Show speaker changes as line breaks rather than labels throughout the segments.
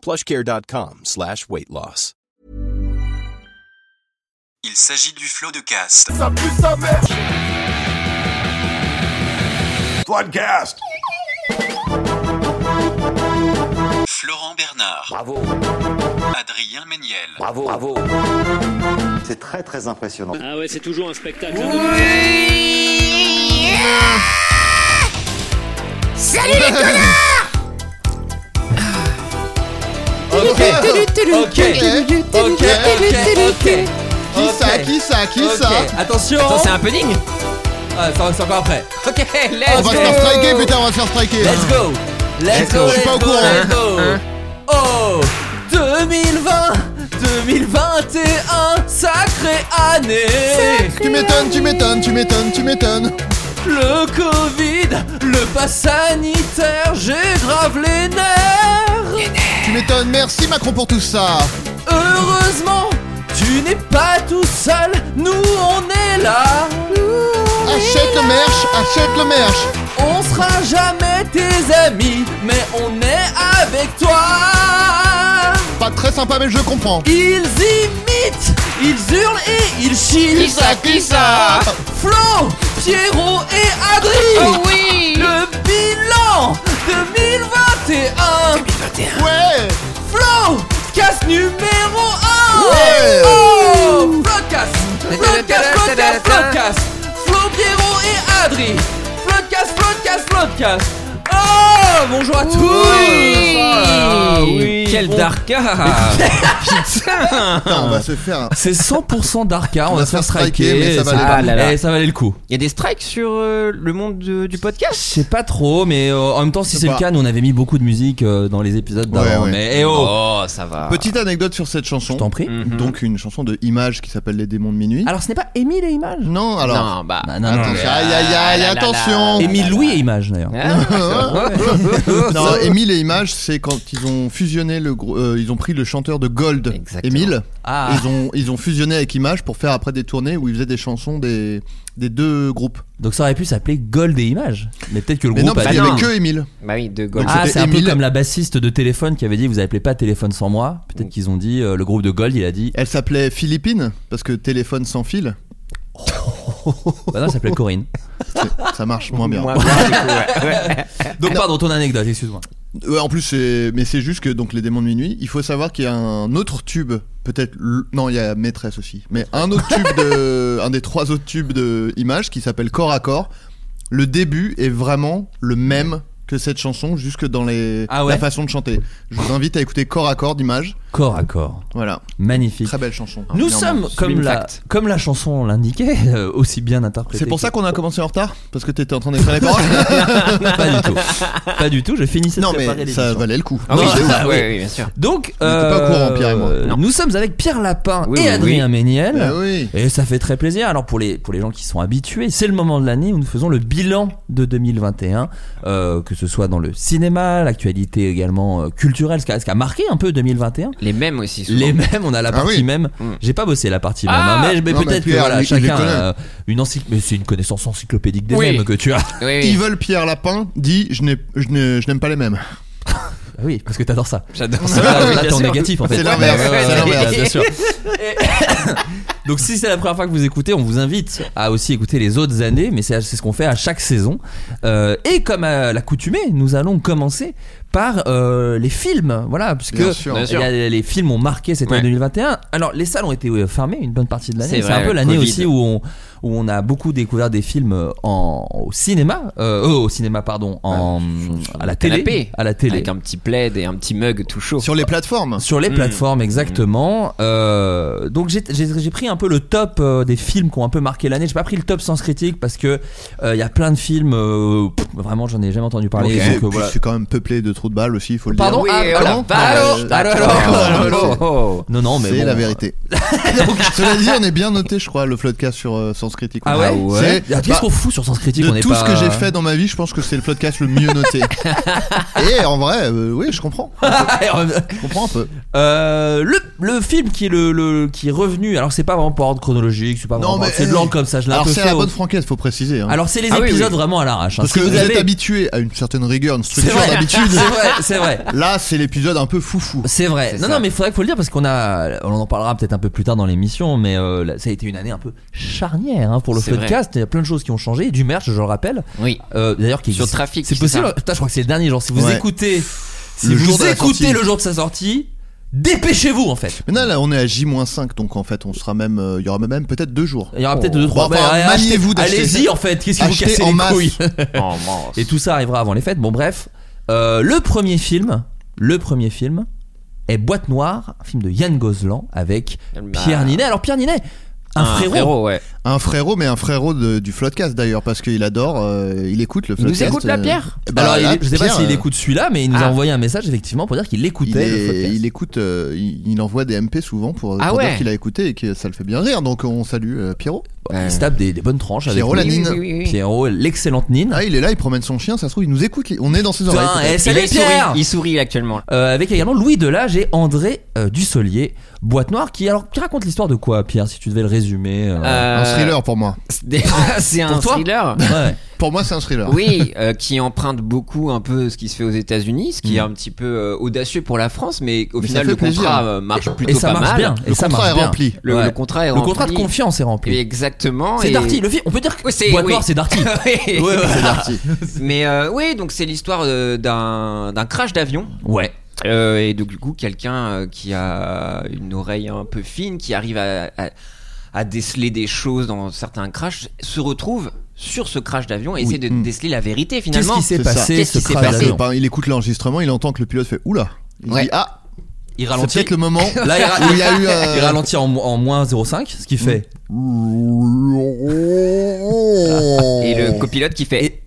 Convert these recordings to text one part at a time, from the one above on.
plushcare.com slash weight loss.
Il s'agit du flot de cast.
Floodcast.
Florent Bernard,
Bravo,
Adrien Méniel,
bravo, bravo.
C'est très très impressionnant.
Ah ouais, c'est toujours un spectacle. hein.
Ok, ok, ok, ok, ok.
Qui ça Qui ça Qui
Ok,
ça
Attention
Attends, c'est un pudding
Ah, c'est c'est encore après. Ok,
On
let's
va
go
se faire striker, putain, on va se faire striker.
Let's go Let's go,
Je suis
let's
pas au
go,
courant.
let's go
Hein,
Oh 2020 2021 Sacrée année
Tu m'étonnes, tu m'étonnes, tu m'étonnes, tu m'étonnes.
Le Covid, le pass sanitaire, j'ai grave les nerfs
Tu m'étonnes. Merci Macron pour tout ça.
Heureusement, tu n'es pas tout seul, nous on est là. Nous, on
Achète
est
le
là.
merch, achète le merch.
On sera jamais tes amis, mais on est avec toi.
Pas très sympa, mais je comprends.
Ils imitent, ils hurlent et ils chient.
Qui ça, qui ça
Flo, Pierrot et Adri.
Oh oui
Le bilan 2021.
Ouais
Flo, casse numéro 1
Ouais.
Oh Flocas Flocas, Flocas, Flocas Flo, Pierrot et Adri Flocas, Flocas, Flocas Oh Bonjour à tous Ah oui.
Quel
On-
darka
Putain, on
Putain
va se faire. un-
C'est 100% Darka, on, va se faire
striker,
striker,
mais ça valait
le coup.
Eh, ça valait le coup.
Il y a des strikes sur euh, le monde de- du
Je
podcast
sais pas trop, mais euh, en même temps, si
Je sais
c'est le
pas.
cas, nous on avait mis beaucoup de musique euh, dans les épisodes
Ouais,
d'avant.
ouais.
Mais eh oh,
Oh, ça va.
Petite anecdote sur cette
je
chanson.
t'en prie.
Mhm.
Donc une chanson de Image qui s'appelle Les démons de minuit.
Alors, ce n'est pas Émile et Images
Non, alors.
Non, bah.
Bah, Ah. non, non,
Attention. Aïe aïe aïe,
Ah là là.
attention.
Émile Louis et Images d'ailleurs.
Ah.
Non, Émile et Image, c'est quand ils ont fusionné le grou- euh, ils ont pris le chanteur de Gold,
Exactement.
Émile.
Ah.
Ils ont ils ont fusionné avec Image pour faire après des tournées où ils faisaient des chansons des des deux groupes.
Donc ça aurait pu s'appeler Gold et Images. Mais peut-être que le
Mais non,
groupe
parce
a
qu'il y
non.
avait que Émile.
Bah oui, de Gaulle.
Donc,
Ah,
c'était
c'est un peu
Émile.
comme la bassiste de Téléphone qui avait dit Vous appelez pas Téléphone sans moi. Peut-être qu'ils ont dit euh, Le groupe de Gold, il a dit
Elle s'appelait Philippine parce que téléphone sans fil,
Bah non, ça s'appelait Corinne.
ça marche moins bien.
Moi, moi, du coup, ouais, ouais.
Donc, pardon, ton anecdote, excuse-moi.
Ouais, Euh, en plus, c'est... mais c'est juste que donc les démons de minuit, il faut savoir qu'il y a un autre tube, peut-être. l- Non, il y a maîtresse aussi, mais un autre tube de, un des trois autres tubes de images qui s'appelle Corps à corps. Le début est vraiment le même que cette chanson, jusque dans les
Ah ouais
la façon de chanter. Je vous invite à écouter Corps à corps d'image.
Corps à corps.
Voilà,
Magnifique.
très belle chanson. hein,
Nous
Clairement.
sommes, comme
Sublime
la,
fact.
comme la chanson l'indiquait, euh, aussi bien interprétés.
C'est pour ça
que-
qu'on a commencé en retard parce que t'étais en train d'écrire les paroles.
Pas du tout. Pas du tout, je finissais
non
de préparer
mais ça
l'émission.
valait le coup.
Ah oui,
Non,
de ouf,
bah oui.
ouais, oui, bien sûr.
Donc,
On était pas au courant, Pierre et moi.
euh,
Non.
nous sommes avec Pierre Lapin
Oui,
et
oui,
Adrien Méniel.
Bah oui.
Et ça fait très plaisir. Alors pour les, pour les gens qui sont habitués, c'est le moment de l'année où nous faisons le bilan de 2021, euh, que ce soit dans le cinéma, l'actualité également euh, culturelle, ce qui a, ce qui a marqué un peu 2021.
Les mêmes aussi. souvent.
Les mêmes, on a la
Ah
partie
oui.
même.
Mm.
J'ai pas bossé la partie
Ah
même, hein, mais, mais
Non, mais
peut-être que
Pierre,
voilà,
il- il
chacun
les connaît.
a une encycl- mais c'est une connaissance encyclopédique des
Oui.
mêmes que tu as.
Oui, oui.
Evil Pierre Lapin dit je n'ai, je, n'ai- je n'aime pas les mêmes.
Ah Oui, parce que t'adores ça.
J'adore
Là, là, t'es en négatif en fait.
C'est l'inverse,
Ouais, ouais,
c'est
ouais,
l'inverse.
ouais, bien sûr. Donc si c'est la première fois que vous écoutez, on vous invite à aussi écouter les autres années, mais c'est c'est ce qu'on fait à chaque saison. Euh, et comme à l'accoutumée, nous allons commencer par euh, les films, voilà, puisque
Bien sûr.
Bien sûr.
il y a- les films ont marqué cette année
Ouais.
2021. Alors les salles ont été euh, fermées une bonne partie de l'année.
C'est
C'est
vrai,
un peu l'année
Covid.
aussi où on où on a beaucoup découvert des films euh, en au cinéma, euh, euh, au cinéma pardon, en à la télé,
canapé.
à la télé.
Avec un petit plaid et un petit mug tout chaud.
Sur les plateformes.
Sur les
Mm.
plateformes, exactement. Euh, donc j'ai- j'ai j'ai pris un peu le top euh, des films qui ont un peu marqué l'année. J'ai pas pris le top sans critique parce que euh, il y a plein de films. euh, pff, vraiment, j'en ai jamais entendu
Ok. oh
parler.
Et
donc, euh,
puis,
voilà.
C'est quand même peuplé de trous de balles aussi, il faut le
Pardon
dire.
Ah,
Et
ah,
la
non.
vache.
Ah, allô, allô,
Oh,
Ah,
allô,
c'est-
allô. Non, non, mais
c'est
bon,
la
euh,
vérité. Cela dit, on est bien noté, je crois, le floodcast sur euh, Sens Critique.
Ah ouais.
C'est- Bah,
Ah, Qu'est-ce qu'on fout sur Sens Critique
De
on est
tout
pas-
ce que j'ai fait dans ma vie, je pense que c'est le podcast le mieux noté. Et en vrai, euh, oui, je comprends. Je comprends un peu.
Ah, Euh, le, le film qui est le, le- qui est revenu. Alors c'est pas vraiment par ordre chronologique, c'est pas
Non,
vraiment.
mais,
C'est de l'ordre
eh,
comme ça. Je l'ai un
Alors,
peu
c'est
fait
la
au-
bonne franquette, faut préciser. hein.
Alors c'est les
Ah oui,
épisodes
oui.
vraiment à l'arrache. hein.
Parce
Si
que vous
avez-
êtes habitué à une certaine rigueur, une
C'est
structure
vrai.
d'habitude.
C'est vrai, c'est vrai.
Là, c'est l'épisode un peu foufou.
C'est vrai.
C'est
Non,
ça.
non, mais il faudrait qu'il faut le dire parce qu'on a, on en parlera peut-être un peu plus tard dans l'émission, mais euh, là, ça a été une année un peu charnière hein, pour le
C'est vrai.
podcast. Il y a plein de choses qui ont changé, et du merch, je le rappelle.
Oui.
Euh, D'ailleurs, qui
Sur
existe-
Trafic,
C'est
c'est
possible.
ça.
Putain, je crois que c'est le dernier. Genre, si vous
Ouais.
écoutez, si
Le
vous
jour de la
écoutez
sortie.
le jour de sa sortie, dépêchez-vous en fait.
Maintenant, là, on est à J-5, donc en fait, on sera même, euh, il y aura même peut-être deux jours.
Il y aura peut-être deux, trois.
Oh. Bon, enfin,
allez,
maniez-vous
achetez-
d'acheter.
Allez-y en fait. Qu'est-ce qui vous
Achetez
cassez
en
les
masse.
couilles
Oh, mince.
Et tout ça arrivera avant les fêtes. Bon, bref, Euh, le premier film, le premier film est Boîte Noire, un film de Yann Gozlan avec
Bah,
Pierre Ninet. Alors Pierre Ninet, un, frérot.
ouais.
Un frérot, mais un frérot de- du Floodcast d'ailleurs, parce qu'il adore, euh, il écoute le
Il nous
Floodcast.
écoute, la
euh,
Pierre
bah,
Alors, il-
là,
je sais pas
Pierre,
s'il
euh,
écoute celui-là, mais il nous a
Ah.
envoyé un message effectivement pour dire qu'il
Il,
écoutait
est-
le podcast.
il écoute, euh, il, il envoie des MP souvent pour,
Ah
pour
ouais.
dire qu'il a écouté et que ça le fait bien rire. Donc on salue euh, Pierrot.
Il se tape des, des bonnes tranches
Pierrot, la
avec nous.
Nine.
Pierrot, l'excellente Nine.
Ah, il est là, il promène son chien, ça se trouve, il nous écoute. On est dans ses
Putain,
Ah,
oreilles.
eh,
peut-être.
salut
il, sourit,
Pierre
il sourit actuellement.
Euh, Avec également Louis Delage et André euh, Dussolier, Boîte Noire, qui alors tu racontes l'histoire de quoi Pierre, si tu devais le résumer euh,
Un thriller pour moi.
Déjà, Euh, c'est un
Pour toi
thriller.
ouais.
Pour moi, c'est un thriller.
Oui, euh, qui emprunte beaucoup un peu ce qui se fait aux États-Unis, ce qui
Mm.
est un petit peu euh, audacieux pour la France, mais au
Mais ça
final
fait
le contrat
plaisir.
euh, marche plutôt
Et ça
pas
marche
mal.
bien.
Le
et ça
contrat
marche
est
bien.
rempli.
Le,
Ouais.
le contrat est
Le
rempli.
contrat de confiance est rempli.
Exactement.
C'est
et-
Darty, le film. On peut dire que
Oui, c'est-
Boîte
oui.
Noire, c'est Darty.
Oui.
Ouais, ouais.
C'est parti.
Mais euh, oui, donc c'est l'histoire euh, d'un d'un crash d'avion.
Ouais.
Euh, et donc, du coup, quelqu'un euh, qui a une oreille un peu fine, qui arrive à, à- à déceler des choses dans certains crashs, se retrouve sur ce crash d'avion et
Oui.
essaie de
Mm.
déceler la vérité
Qu'est-ce
finalement.
qui s'est
c'est ça.
passé
Qu'est-ce
ce
qui s'est
crash
passé
d'avion
Ben, il écoute l'enregistrement, il entend que le pilote fait oula. Il
Ouais.
dit ah,
Il
c'est
ralentit.
peut-être le moment
Là, il, ra-
où il y a eu. euh,
il ralentit en, en moins 0,5, ce qui fait.
Et le copilote qui fait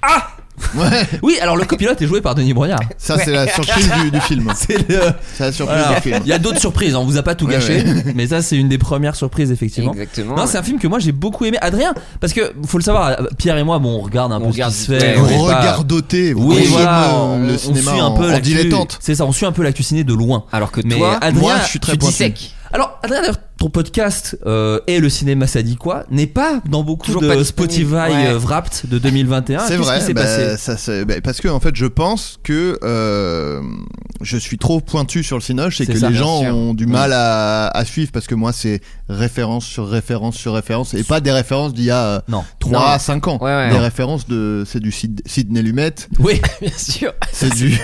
Ouais,
Oui, alors le copilote est joué par Denis Brognard.
ça c'est la surprise du, du film.
C'est le-
C'est la surprise
voilà.
du film.
Il y a d'autres surprises, hein, on vous a pas tout
Ouais,
gâché, mais ça c'est une des premières surprises effectivement.
Exactement.
Non, c'est un film que moi j'ai beaucoup aimé. Adrien, parce que faut le savoir, Pierre et moi, bon, on regarde un
On
peu
regarde
ce qui se
vite
fait.
fait,
on
ouais.
est pas-
Regardotez, vous
Oui,
consommez,
voilà,
euh,
on,
le
on
cinéma
suit un
en-
peu
en,
l'actu.
dilettante.
C'est ça, on suit un peu l'actu ciné de loin.
Alors que
Mais
toi,
Adrien,
moi, je suis très
tu
pointu.
dissèques.
Alors, Adrien, d'ailleurs, ton podcast euh, et le cinéma, ça dit quoi N'est pas dans beaucoup
Toujours pas
de Spotify
disponible. Ouais.
euh, Wrapped de 2021.
C'est
Ah, Qu'est-ce
vrai,
qui s'est
bah,
passé
ça, c'est- bah, parce que en fait, je pense que euh, je suis trop pointu sur le Cinoche et
C'est
que
ça,
les
bien
gens
sûr.
ont du mal à, à suivre parce que moi, c'est référence sur référence sur référence et pas des références d'il y a euh,
Non.
3
Non.
à 5 ans.
Ouais, ouais.
Des
Non.
références de. C'est du Sid- Sidney Lumet,
Oui.
bien sûr.
c'est du,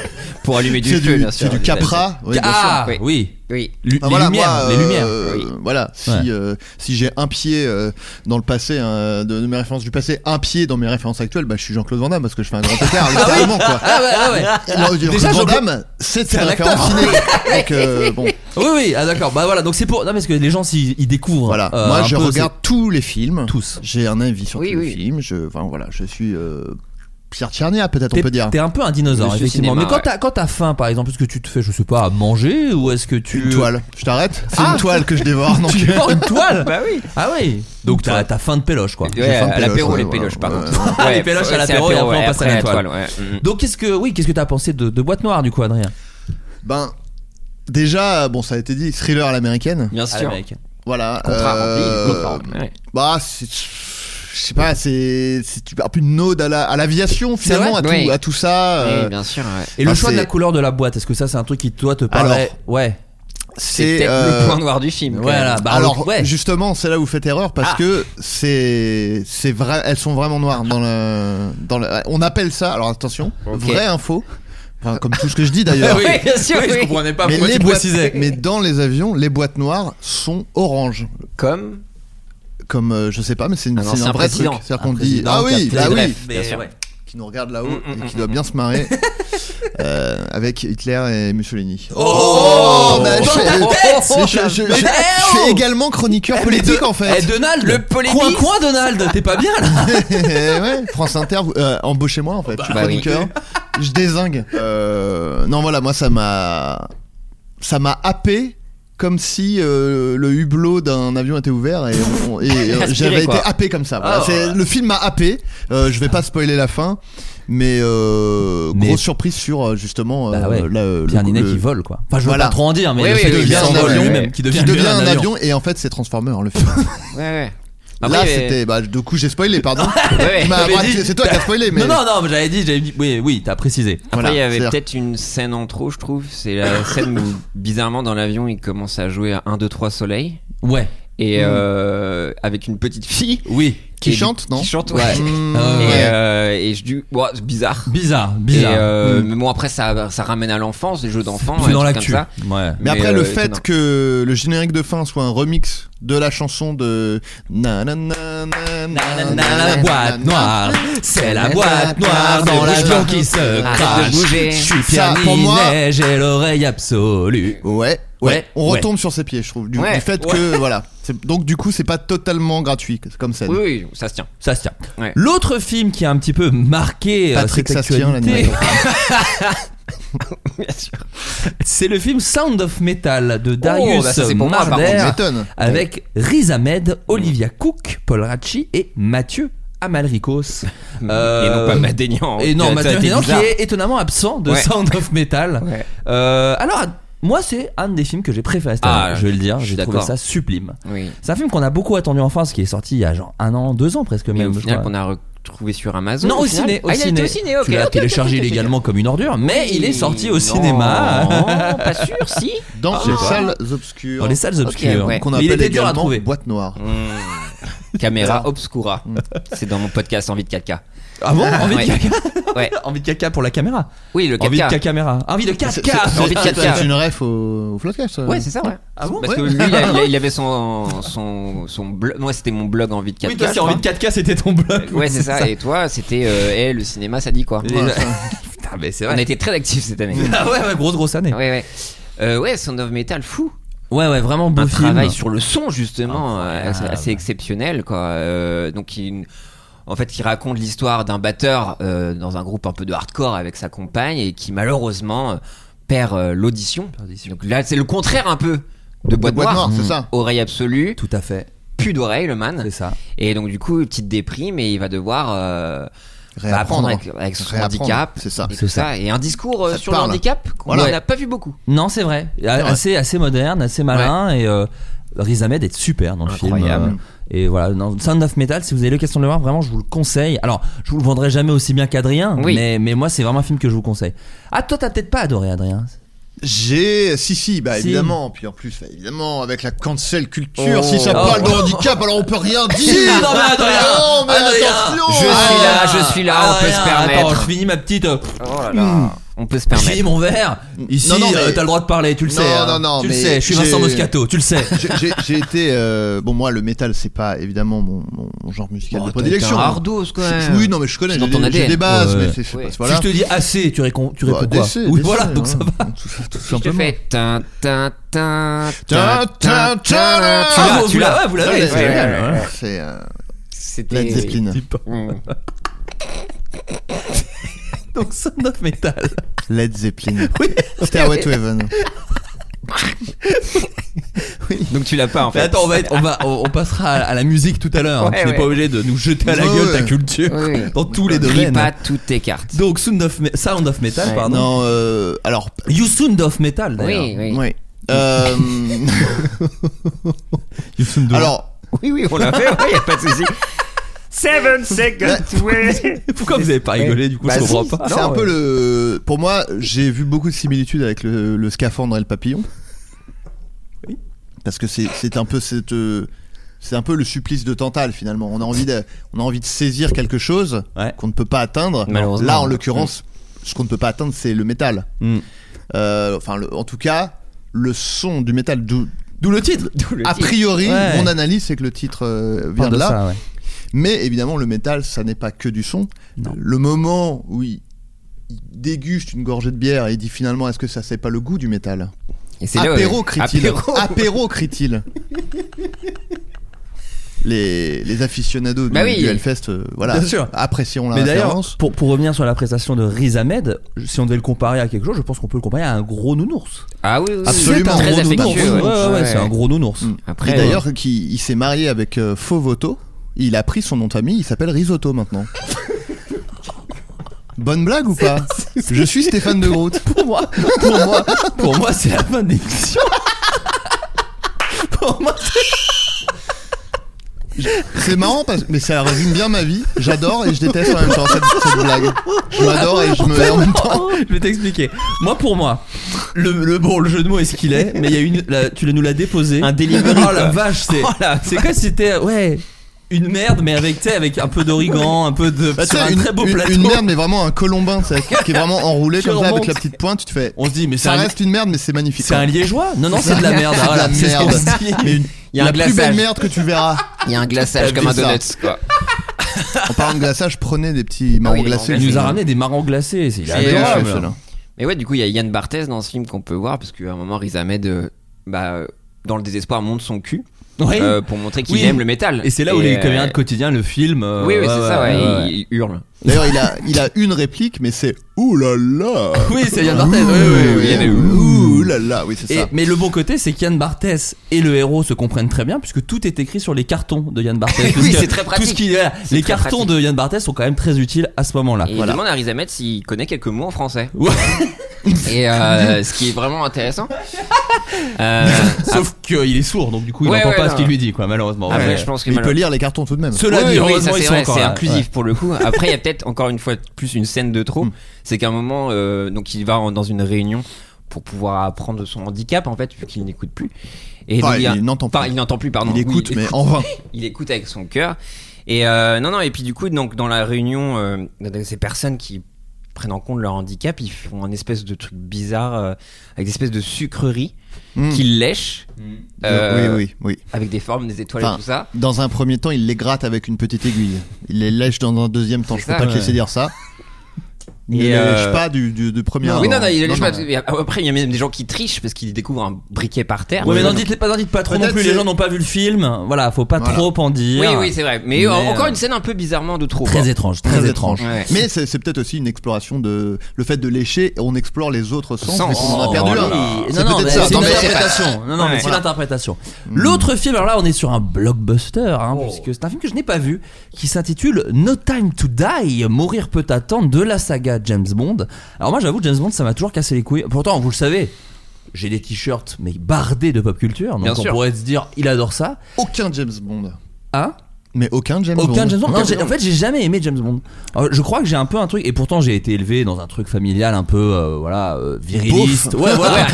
Pour allumer du
c'est
feu,
du,
bien
c'est
sûr.
du Capra. oui, bien sûr.
ah
sûr.
oui.
Oui.
Lu-
Enfin,
les,
voilà,
lumières,
moi,
les
euh,
lumières.
oui.
Voilà, si,
Ouais.
euh, si j'ai un pied euh, dans le passé, hein, de, de mes références du passé, un pied dans mes références actuelles, bah, je suis Jean-Claude Van Damme parce que je fais un grand écart, littéralement, quoi.
Ah ouais, ah ouais.
Alors,
Déjà,
Van
Jean-Claude-
Damme, c'est
c'est
une
un
référence ciné. Donc, euh, bon,
Oui, oui, ah, d'accord. Bah voilà, donc c'est pour. Non, parce que les gens, s'ils ils découvrent.
voilà.
euh,
Moi,
un
je
peu,
regarde tous les films.
c'est- tous.
J'ai un avis sur
Oui,
tous
oui.
les films. Je, enfin, voilà, je suis euh, Pierre Tchernia, peut-être, on
T'es
peut dire.
t'es un peu un dinosaure,
Monsieur
effectivement.
cinéma,
Mais quand
ouais.
t'as- quand t'as faim, par exemple, est-ce que tu te fais, je sais pas, à manger ou est-ce que tu.
Une toile. Je t'arrête C'est une toile que je dévore. donc.
Ah.
euh,
Tu dévores une toile
Bah oui.
Ah oui Donc t'as t'as faim de péloche, quoi.
Ouais,
faim de
à
péloche,
l'apéro,
ouais,
les
voilà.
péloches, pardon.
Ouais.
Les péloches à
c'est
l'apéro, et après, on passe à la toile.
ouais. Mm, mm.
Donc qu'est-ce que oui qu'est-ce que t'as pensé de, de boîte noire du coup Adrien
Ben, déjà, bon, ça a été dit, thriller à l'américaine.
Bien
À
sûr.
l'américaine.
Voilà.
Contrat
euh,
rempli, contrat rempli. ouais.
Bah, c'est- je sais pas, c'est c'est- tu parles plus de node à la- à l'aviation
C'est
finalement, à
vrai ben,
tout,
Oui.
à tout ça.
Oui,
euh,
bien sûr. ouais.
Et le
Enfin,
choix de
c'est-
la couleur de la boîte, est-ce que ça c'est un truc qui toi te paraît Ouais.
C'est peut-être
euh,
le point noir du film. quand
Voilà,
même.
bah
Alors
ouais.
justement, c'est là où vous faites erreur parce que c'est c'est vrai, elles sont vraiment noires dans le dans le. On appelle ça. Alors attention,
Ok.
vraie info. Enfin, comme tout ce que je dis d'ailleurs.
Oui, bien sûr,
Oui, je
oui.
comprenais pas
Mais,
pourquoi
les
tu
boîtes,
précisais.
mais dans les avions, les boîtes noires sont oranges.
Comme
Comme euh, je sais pas, mais c'est une-
Un
c'est
ancien
un vrai
président.
truc. C'est-à-dire
Un
qu'on dit
président qui
ah
a
oui,
pris
ah
des
oui,
refs, mais ouais.
qui nous regarde là-haut
Mm, mm,
et qui
mm,
doit bien se marrer euh, avec Hitler et Mussolini.
Oh,
bah,
dans
je,
ta
euh,
tête
mais je- je- je-
Mais-
je suis
oh
également chroniqueur politique en fait.
Eh Donald,
Le polémiste.
Coin coin Donald, t'es pas bien là.
Eh ouais, France Inter, vous- euh, embauchez-moi en fait. je suis
bah oui.
chroniqueur, je désingue. Euh, non, voilà, moi ça m'a. Ça m'a happé comme si euh, le hublot d'un avion était ouvert et, on- et, euh,
Aspiré,
j'avais été
quoi.
happé comme ça. voilà.
Ah,
C'est- Le film m'a happé. Euh, je vais pas spoiler la fin, mais, euh,
Mais-
grosse surprise sur euh, justement euh,
Bah ouais,
la- le-
Pierre Ninet
le-
qui vole quoi. Enfin, je veux
Voilà.
pas trop en dire, mais
Oui,
le
oui,
fait
oui,
qu'il
qui
devient
s'envole
s'envole,
lui-même,
ouais.
qui
qui
devient,
devient
lui-même
un avion et en fait c'est Transformer le film.
Ouais, ouais.
Là
Après,
c'était bah, du coup j'ai spoilé pardon.
Ah Ouais,
Il m'a-
t'avais
bah,
dit-
c'est c'est toi qui as spoilé mais
Non, non, non, mais j'avais dit, j'avais dit, oui, oui, t'as précisé.
Voilà,
Après, il y avait
c'est-à-dire-
peut-être une scène en trop, je trouve. C'est la scène où, bizarrement, dans l'avion, il commence à jouer à 1, 2, 3 soleil.
Ouais,
Et
Mm.
euh, avec une petite fille.
oui.
Qui
Et-
chante, non
Qui chante, ouais.
Mmh,
Euh,
Et,
ouais.
euh, et je dis, Ouah, c'est bizarre.
Bizarre,
Et,
bizarre.
euh,
Mm.
Mais bon, après, ça, ça ramène à l'enfance, les jeux d'enfants.
Plus
et
dans
tout comme
l'actu.
ça.
Ouais.
Mais,
Mais,
après,
euh,
le fait
étonnant.
que le générique de fin soit un remix de la chanson de. Na, na, na, na, na,
Nanana,
na,
la
na,
boîte
na,
noire, c'est la boîte noire dans l'avion qui se
Arrête
crache.
de bouger.
Je suis
Ça,
Pierre
pour moi-
Ninet, j'ai l'oreille absolue.
Ouais, ouais.
Ouais,
On
ouais.
retombe sur ses pieds, je trouve. Du,
Ouais.
du fait que. Voilà. C'est- Donc, du coup, c'est pas totalement gratuit comme scène.
Oui, oui, ça se tient.
Ça se tient.
Ouais.
L'autre film qui a un petit peu marqué euh,
Patrick
cette
Sastien,
actualité,
l'animateur.
Bien sûr.
c'est le film Sound of Metal de Darius
bah ça, c'est pour moi, par
Marder
Tu m'étonnes.
avec Riz Ahmed, Olivia Cook, Paul Ratchi et Mathieu Amalricos.
Et non
Euh,
pas Madénian.
Et non,
Ça, ça a
Mathieu
été
Amalricos qui
bizarre.
est étonnamment absent de
Ouais.
Sound of Metal.
Ouais.
Euh, alors, moi, c'est un des films que j'ai préféré cette
Ah,
année, je vais le dire.
je suis
J'ai trouvé
d'accord.
ça sublime.
Oui.
C'est un film qu'on a beaucoup attendu en France, qui est sorti il y a genre un an, deux ans presque
Mais
même.
au
je
final,
crois.
qu'on a retrouvé sur Amazon.
Non, au
final.
ciné, au
Ah, il a
ciné.
été au ciné, ok.
tu l'as
ok, ok,
téléchargé
ok, Eh, ok, ok.
légalement comme une ordure, mais il est sorti au
Non,
cinéma.
pas sûr, si.
Dans
Ah.
les salles obscures.
Dans les salles obscures.
ouais.
Qu'on
Mais il
appelle
était dur à
également
trouver.
boîte noire.
Mmh. Caméra obscura. C'est dans mon podcast Envie de 4K.
Ah bon Envie
Ouais.
de caca
Ouais.
Envie de caca pour la caméra.
Oui, le 4K.
Envie de caca caméra. Envie de
C'est- c'est-
caca
envie de
c'est-
4K.
C'est une ref au, au Floodcast.
Ouais, c'est ça, ouais.
Ah bon
Parce que
Ouais.
lui, il, a- il a- il avait son, son, son blog. Moi, c'était mon blog Envie de 4K.
Oui, toi,
je
c'est
crois.
envie de 4K, c'était ton blog.
hein. Ouais, c'est ça. Et toi, c'était. Euh, Eh, le cinéma, ça dit quoi
Et- Putain, mais c'est
On a
vrai.
été très actifs cette année.
Ah ouais, ouais, grosse, grosse année.
ouais, ouais. Euh, ouais, Sound of Metal, fou.
Ouais, ouais, vraiment beau
un
film.
travail sur le son justement euh,
Incroyable.
assez, assez exceptionnel quoi Euh, donc il- en fait qui raconte l'histoire d'un batteur euh, dans un groupe un peu de hardcore avec sa compagne et qui malheureusement euh, perd euh, l'audition donc là c'est le contraire un peu de boîte,
boîte
noire,
noire, c'est ça.
oreille absolue
Tout à fait,
plus d'oreille le
c'est
man
ça.
et donc du coup petite déprime et il va devoir euh, bah, apprendre
Réapprendre.
avec, avec son
Réapprendre,
handicap
C'est ça.
et
C'est
tout ça et un discours euh,
Ça te
sur le
parle.
handicap qu'on
Voilà.
n'a pas vu beaucoup
Non, c'est vrai. Assez, assez moderne, assez malin. Et euh, Riz Ahmed est super dans le
Incroyable.
film. euh, et voilà, dans Sound of Metal, si vous avez l'occasion de le voir, vraiment, je vous le conseille. Alors, je vous le vendrai jamais aussi bien qu'Adrien,
Oui.
mais, mais moi, c'est vraiment un film que je vous conseille. Ah, toi, t'as peut-être pas adoré, Adrien.
J'ai si si bah
Si.
évidemment puis en plus bah, évidemment avec la cancel culture si ça
Oh.
parle de handicap alors on peut rien dire.
non, mais Ah, Adrien,
Non, mais
Adrien,
attention.
je suis
Ah,
là, je suis là, on peut se permettre.
Attends, je finis ma petite. euh,
oh là là on peut se
je
permettre
finis mon verre. Ici,
Non, non, mais-
euh, t'as le droit de parler, tu le
Non,
sais. hein.
non, non,
tu le
mais
sais, je suis Vincent
j'ai-
Moscato, tu le sais.
J'ai- j'ai- J'ai été euh, bon moi le métal c'est pas évidemment mon, mon genre musical de prédilection.
Hardos quand
Je-
même.
je- Oui non mais je connais
C'est dans
j'ai
ton
des, j'ai
ADN.
des bases
Ouais.
mais c'est- c'est
Oui.
pas- voilà.
Si je te dis assez, tu réponds, tu réponds
Bah,
quoi
décès,
Oui,
décès,
voilà, donc
hein.
ça va.
Tout, tout
Je te
simplement.
fais tin, tin, tin,
Tin, tin, tin, tin.
Tu l'as,
Ah, vous-
tu
vous
l'as.
l'avez, vous l'avez,
Ouais,
c'est
ouais,
génial,
ouais,
hein.
ouais. C'est euh,
C'était.
Led Zeppelin.
Mm.
Donc Sound of Metal.
Led Zeppelin. Oui. Stairway to Heaven.
Donc tu l'as pas en
Mais
fait.
attends, on, va être- on, va, on on passera à à la musique tout à l'heure. hein.
Ouais,
tu n'es
ouais.
pas obligé de nous jeter à la
Ouais,
gueule ta
ouais.
culture
Oui, oui.
dans tous les
Pris
domaines.
pas toutes tes cartes.
Donc Sound of, Me- Sound of Metal,
Ouais.
pardon.
Non euh, alors
You Sound of Metal, d'ailleurs.
Oui, oui.
ouais. Euh,
You Sound of-
alors
Oui, oui, on l'a fait, il n'y a pas de souci.
Seven seconds way.
Pourquoi vous avez pas rigolé du coup
Bah
Je
si,
comprends pas.
C'est un peu
euh,
le. Pour moi, j'ai vu beaucoup de similitudes avec le, le scaphandre et le papillon. Parce que c'est c'est un peu cette. euh, C'est un peu le supplice de Tantale finalement. On a envie de, on a envie de saisir quelque chose
Ouais.
qu'on ne peut pas atteindre.
Malheureusement.
Là, en l'occurrence, ce qu'on ne peut pas atteindre, c'est le métal.
Mm.
Euh, enfin, le- en tout cas, le son du métal. D'où,
D'où le titre.
a priori,
Ouais.
mon analyse, c'est que le titre euh, vient
Parle
de là.
ça, ouais.
Mais évidemment, le métal, ça n'est pas que du son.
Non.
Le moment où il, il déguste une gorgée de bière et il dit finalement, est-ce que ça c'est pas le goût du métal
Et c'est là,
Apéro,
ouais.
crie-t-il.
Apéro.
Apéro, crie-t-il. Les, les aficionados
Bah
du,
oui.
du Hellfest euh, voilà,
Bien sûr.
apprécieront la
Mais d'ailleurs,
référence.
pour, pour revenir sur la prestation de Riz Ahmed, si on devait le comparer à quelque chose, je pense qu'on peut le comparer à un gros nounours.
Ah oui, oui, oui.
Absolument.
C'est Très
Gros
Nounours.
affectueux.
Ouais, ouais, ouais, c'est un gros nounours.
Mm.
Après,
et d'ailleurs,
euh,
qui, il s'est marié avec euh, Fovoto. Il a pris son nom de famille, il s'appelle Risotto maintenant. Bonne blague ou pas Je suis Stéphane de Groot.
Pour moi, pour moi, pour moi, c'est la fin de l'émission. pour moi,
C'est marrant parce mais ça résume bien ma vie. J'adore et je déteste en même temps cette, cette blague. Je m'adore et je me hais en même temps.
je vais t'expliquer. Moi, pour moi, le, le bon, le jeu de mots est ce qu'il est, mais il y a une, la- tu nous l'as déposé.
Un delivery,
Oh la
quoi.
vache, c'est, c'est comme si c'était, ouais, une merde, mais avec, tu sais, avec un peu d'origan, un peu de,
Bah, tu
sur
sais,
Ah, un
une,
très beau
une-
plateau.
une merde mais vraiment un colombin tu sais, qui est vraiment enroulé
Qui
comme ça avec
remonte.
la petite pointe. Tu te fais.
On se dit, mais c'est
Ça
un,
reste une merde mais c'est magnifique.
c'est un liégeois Non, non,
C'est
c'est de la
un-
merde.
c'est de
voilà,
la
c'est ce qu'on
merde.
se dit.
Mais une-
Il y a un
la plus belle
glaçage.
merde que tu verras.
il y a un glaçage comme un
Bizarre.
donuts, quoi.
En parlant de glaçage, prenez des petits marrons
oui, les
glacés.
Ah
marrons
Il nous a
C'est-
ramené des marrons glacés. C'est, il est
C'est-
adorable.
délicieux, celui-là.
Mais ouais, du coup, il y a Yann Barthès dans ce film qu'on peut voir, parce qu'à un moment, Riz Ahmed, euh, bah, euh, dans le désespoir, monte son cul
Ouais.
euh, pour montrer qu'il
Oui.
aime le métal.
Et c'est là où les
euh,
comédiens de quotidien le film. euh,
Oui, oui, c'est ça, ouais,
ouais,
Il, il hurle.
D'ailleurs, il a, il a une réplique, mais c'est Ouh là là
Oui, c'est Yann Barthès. Oui, oui, oui.
il y avait
Ouh là là, oui, c'est
Et-
ça.
mais le bon côté, c'est qu'Yann Barthès et le héros se comprennent très bien puisque tout est écrit sur les cartons de Yann Barthès.
Oui,
Parce que
c'est très pratique.
Tout ce qui, voilà, les
très
cartons
pratique.
de Yann Barthès sont quand même très utiles à ce moment-là.
Et
Voilà.
il demande à Riz Ahmed s'il connaît quelques mots en français.
Ouais.
Et euh, ce qui est vraiment intéressant. euh,
Sauf qu'il est sourd, donc du coup, il
Ouais,
n'entend
ouais,
pas
non.
ce qu'il lui dit, quoi, malheureusement.
après,
Ouais.
je pense que
Mais il peut
malheureux-
lire les cartons tout de même.
Cela
Oui,
dit,
oui, ça,
heureusement,
c'est
ils sont
vrai,
encore
c'est
là.
inclusif
Ouais. Hmm.
pour le coup. Après, il y a peut-être encore une fois de plus une scène de trop. C'est qu'à un moment, euh, donc il va en- dans une réunion pour pouvoir apprendre son handicap en fait, vu qu'il n'écoute plus. Et
Enfin,
donc, y a-
il n'entend
Enfin,
pas.
il n'entend plus, pardon.
Il écoute,
Oui,
mais en vain.
il écoute avec son cœur. Et euh, non, non, et puis du coup, donc, dans la réunion, euh, de ces personnes qui prennent en compte leur handicap, ils font un espèce de truc bizarre euh, avec des espèces de sucreries
Mm.
qu'ils lèchent euh,
Oui, oui, oui.
avec des formes, des étoiles
Enfin,
et tout ça.
Dans un premier temps, il les gratte avec une petite aiguille. Il les lèche dans un deuxième temps. Je
C'est
peux
ça,
pas te
ouais.
laisser dire ça. Il
Et
les
euh,
lèche pas du, du, du premier.
oui, non,
abord.
non, il lèche pas.
non.
Et Après, il y a même des gens qui trichent parce qu'ils découvrent un briquet par terre. Euh,
Ouais, mais n'en
Donc,
dites pas, n'en dites pas trop non
Peut-être
plus. Les
c'est-
gens n'ont pas vu le film. Voilà, faut pas
Voilà.
trop en dire.
Oui, oui, c'est vrai. Mais,
Mais,
euh, encore
euh,
une scène un peu bizarrement de trop.
Très
quoi.
étrange, très
Très
étrange.
Ouais.
Mais c'est c'est peut-être aussi une exploration de le fait de lécher. On explore les autres sens.
Sens.
vu qu'on en a
Oh
perdu
là
un.
là.
C'est
Non, non,
peut-être
mais
ça.
c'est
Non,
une
mais c'est pas- Mm.
interprétation. Non, non, mais
Ouais.
c'est l'interprétation. L'autre film, alors là, on est sur un blockbuster, hein, puisque c'est un film que je n'ai pas vu, qui s'intitule No Time to Die, Mourir peut attendre, de la saga James Bond. Alors moi, j'avoue, James Bond, ça m'a toujours cassé les couilles. Pourtant, vous le savez. J'ai des t-shirts, mais bardés de pop culture. Donc
Bien
on
sûr.
pourrait se dire, il adore ça.
Aucun James Bond.
Hein
Mais aucun James Bond.
aucun James Bond. Non,
Aucun
j'ai- en fait, j'ai jamais aimé James Bond. Alors, je crois que j'ai un peu un truc, et pourtant j'ai été élevé dans un truc familial un peu, euh, voilà, euh, viriliste. Ouais, voilà.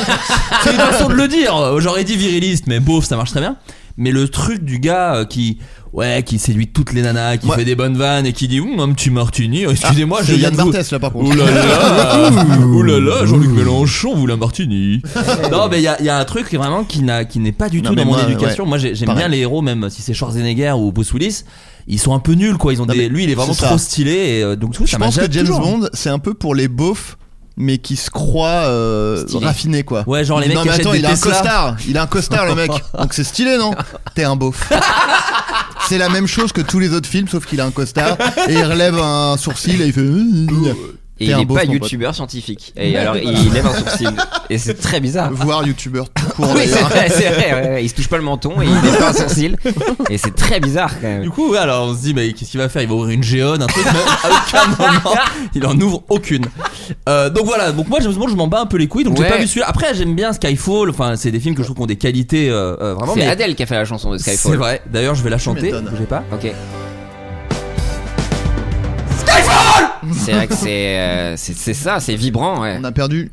C'est une façon de le dire. J'aurais dit viriliste, mais beauf, ça marche très bien. Mais le truc du gars euh, qui, ouais, qui séduit toutes les nanas, qui
Ouais. Ah,
fait des bonnes vannes et qui dit, hum, un petit martini. Excusez-moi, je
C'est
viens
Yann
de vous.
Barthès là par contre.
Ouh là là, ouh là là, Jean-Luc Mélenchon, vous la martini. non, mais il y a, il y a un truc qui, vraiment qui n'a- qui n'est pas du
Non,
tout
mais
dans mon
moi,
éducation. Moi, j'ai- j'aime
Pareil.
bien les héros, même si c'est Schwarzenegger ou Bruce Willis, ils sont un peu nuls, quoi. Ils ont
Non,
des,
mais
lui, il est vraiment
c'est ça.
trop stylé, et euh, donc tout
Je
ça
pense
m'attire
que James
toujours.
Bond, c'est un peu pour les beaufs, mais qui se croient euh,
Stylé.
raffinés, quoi.
Ouais, genre les mecs
non,
qui
mais
achètent
attends,
des
il a un
Tesla.
costard, il a un costard le mec. Donc c'est stylé, non T'es un beauf. c'est la même chose que tous les autres films, sauf qu'il a un costard et il relève un sourcil et il fait. euh,
Et
T'es
il
un
est
beauf,
pas
mon pote.
youtubeur scientifique. Et alors, il lève un sourcil. Et c'est très bizarre.
euh, Voir youtubeur tout court
Oui, c'est
d'ailleurs.
vrai, c'est vrai, ouais, ouais. il se touche pas le menton et il n'est pas un sourcil. Et c'est très bizarre quand même.
Du coup, ouais, alors on se dit, mais qu'est-ce qu'il va faire Il va ouvrir une géone, un truc, mais à aucun moment, il en ouvre aucune. Euh, donc voilà, donc moi, James Bond, je m'en bats un peu les couilles, donc j'ai
Ouais.
pas vu celui-là. Après, j'aime bien Skyfall, enfin, c'est des films que je trouve qui ont des qualités euh, euh, vraiment.
C'est
mais-
Adèle qui a fait la chanson de
C'est
Skyfall.
vrai, d'ailleurs, je vais la chanter,
m'étonnes.
bougez pas.
Ok. C'est vrai que c'est euh, c'est- c'est ça, c'est vibrant. Ouais.
On a perdu.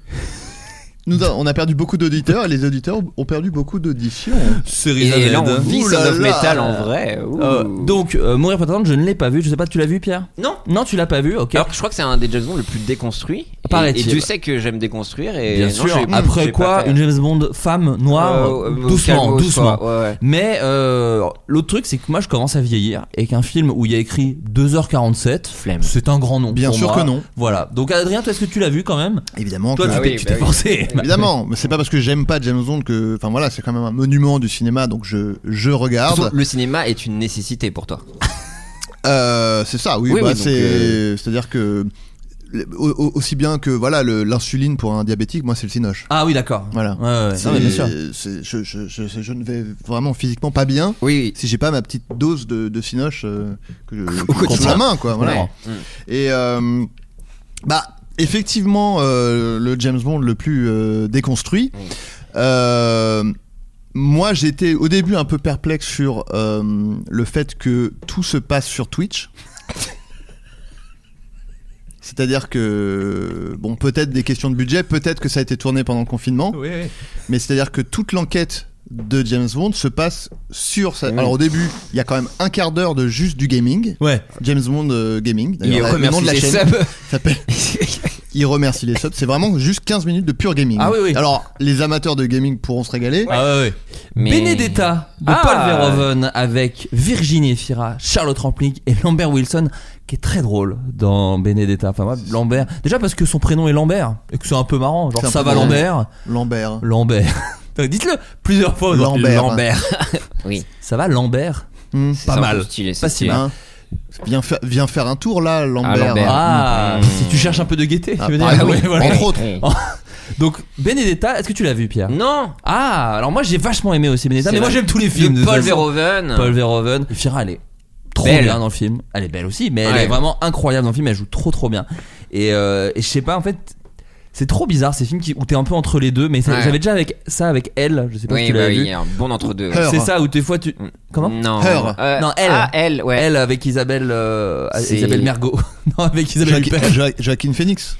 Nous a- on a perdu beaucoup d'auditeurs et les auditeurs ont perdu beaucoup d'auditions.
Cerise
Et là,
Ahmed.
on vit
Ouh
Son
là
of
là.
Metal en vrai. Ouh.
Euh, donc, euh, Mourir pour attendre, je ne l'ai pas vu. Je sais pas, tu l'as vu, Pierre
Non.
Non, tu l'as pas vu, ok.
Alors que je crois que c'est un des James Bond le plus déconstruit. Et-
Paraît-il.
Et tu sais que j'aime déconstruire. Et
Bien
non,
sûr.
j'ai- j'ai
Après
pas
quoi,
fait.
une James Bond femme noire,
Euh, euh,
doucement,
calmos,
doucement.
quoi. Ouais, ouais.
Mais euh, l'autre truc, c'est que moi, je commence à vieillir et qu'un film où il y a écrit 2h47,
Flemme.
c'est un grand nom.
Bien
pour
sûr
moi.
que non.
Voilà. Donc, Adrien, toi, est-ce que tu l'as vu quand même
Évidemment.
Toi,
que-
tu
Ah
t'es
oui,
tu
bah
t'es
oui.
forcé.
Évidemment, mais c'est pas parce que j'aime pas James Bond que, enfin voilà, c'est quand même un monument du cinéma, donc je je
Surtout,
regarde.
le cinéma est une nécessité pour toi.
Euh, c'est ça, oui.
Oui,
bah,
oui, donc,
c'est
euh,
c'est-à-dire que le- au- au- aussi bien que voilà le- l'insuline pour un diabétique, moi c'est le cinoche.
Ah oui, d'accord.
Voilà.
Ouais, ouais.
C'est-
Non, mais bien sûr.
c'est- Je, je, je, je- je ne vais vraiment physiquement pas bien
Oui.
si j'ai pas ma petite dose de, de cinoche euh, que je, que je
quotidien.
prends en main, quoi. Voilà.
Ouais.
Et euh, bah effectivement euh, le James Bond le plus euh, déconstruit. Euh, moi j'étais au début un peu perplexe sur euh, le fait que tout se passe sur Twitch. C'est-à-dire que, bon, peut-être des questions de budget, peut-être que ça a été tourné pendant le confinement, mais c'est-à-dire que toute l'enquête de James Bond se passe sur sa... Alors au début, il y a quand même un quart d'heure de juste du gaming,
Ouais.
James Bond euh, Gaming,
Il
d'ailleurs, le nom
remercie
de la
les
chaîne
subs.
s'appelle il remercie les subs. C'est vraiment juste 15 minutes de pur gaming.
Ah oui, oui.
Alors, les amateurs de gaming pourront se régaler.
Ah ouais, ouais.
Mais-
Benedetta de
Ah.
Paul Verhoeven avec Virginie Efira, Charlotte Rampling et Lambert Wilson qui est très drôle dans Benedetta. Enfin moi, Lambert. Déjà parce que son prénom est Lambert et que c'est un peu marrant. Genre
C'est un
ça
peu
va
drôle.
Lambert,
Lambert. hein.
Lambert. Dites-le plusieurs fois. genre,
Lambert.
Lambert.
Oui.
Ça va Lambert.
Hmm.
C'est
Pas
un
mal.
peu Stylé, c'est
Pas si
stylé.
mal.
Hein viens, faire, viens faire un tour là, Lambert.
Ah, Lambert.
Ah,
Mmh.
si tu cherches un peu de gaieté,
Ah,
tu veux dire.
par exemple.
Ouais, voilà.
Entre autres.
Oui.
Donc Benedetta, est-ce que tu l'as vu Pierre
Non.
Ah, alors moi j'ai vachement aimé aussi Benedetta,
C'est
mais moi
vrai.
j'aime tous les films.
De
de
Paul
toute façon.
Verhoeven.
Paul Verhoeven. Fira, elle est trop
Belle.
bien dans le film. Elle est belle aussi, mais elle
Ouais.
est vraiment incroyable dans le film. Elle joue trop trop bien. Et, euh, et je sais pas, en fait, c'est trop bizarre ces films qui, où t'es un peu entre les deux. Mais ça-
Ouais.
j'avais déjà avec ça avec elle. Je sais pas si
Oui,
tu
bah
l'as
oui,
vu.
il y a un bon entre deux.
Her.
C'est ça où des fois tu comment
Non.
Her.
Euh,
Non, elle.
Ah, elle, ouais.
Elle avec Isabelle euh,
C'est-
Isabelle Mergot. non, avec Isabelle
Joaquin,
Huppert.
Jo- Joaquin Phoenix.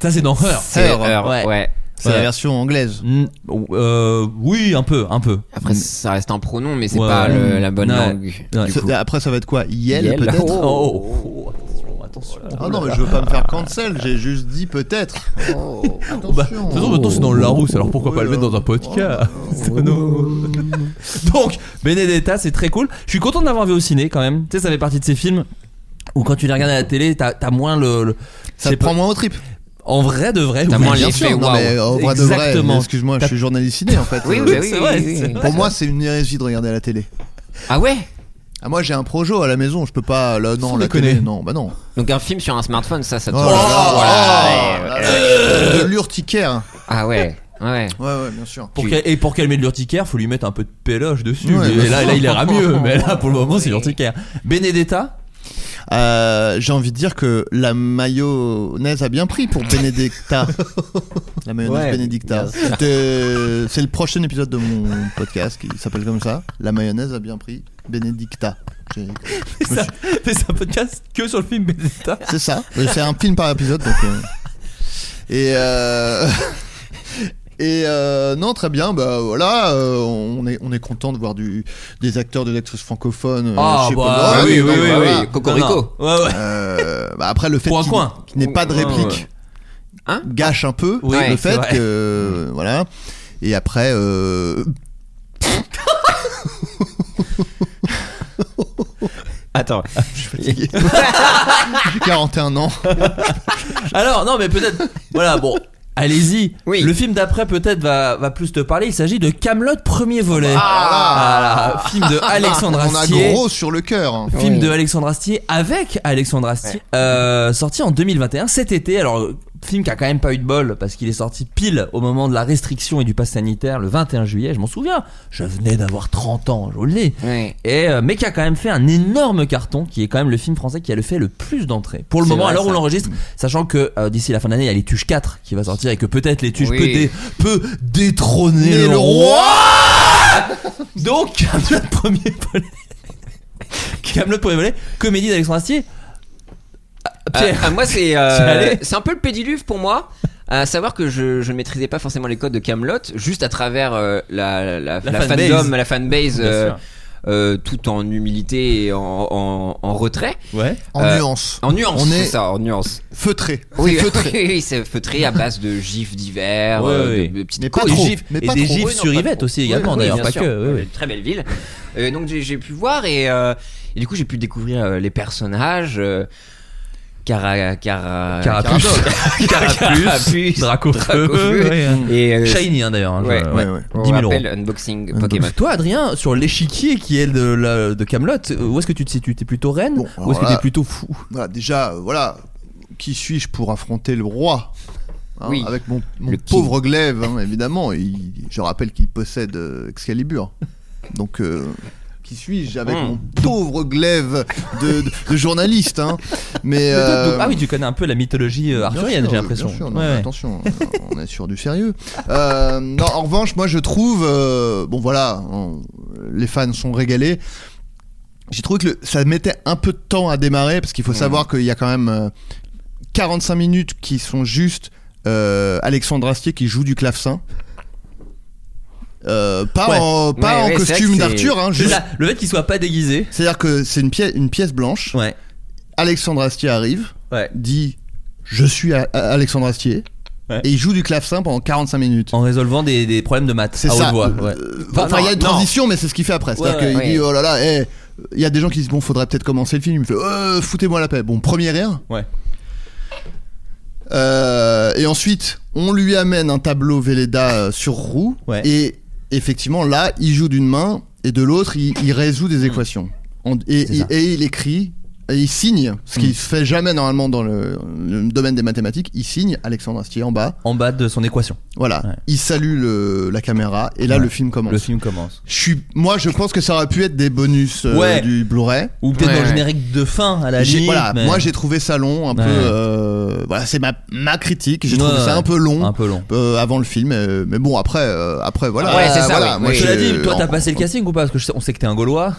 Ça c'est dans Her. hein.
C'est
Her.
Her,
Ouais.
ouais.
C'est
Ouais.
la version anglaise.
Mm, euh, oui, un peu, un peu.
Après, ça reste un pronom, mais c'est
Ouais.
pas le- la bonne
Ouais.
langue.
Ouais.
Du
Ça-
coup.
Après, ça va être quoi Yel,
Yel.
peut-être
Oh.
Oh, oh, oh, attention, attention.
Ah non, mais je veux pas me faire cancel, j'ai juste dit peut-être.
Bah, de toute façon, maintenant c'est dans le Larousse, alors pourquoi
Oh
pas le
là
mettre dans un
là.
podcast
Oh.
Donc, Benedetta, c'est très cool. Je suis content de l'avoir vu au ciné quand même. Tu sais, ça fait partie de ces films où quand tu les regardes à la télé, t'as t'as moins le. le- je
Ça
sais
te prend
pas.
moins au trip.
En vrai, de vrai,
T'as
oui,
moins
bien
l'effet,
sûr.
waouh.
Non, mais en vrai de vrai,
Exactement.
Euh, excuse-moi, je
T'as-
suis journaliste ciné en fait.
Oui,
Euh,
bah oui,
C'est
oui,
vrai,
oui,
c'est
oui.
vrai.
Pour moi, c'est une hérésie de regarder la télé.
Ah ouais
Ah, moi j'ai un projo à la maison, je peux pas. Là, non,
Sans
la
déconner. Ah,
télé, non, bah non.
Donc un film sur un smartphone, ça, ça te...
Oh là là, oh là là. De l'urticaire.
Oh.
Ah ouais, ouais.
Ouais, ouais, bien sûr.
Pour cal- et pour calmer de l'urticaire, faut lui mettre un peu de péloche dessus.
Ouais,
et
bien
là,
sûr.
là, il ira mieux. Mais là, pour le moment, c'est l'urticaire. Benedetta
Euh, j'ai envie de dire que la mayonnaise a bien pris pour Benedicta. la mayonnaise
Ouais,
Benedicta. C'était- euh, C'est le prochain épisode de mon podcast qui s'appelle comme ça. La mayonnaise a bien pris Benedicta. J'ai-
C'est ça- c'est un podcast que sur le film Benedetta.
C'est ça. C'est un film par épisode. Donc, euh. Et euh, et euh, non, très bien. Bah voilà, euh, on est on est content de voir du des acteurs, des actrices francophones. euh, chez Paul
bah,
Verhoeven,
oui, oui,
donc
oui,
voilà.
oui.
Cocorico.
Non, non. Ouais, ouais.
Euh, bah, après le fait
Pour un
qu'il
coin.
qu'il n'ait pas de
Ouais,
réplique
ouais. Hein
gâche un peu
Oui, c'est
le fait
vrai.
que voilà. Et après. euh,
Attends.
J'ai 41 ans.
Alors, non, mais peut-être. voilà, bon. Allez-y.
Oui.
Le film d'après peut-être va, va plus te parler. Il s'agit de Camelot premier volet.
Ah.
Voilà, film de Alexandre
On a
Astier.
gros sur le cœur. hein.
Film
Oui.
de Alexandre Astier avec Alexandre Astier, euh, sorti en 2021 cet été. Alors euh, film qui a quand même pas eu de bol parce qu'il est sorti pile au moment de la restriction et du pass sanitaire le 21 juillet. Je m'en souviens. Je venais d'avoir 30 ans, je vous le dis.
Ouais.
Et euh, mais qui a quand même fait un énorme carton, qui est quand même le film français qui a le fait le plus d'entrées. Pour le
C'est
moment,
vrai,
à l'heure où
ça.
on l'enregistre, sachant que euh, d'ici la fin d'année, il y a les Tuches 4 qui va sortir et que peut-être les Tuches
Oui.
peut, dé- peut détrôner
Mais
le,
le
roi. Donc, Camelot premier volet. Camelot premier volet, comédie d'Alexandre Astier. Pierre.
Ah, ah, moi, c'est
C'est
euh,
allé.
c'est un peu le pédiluve pour moi. À savoir que je, je ne maîtrisais pas forcément les codes de Camelot, juste à travers euh, la, la, la,
fanbase.
fandom, la fanbase,
Bien
euh,
sûr.
euh, tout en humilité et en, en, en retrait,
Ouais.
En
Euh,
nuance.
en nuance.
On
c'est
est-
ça, en nuance.
Feutré.
Oui,
C'est feutré.
oui, oui, c'est feutré à base de gifs divers,
Ouais,
euh,
ouais.
de, de petites
Mais pas
causes.
Des
trop.
gifs,
mais
et
pas
des
trop.
gifs
Oui, non,
sur
pas
Yvette
trop.
aussi
Oui,
également
oui,
d'ailleurs,
bien
pas
sûr.
que. oui, oui.
Une Très belle ville. Euh, donc j'ai j'ai pu voir et, euh, et du coup j'ai pu découvrir euh, les personnages. euh, Cara, cara,
Carapuce.
Carapuce.
Draco feu.
Dracofeu.
ouais, hein.
Et euh,
Shiny hein, d'ailleurs. hein, je-
Ouais.
Ouais, ouais.
on
10 000
rappelle unboxing Pokémon.
Toi, Adrien, sur l'échiquier qui est de, la- de Camelot, où est-ce que tu te situes T'es plutôt reine
Bon,
ou est-ce que
alors là-
t'es plutôt fou
Voilà, déjà, euh, voilà. Qui suis-je pour affronter le roi Hein,
Oui.
Avec mon, mon
Le king.
pauvre glaive, hein, évidemment. Il- je rappelle qu'il possède euh, Excalibur. Donc, euh, qui suis-je avec
Mm.
mon pauvre glaive de, de- de journaliste hein. Mais.
Mais toi,
euh,
donc- Ah oui, tu connais un peu la mythologie euh,
Bien
arthurienne,
sûr,
j'ai l'impression.
bien sûr, non,
Ouais, ouais.
Attention, on est sur du sérieux. Euh, non, en revanche, moi je trouve, euh, bon voilà, on- les fans sont régalés. J'ai trouvé que le- ça mettait un peu de temps à démarrer parce qu'il faut savoir qu'il y a quand même euh, 45 minutes qui sont juste euh, Alexandre Astier qui joue du clavecin. Euh, pas
Ouais.
en, pas
Ouais,
en
ouais, c'est vrai que
costume
c'est-
d'Arthur, hein,
C'est
juste-
ça, le fait qu'il soit pas déguisé.
c'est-à-dire que c'est une pièce, une pièce blanche.
Ouais.
Alexandre Astier arrive
Ouais.
dit je suis A- A- Alexandre Astier
Ouais.
et il joue du clavecin pendant 45 minutes.
En résolvant des, des problèmes de maths
C'est
à haute
ça.
voix.
Euh,
Ouais.
euh,
Bah,
enfin, il y a une
non,
transition, mais c'est ce qu'il fait après. C'est-à-dire
Ouais,
qu'il
ouais.
dit oh là là, eh, il y a des gens qui disent bon, faudrait peut-être commencer le film. Il me fait euh, foutez-moi la paix. Bon, premier rire.
Ouais.
Euh, et ensuite, on lui amène un tableau Velleda euh, sur roue.
Ouais.
Et effectivement, là, il joue d'une main et de l'autre, il, il résout des équations. En- et,
Hmm. C'est ça. Hmm.
et- et il écrit, et il signe, ce qu'il fait jamais normalement dans le, le domaine des mathématiques. Il signe Alexandre Astier en bas.
En bas de son équation.
Voilà.
Ouais.
Il salue le- la caméra et là,
Ouais.
le film commence.
Le film commence.
Je suis, moi, je pense que ça aurait pu être des bonus euh,
Ouais.
du Blu-ray.
Ou peut-être
Ouais,
dans le
ouais.
générique de fin à la
J'ai-
limite.
voilà,
mais-
moi j'ai trouvé ça long, un peu.
Ouais.
euh, voilà, c'est ma, ma critique. J'ai trouvé
Ouais,
ça un
ouais.
peu long
un peu long.
euh, avant le film, euh, mais bon après, euh, après voilà.
Ouais, c'est ça,
Voilà,
oui,
moi,
oui.
je-
Cela dit, toi
euh, en-
t'as passé le casting ou pas Parce que je sais- on sait que t'es un Gaulois.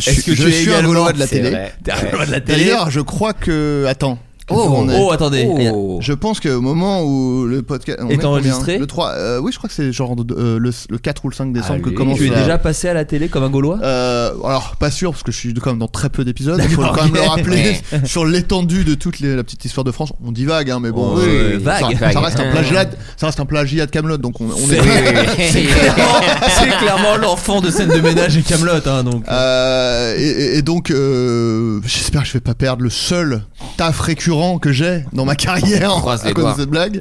Je,
Est-ce que
je
tu es
suis un
également-
Gaulois de la
C'est
télé.
vrai.
T'es un
Ouais.
Gaulois de la télé.
D'ailleurs, je crois que. Attends.
Oh,
on est-
Oh, attendez.
Oh.
Je pense qu'au moment où le podcast on
Est enregistré.
combien le 3, euh, oui, je crois que c'est genre euh, le, le 4 ou le 5 décembre que
Allez.
commence.
Tu es
la-
déjà passé à la télé comme un Gaulois
Euh, alors pas sûr parce que je suis quand même dans très peu d'épisodes. Il faut
D'accord,
quand même
ok.
le rappeler sur l'étendue de toute les- la petite histoire de France. On divague, hein, mais bon,
Oh,
euh,
oui,
ça-
vague.
Ça, reste un
Vague.
plagiat, ça reste un plagiat de Camelot, donc on, on
C'est-
est.
C'est clairement, c'est clairement l'enfant de scène de ménage et Camelot, hein, donc.
Euh, et- et, et donc, euh, j'espère que je vais pas perdre le seul taf récurrent que j'ai dans ma carrière
Croise
à
les
cause
doigts.
de cette blague.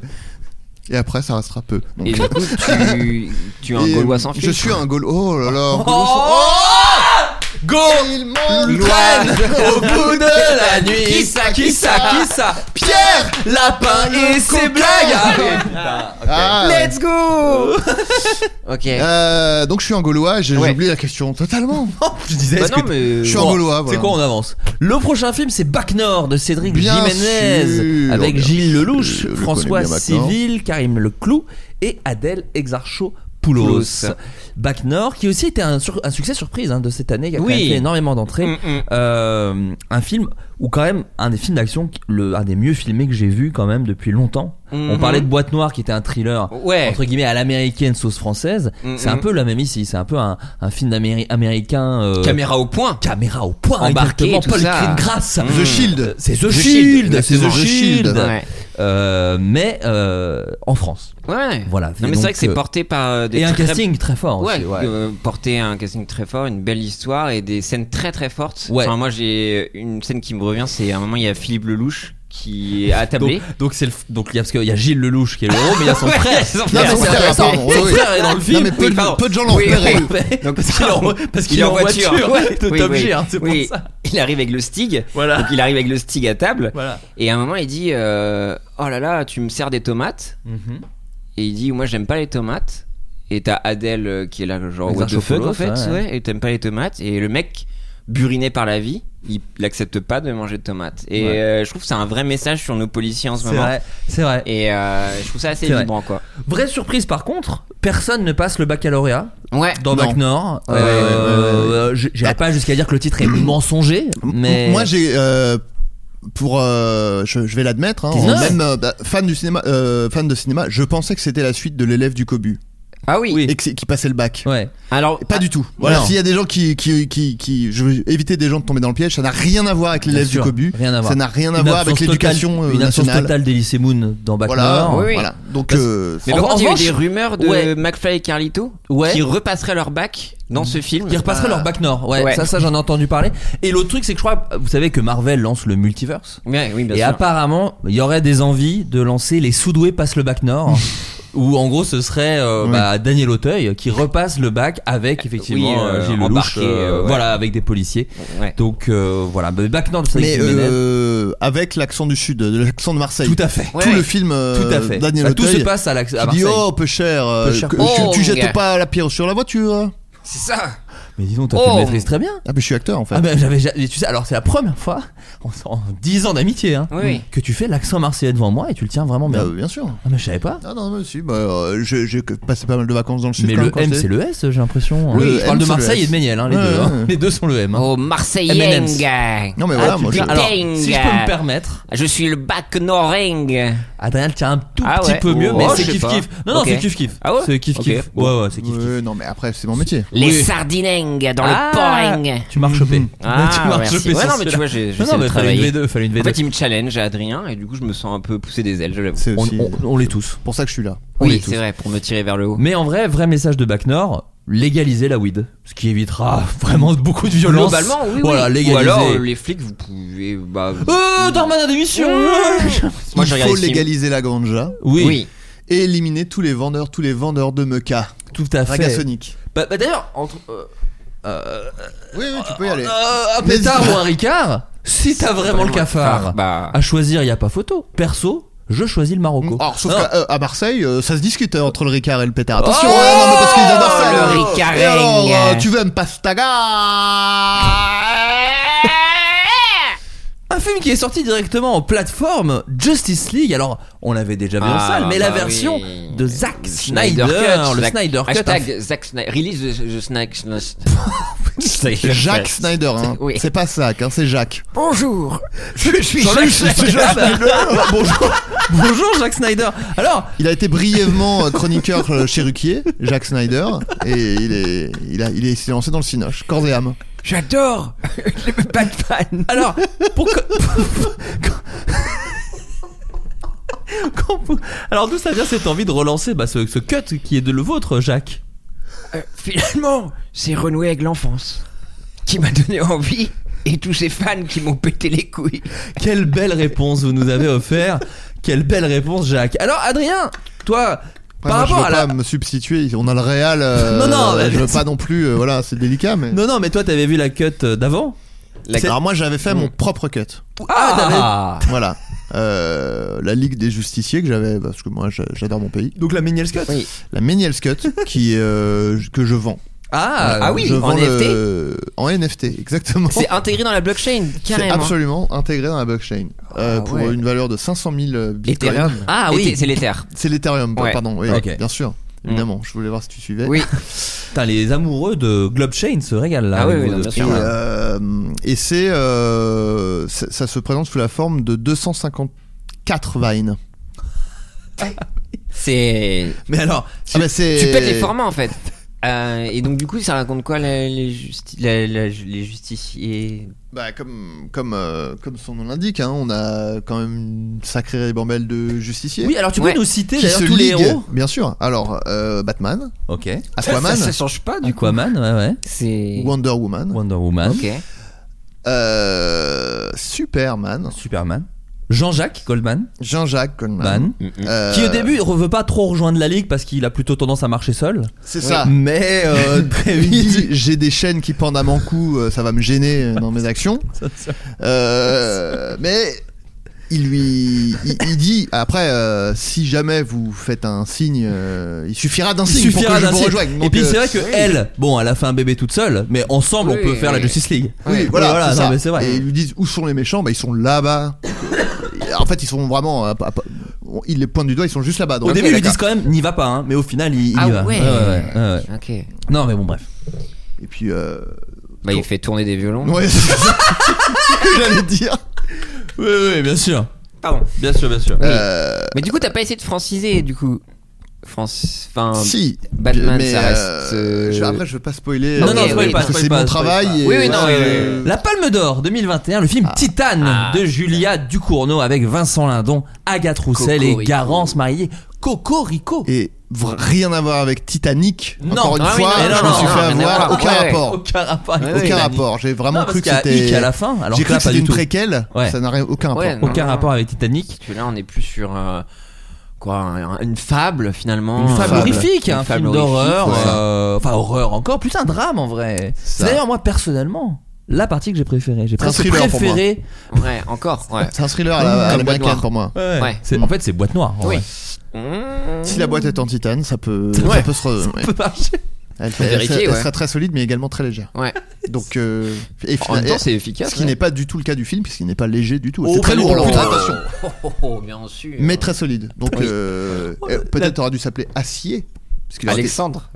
Et après, ça restera peu. Donc,
Et du coup, tu, tu es un
et,
Gaulois sans
Je
filtre.
suis un Gaulois. Oh là là. un Gaulois sans-
Oh Go
Il manque-
au bout de la nuit Qui ça, qui ça, qui ça Pierre, lapin et ses blagues
Ah, ouais.
Let's go Ok.
Euh, donc je suis un Gaulois, j'ai j'ai
Ouais.
oublié la question totalement.
Je disais,
Bah
est-ce
non,
que-
mais...
Je suis un
Bon,
Gaulois.
C'est
voilà.
quoi, on avance Le prochain film, c'est Bac Nord de Cédric
Bien
Jiménez
sûr,
avec
bien
Gilles Lelouch,
sûr, je
François
connais bien Bac Nord.
Civil, Karim Leclou et Adèle Exarcho. Poulos.
Poulos.
Bac Nord, qui aussi était un, sur- un succès surprise hein, de cette année, qui a quand
Oui.
même fait énormément d'entrées.
Mm, mm.
Euh, un film ou quand même un des films d'action, qui- le, un des mieux filmés que j'ai vu quand même depuis longtemps. On
Mm,
Mhm.
parlait de Boîte Noire qui était un thriller
Ouais.
entre guillemets à l'américaine sauce française.
Mm,
Mhm.
C'est un peu la même ici. C'est un peu un, un film d'améri- américain. euh,
Caméra au point.
caméra au point.
Embarqué,
exactement.
tout
Paul
ça.
Green Grass.
Mhm.
The Shield.
Hmm. C'est The,
The
Shield. C'est
Shield,
The
exactement. The
Shield.
Shield.
Ouais.
Euh, mais euh, en France.
Ouais.
Voilà.
Non, mais
Donc,
c'est vrai que c'est
euh,
porté par euh, des
Et un
très-
casting très fort.
Ouais,
aussi, ouais.
euh, porté un casting très fort, une belle histoire et des scènes très très fortes.
Ouais.
Enfin, moi j'ai une scène qui me revient, c'est à un moment il y a Philippe Lelouch qui est attablé.
Donc, donc c'est le f- donc il y a parce qu'il y a Gilles Lelouch qui est le héros, mais il y a son
Ouais,
frère.
son
Non,
frère.
mais
c'est
frère,
intéressant.
pardon,
Son
oui.
frère est dans le film.
Non, mais peu,
Oui, pardon.
peu de gens l'ont
Oui,
repéré.
oui. Donc,
parce qu'il est en, parce qu'il est en voiture, de
Oui,
Top
oui.
G, hein, c'est
Oui.
pour ça.
Il arrive avec le Stig.
Voilà.
Donc il arrive avec le Stig à table.
Voilà.
Et à un moment il dit euh, Oh là là, tu me sers des tomates. Et il dit Moi j'aime pas les tomates. Et t'as Adèle euh, qui est là, genre
Les
What the fuck en fait.
archopoulos, ouais.
ouais, et t'aimes pas les tomates. Et le mec, buriné par la vie, il accepte pas de manger de tomates. Et
Ouais.
euh, je trouve que c'est un vrai message sur nos policiers en ce
C'est
moment.
vrai, c'est vrai.
Et euh, je trouve ça assez
C'est vrai.
vibrant quoi.
Vraie surprise par contre, personne ne passe le baccalauréat
Ouais.
dans euh,
Non.
Bac Nord.
ouais, ouais,
Euh, je- J'irai pas jusqu'à dire que le titre est mensonger, mais
Moi j'ai euh, pour euh, je, je vais l'admettre hein, en
Qu'est-ce que
même euh, bah, fan du cinéma euh, fan de cinéma je pensais que c'était la suite de l'élève du cobu
Ah oui.
et que c'est- qui passait le bac
Ouais. Ah.
Alors, ah,
pas du tout voilà
Non.
s'il y a des gens qui qui, qui qui je veux éviter des gens de tomber dans le piège ça n'a rien à voir avec
Bien
l'élève du
sûr,
cobu
rien à voir.
ça n'a rien à
Une
voir
absence
avec l'éducation
totale-
euh,
Une absence
nationale
totale d'Elyssée Moon dans Bac
voilà
Nord.
Oui, oui.
voilà donc
Parce-
euh,
Mais
En-
par
en
contre, il y a eu
revanche-
des rumeurs de
Ouais.
McFly et Carlito
Ouais.
qui repasseraient leur bac dans ce film. Ah.
Qui repasseraient leur Bac Nord. Ouais,
Ouais.
ça, ça j'en ai entendu parler. Et l'autre truc, c'est que je crois, vous savez que Marvel lance le multiverse.
Ouais, oui, bien
Et
sûr.
apparemment, il y aurait des envies de lancer les Soudoués passent le bac Nord. Où en gros ce serait euh,
Ouais.
bah, Daniel Auteuil qui repasse le bac avec effectivement
oui, euh,
euh, Gilles Lelouch,
embarqué, euh, ouais.
voilà avec des policiers
Ouais.
donc euh, voilà Bah, bac Nord c'est
mais
avec Jiménez.
euh, avec l'accent du sud de l'accent de Marseille
tout à fait
tout le film euh,
tout à fait Bah,
Daniel
Ça, tout se
Auteuil,
passe à, l'ac- à
qui dit
Marseille
oh peu cher, euh,
Peu cher.
que-
Oh,
tu, tu
mon gars.
jettes pas la pierre sur la voiture hein.
C'est ça.
mais dis donc toi tu
Oh.
le maîtrises très bien
ah mais je suis acteur en fait
ah ben j'avais ja- mais tu sais alors c'est la première fois en, en 10 ans d'amitié hein,
Oui, oui.
que tu fais l'accent marseillais devant moi et tu le tiens vraiment
Bah,
bien
bien sûr
ah mais je savais pas
Ah non, mais si, bah, euh, j'ai j'ai que- passé pas mal de vacances dans le sud.
mais
quand
le
même,
M
quand
c'est le S j'ai l'impression hein.
Le
je parle
M,
de
c'est le
Marseille
S.
et de Méniel hein, les,
Ouais,
deux, hein.
ouais, ouais.
les deux sont le M hein.
Oh, Marseillais.
M&M's.
Non, mais voilà,
Ah,
moi je.
putain,
Alors,
Ding.
si je peux me permettre,
Je suis le bac Noring.
Adrien le tient un tout
Ah
petit
ouais.
peu mieux,
Oh,
mais
je
c'est
sais
kiff
pas.
kiff. Non, non,
Ok.
c'est kiff kiff.
Ah ouais
C'est kiff
Ok,
kiff.
bon.
Ouais, ouais, c'est kiff kiff.
Ouais, non, mais après, c'est mon métier.
Les
Oui.
sardinengues dans
Ah.
le poring.
Tu m'as rechopé.
Ah,
tu m'as
merci.
rechopé
Ouais,
sur
non, mais tu
celui-là.
vois, j'ai- j'essaie
Non, non,
de
mais fallait une
travailler.
V2, fallait une
En fait,
V2.
il me challenge à Adrien et du coup, je me sens un peu poussé des ailes, je l'avoue.
C'est
On,
aussi.
on- on les tous.
pour ça que je suis là.
on est
Oui,
tous.
c'est vrai, pour me tirer vers le haut.
Mais en vrai, vrai message de Bac Nord, légaliser la weed, ce qui évitera vraiment beaucoup de violence.
Globalement, oui, oui.
Voilà,
Ou
légaliser.
alors, euh, les flics, vous pouvez. Bah,
Euh, Darmanin démission.
Moi,
Il
j'ai
faut
regardé ce film.
légaliser la ganja
Oui,
Oui.
et éliminer tous les vendeurs, tous les vendeurs de meca.
tout à fait.
Ragasonic.
Bah, bah, d'ailleurs, entre euh, euh,
Oui, oui, tu peux y aller.
euh, un
N'hésite
pétard
pas.
ou un Ricard, si t'as vraiment le cafard,
Bah.
À choisir, il n'y a pas photo. Perso, je choisis le
Mm,
Marocco.
Alors, sauf
Non.
qu'à euh, à Marseille, euh, ça se discute hein, entre le Ricard et le Pétard. Attention,
Oh,
hein, non, mais parce qu'ils adorent ça.
le
là.
Ricarengue.
Et alors, euh, tu veux un pastaga
Un film qui est sorti directement en plateforme, Justice League. Alors, on l'avait déjà vu en
Ah,
salle, mais la
bah
version
oui.
de Zack
Le
Snyder, le
Zack-
Snyder Cut.
Hashtag Zack Snyder. Release the, the Snack.
Ah,
Jacques Snyder, hein.
Oui.
c'est pas Zach, hein, c'est Jacques. Ah,
Bonjour. Je suis
Jean-Luc
Zack
Snyder.
Snyder.
Bonjour. Bonjour Zack Snyder. Alors,
bah, Il a été brièvement euh, chroniqueur euh, chez Ruquier, Jacques Snyder, et il est, il a, il est s'est lancé dans le cinoche, corps et âme.
J'adore les Batman.
alors pour que- Quand vous- Alors d'où ça vient cette envie de relancer bah, ce, ce cut qui est de le vôtre, Jacques
Euh, finalement, c'est renoué avec l'enfance qui m'a donné envie et tous ces fans qui m'ont pété les couilles.
Quelle belle réponse vous nous avez offert. Quelle belle réponse, Jacques. Alors, Adrien, toi,
Après,
par
moi, je
rapport
veux
à
pas
la.
me substituer, on a le Real. euh,
Non, non, mais-
je veux pas non plus, euh, voilà, c'est délicat, mais.
Non, non, mais toi, t'avais vu la cut euh, d'avant C'est-
Alors moi, j'avais fait mon propre cut.
Ah,
Voilà. Euh, la Ligue des Justiciers que j'avais, parce que moi, j'a- j'adore mon pays.
Donc la Meniel's cut
Oui.
La Méniel's Cut, qui euh, que je vends.
Ah,
Ah oui,
je vends
en
le- En NFT, exactement.
C'est intégré dans la blockchain,
C'est
carrément.
absolument intégré dans la blockchain euh,
Ah
pour
ouais.
une valeur de 500 000 bitcoins.
Ethereum. Ah oui, c'est l'Ether.
C'est l'Ethereum,
Ouais. Mm.
pardon. Oui,
Ok.
bien sûr. Évidemment, je voulais voir si tu suivais.
Oui.
Putain, les amoureux de Globchain se régalent là.
Ah
avec
oui, oui,
vos
non,
deux.
bien
Et,
sûr. ouais.
euh, et c'est euh, ça ça se présente sous la forme de 254 vines.
C'est.
Mais alors,
Ah bah, c'est-
Tu pètes les formats en fait. Euh, et donc du coup, ça raconte quoi la- les, justi- la- la- les justiciers
Bah, comme comme euh, comme son nom l'indique, hein, on a quand même une sacrée ribambelle de justiciers.
oui, alors tu peux
Ouais.
nous citer
qui
d'ailleurs
se
tous les
liguent,
héros
Bien sûr. Alors euh, Batman,
Ok.
Aquaman,
change pas
Aquaman, ouais, ouais.
Ah, C'est.
Wonder Woman,
Wonder
Hein
Woman,
Ok.
euh, Superman,
Superman, Jean-Jacques Goldman,
Jean-Jacques Goldman.
Ban,
euh,
qui au début ne veut pas trop rejoindre la ligue parce qu'il a plutôt tendance à marcher seul.
c'est ça.
Mais euh, très vite.
J'ai des chaînes qui pendent à mon cou, euh, ça va me gêner euh, dans mes actions. Euh, mais il lui, il, il dit après, euh, si jamais vous faites un signe, euh, il suffira d'un
Il
signe
suffira
pour que
d'un
je vous
signe.
rejoigne.
Et
Donc,
puis
euh,
c'est vrai que elle, bon, elle a fait un bébé toute seule, mais ensemble
Oui,
on peut faire
oui.
la Justice League.
oui,
Ouais.
voilà,
Voilà,
c'est
non,
ça.
mais c'est vrai.
Et ils lui disent où sont les méchants, bah ils sont là-bas. en fait, ils sont vraiment, euh, pas- pas- ils les pointent du doigt, ils sont juste là-bas.
Au
Donc,
début, ils lui
d'accord.
disent quand même, n'y va pas, hein, mais au final, il, il
Ah
y va.
ouais.
ouais, ouais, ouais.
Ok.
Non, mais bon, bref.
Et puis, euh...
Bah il fait tourner des violons.
ouais, c'est ça que j'allais dire.
Oui, oui, bien sûr.
Pardon.
Bien sûr, bien sûr.
Euh,
Mais du coup, t'as pas essayé de franciser, du coup. France. Enfin.
si.
Batman,
mais,
ça
euh,
reste, euh,
je- après, je veux pas spoiler.
Non,
euh,
non, spoil pas,
parce que
spoil
c'est
pas,
mon
spoil
travail.
pas.
et
Oui, oui, non,
voilà,
oui, oui.
euh,
La Palme d'or 2021, le film Titane
Ah.
de Julia Ducournau avec Vincent Lindon, Agathe Roussel et
Cocorico.
Garance Marillier. Cocorico.
euh, Et vra- rien à voir avec Titanic.
Non.
Encore une
Ah oui,
fois,
non,
je
non,
me suis
non,
fait
rien à
avoir.
voir.
Aucun
Ouais, ouais.
rapport.
Aucun rapport.
Ah
avec
Aucun
Titanic.
rapport. J'ai
Non,
vraiment
parce
cru que
qu'il y a Hic à
c'était.
la fin, alors
J'ai
que
cru
là,
que
pas
c'était
du
une
tout.
préquelle.
Ouais.
Ça n'aurait aucun rapport.
Ouais, non,
Aucun
non.
rapport avec Titanic.
Parce que là, on est plus sur euh, quoi, un- une fable finalement.
Une fable
fable.
horrifique,
Une
un
fable
film d'horreur,
horrifique, ouais.
euh, enfin horreur encore, plus un drame en vrai.
Ça.
D'ailleurs, moi personnellement, la partie que j'ai préférée, j'ai
C'est un
presque
thriller pour
préféré.
Ouais, encore. Ouais.
C'est un thriller à la- à
Comme Boîte
l'américaine
Noire.
pour moi.
Ouais,
Ouais.
C'est- En fait, c'est boîte noire. en
Oui.
vrai.
Mmh.
Si la boîte est en titane, ça peut,
Ouais.
ça peut se. re- ouais.
Ça peut marcher.
Elle, elle-
vérifier,
elle- elle
ouais.
sera très solide, mais également très légère.
Ouais.
Donc, euh, et,
En même
et-
temps, c'est
ce
efficace.
qui n'est pas du tout le cas du film, puisqu'il n'est pas léger du tout.
Oh,
c'est très
bah
lourd.
non.
putain, attention.
Oh, oh, oh, bien sûr.
Mais très solide. Donc, euh, euh, peut-être aurait dû s'appeler Acier. parce qu'il aurait été-
Alexandre.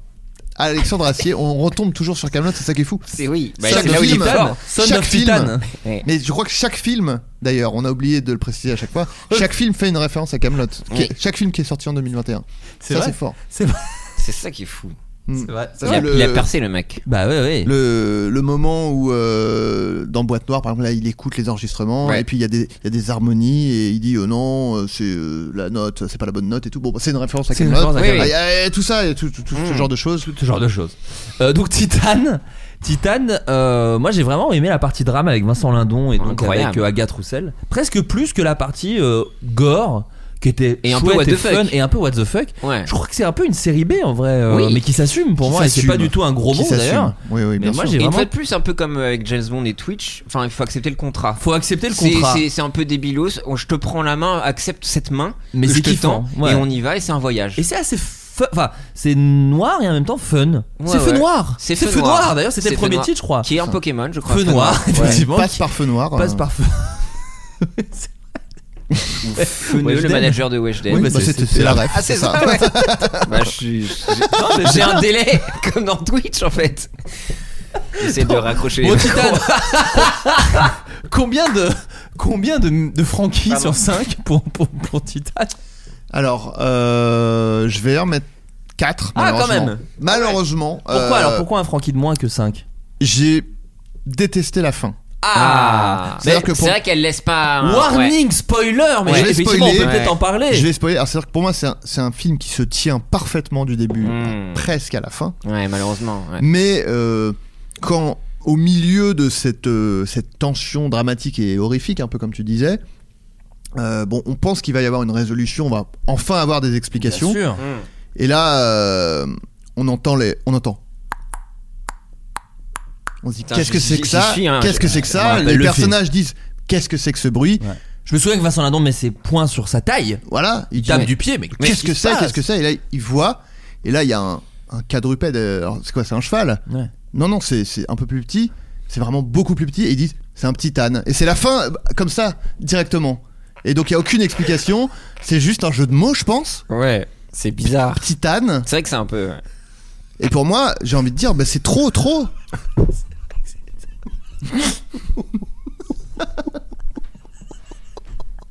Alexandre Acier. On retombe toujours sur Camelot, c'est ça qui est fou.
C'est oui.
Bah, Chaque c'est là où il est film. fort.
Son
Chaque
of
film.
Titan.
Mais je crois que chaque film, d'ailleurs, on a oublié de le préciser à chaque fois, chaque film fait une référence à Camelot.
Oui.
Chaque film qui est sorti en 2021.
C'est
Ça,
vrai.
c'est fort.
C'est vrai.
C'est ça qui est fou.
Mm.
C'est vrai.
Ça,
Il a,
le-
il a percé le mec.
Bah ouais, ouais.
le, le moment où euh, dans Boîte Noire, par exemple, là, il écoute les enregistrements
Ouais.
et puis il y, a des- il y a des harmonies et il dit euh, non, euh, c'est euh, la note, c'est pas la bonne note et tout. Bon, bah, c'est une référence à
C'est
quelle
une
note
référence à
Oui,
Camelot.
oui.
Ah, il y a- et Tout ça, et tout, tout- tout ce
Mm.
genre de choses.
tout ce genre de choses. Euh, donc Titane, Titane, euh, moi j'ai vraiment aimé la partie drame avec Vincent Lindon et donc
Oh, Incroyable.
avec euh, Agathe Roussel, presque plus que la partie euh, gore qui était
Et un peu
chouette
what
et
the fuck.
fun et un peu what the fuck.
Ouais.
Je crois que c'est un peu une série B en vrai, euh,
Oui.
mais qui s'assume pour
Qui
moi et c'est
s'assume.
pas du tout un gros
Qui
mot
s'assume.
d'ailleurs.
Oui, oui, bien
Mais moi
sûr.
j'ai
Et une
vraiment.
fois de plus, un peu comme euh, avec James Bond et Twitch, enfin, il faut accepter le contrat.
Faut accepter le
C'est-
contrat.
C'est c'est un peu débilos. Oh, Je te prends la main, accepte cette main.
Mais
que
c'est
je te
kiffant,
tends,
ouais.
Et on y va, et c'est un voyage.
Et c'est assez. fu- Enfin, c'est noir et en même temps fun.
Ouais,
c'est feu
ouais.
noir.
C'est
feu,
feu
noir.
noir.
D'ailleurs, c'était le
C'est feu
premier
noir.
titre, je crois.
Qui est un Pokémon, je crois.
Feu noir, effectivement.
Passe
qui
par feu noir.
passe
euh,
par feu.
Feu
Weshden.
le manager de Weshden.
oui,
bah,
bah,
c'est-
c'est
c'est-
c'est la ref.
Ah, c'est ça, ouais. bah, je suis. je-
Non, mais
J'ai un délai, comme dans Twitch, en fait. J'essaie de raccrocher les
Bon,
micros.
Titane. combien de combien de, de Frankie sur 5 pour, pour, pour Titane
Alors, euh, je vais en mettre 4.
Ah, quand même. Ah
Malheureusement.
Pourquoi
euh,
alors pourquoi un Frankie de moins que 5
J'ai détesté la fin.
Ah
C'est-à-dire que
Mais
pour-
C'est vrai qu'elle laisse pas. un- ouais.
Ah, Warning spoiler mais
Ouais. Je vais
effectivement on peut
spoiler.
peut-être
Ouais.
en parler.
Je vais spoiler. Alors, C'est-à-dire que pour moi, c'est un, c'est un film qui se tient parfaitement du début,
Hmm.
Mm.
presque à la fin.
Ouais, malheureusement. ouais.
Mais euh, quand au milieu de cette, euh, cette tension dramatique et horrifique, un peu comme tu disais, euh, bon, on pense qu'il va y avoir une résolution, on va enfin avoir des explications.
Bien sûr.
Mm.
Et là, euh, on entend les, on entend. On se dit
Putain,
qu'est-ce que
j'y-
c'est que
j'y
ça
suis, hein,
Qu'est-ce que
je-
c'est que
je me
ça
rappelle
Les
le
personnages disent qu'est-ce que c'est que ce bruit
Ouais. Je me souviens que Vincent Lindon met ses points sur sa taille,
Voilà, il
il
dit
tape
mais
du pied mais
qu'est-ce que
qui se
c'est
passe
Qu'est-ce que c'est Et là, il voit. Et là, il y a un, un quadrupède. euh, alors, c'est quoi C'est un cheval
Ouais.
Non, non, c'est c'est un peu plus petit. C'est vraiment beaucoup plus petit. Et ils disent c'est un petit âne. Et c'est la fin euh, comme ça directement. Et donc il y a aucune explication. C'est juste un jeu de mots, je pense.
Ouais, c'est bizarre.
Petit âne.
Mm. C'est vrai que c'est un peu. ouais.
Et pour moi, j'ai envie de dire, bah, c'est trop, trop.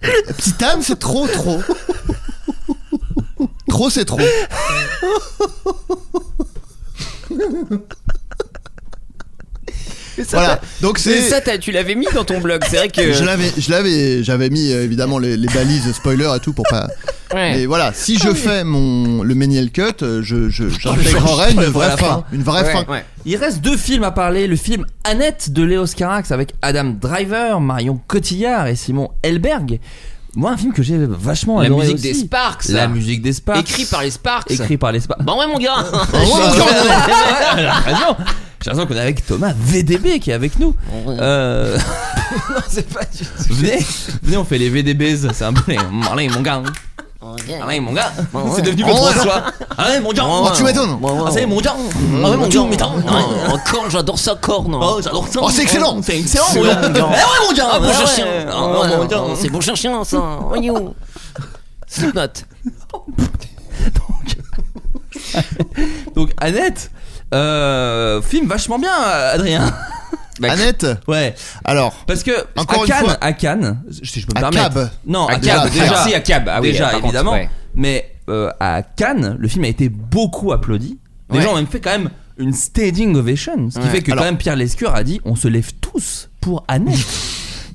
Petite âme, c'est trop, trop. Trop, c'est trop. Voilà. Donc
Mais
c'est.
ça, t'as- tu l'avais mis dans ton blog. C'est vrai
euh,
que.
Je l'avais, je l'avais, j'avais mis euh, évidemment les, les balises spoiler et tout pour pas.
Ouais.
Mais voilà, si
Ah
je fais mon le Méniel cut, euh, je, je j'intégrerai une
Voilà la
vraie
fin.
fin, une vraie
Ouais,
hein.
fin.
ouais.
Il reste deux films à parler, le film Annette de Léo Carax avec Adam Driver, Marion Cotillard et Simon Helberg. Moi un film que j'ai vachement
La
adoré
musique
aussi.
des Sparks.
La
ça.
musique des Sparks.
Écrit par les Sparks.
Écrit par les Sparks.
Bon, ouais, mon gars.
Ouais, encore une-
Ouais, elle a raison. J'ai l'impression qu'on est avec Thomas VDB qui est avec nous.
Mm.
Euh,
Non, c'est pas du tout.
venez, venez, on fait les VDBs. C'est un peu les. Allez, mon gars.
Oh, Ah
Allez, mon gars. C'est devenu
Ouais.
François. Allez, mon gars.
Oh, tu m'étonnes.
Ah, c'est mon gars.
Mm.
Ah ouais, mon gars. mais t'en- ouais.
Encore, j'adore ça, corne.
Oh, j'adore ça.
Oh, c'est excellent.
C'est excellent,
C'est
mon gars.
mon
Eh
gars.
ouais, mon gars.
Ah, bon
Ouais,
cher
ouais.
chien. oh,
Ah, ouais, mon gars.
C'est bon cher chien, ça. On y va. Slipknot.
Donc, Annette, euh, film vachement bien, Adrien.
Bah,
Annette
Ouais.
Alors,
Parce que
Encore
à
une
Cannes,
fois.
à Cannes, si je peux me
À
permettre.
Cab.
Non,
À
à
Cab,
Cab,
déjà.
déjà,
Ah, si, à Cab. Ah oui,
déjà,
par contre,
évidemment.
ouais.
Mais euh, à Cannes, le film a été beaucoup applaudi. Les
Ouais.
gens ont même fait quand même une standing ovation, ce qui
Ouais.
fait que
Alors-
quand même Pierre Lescure a dit on se lève tous pour Annette.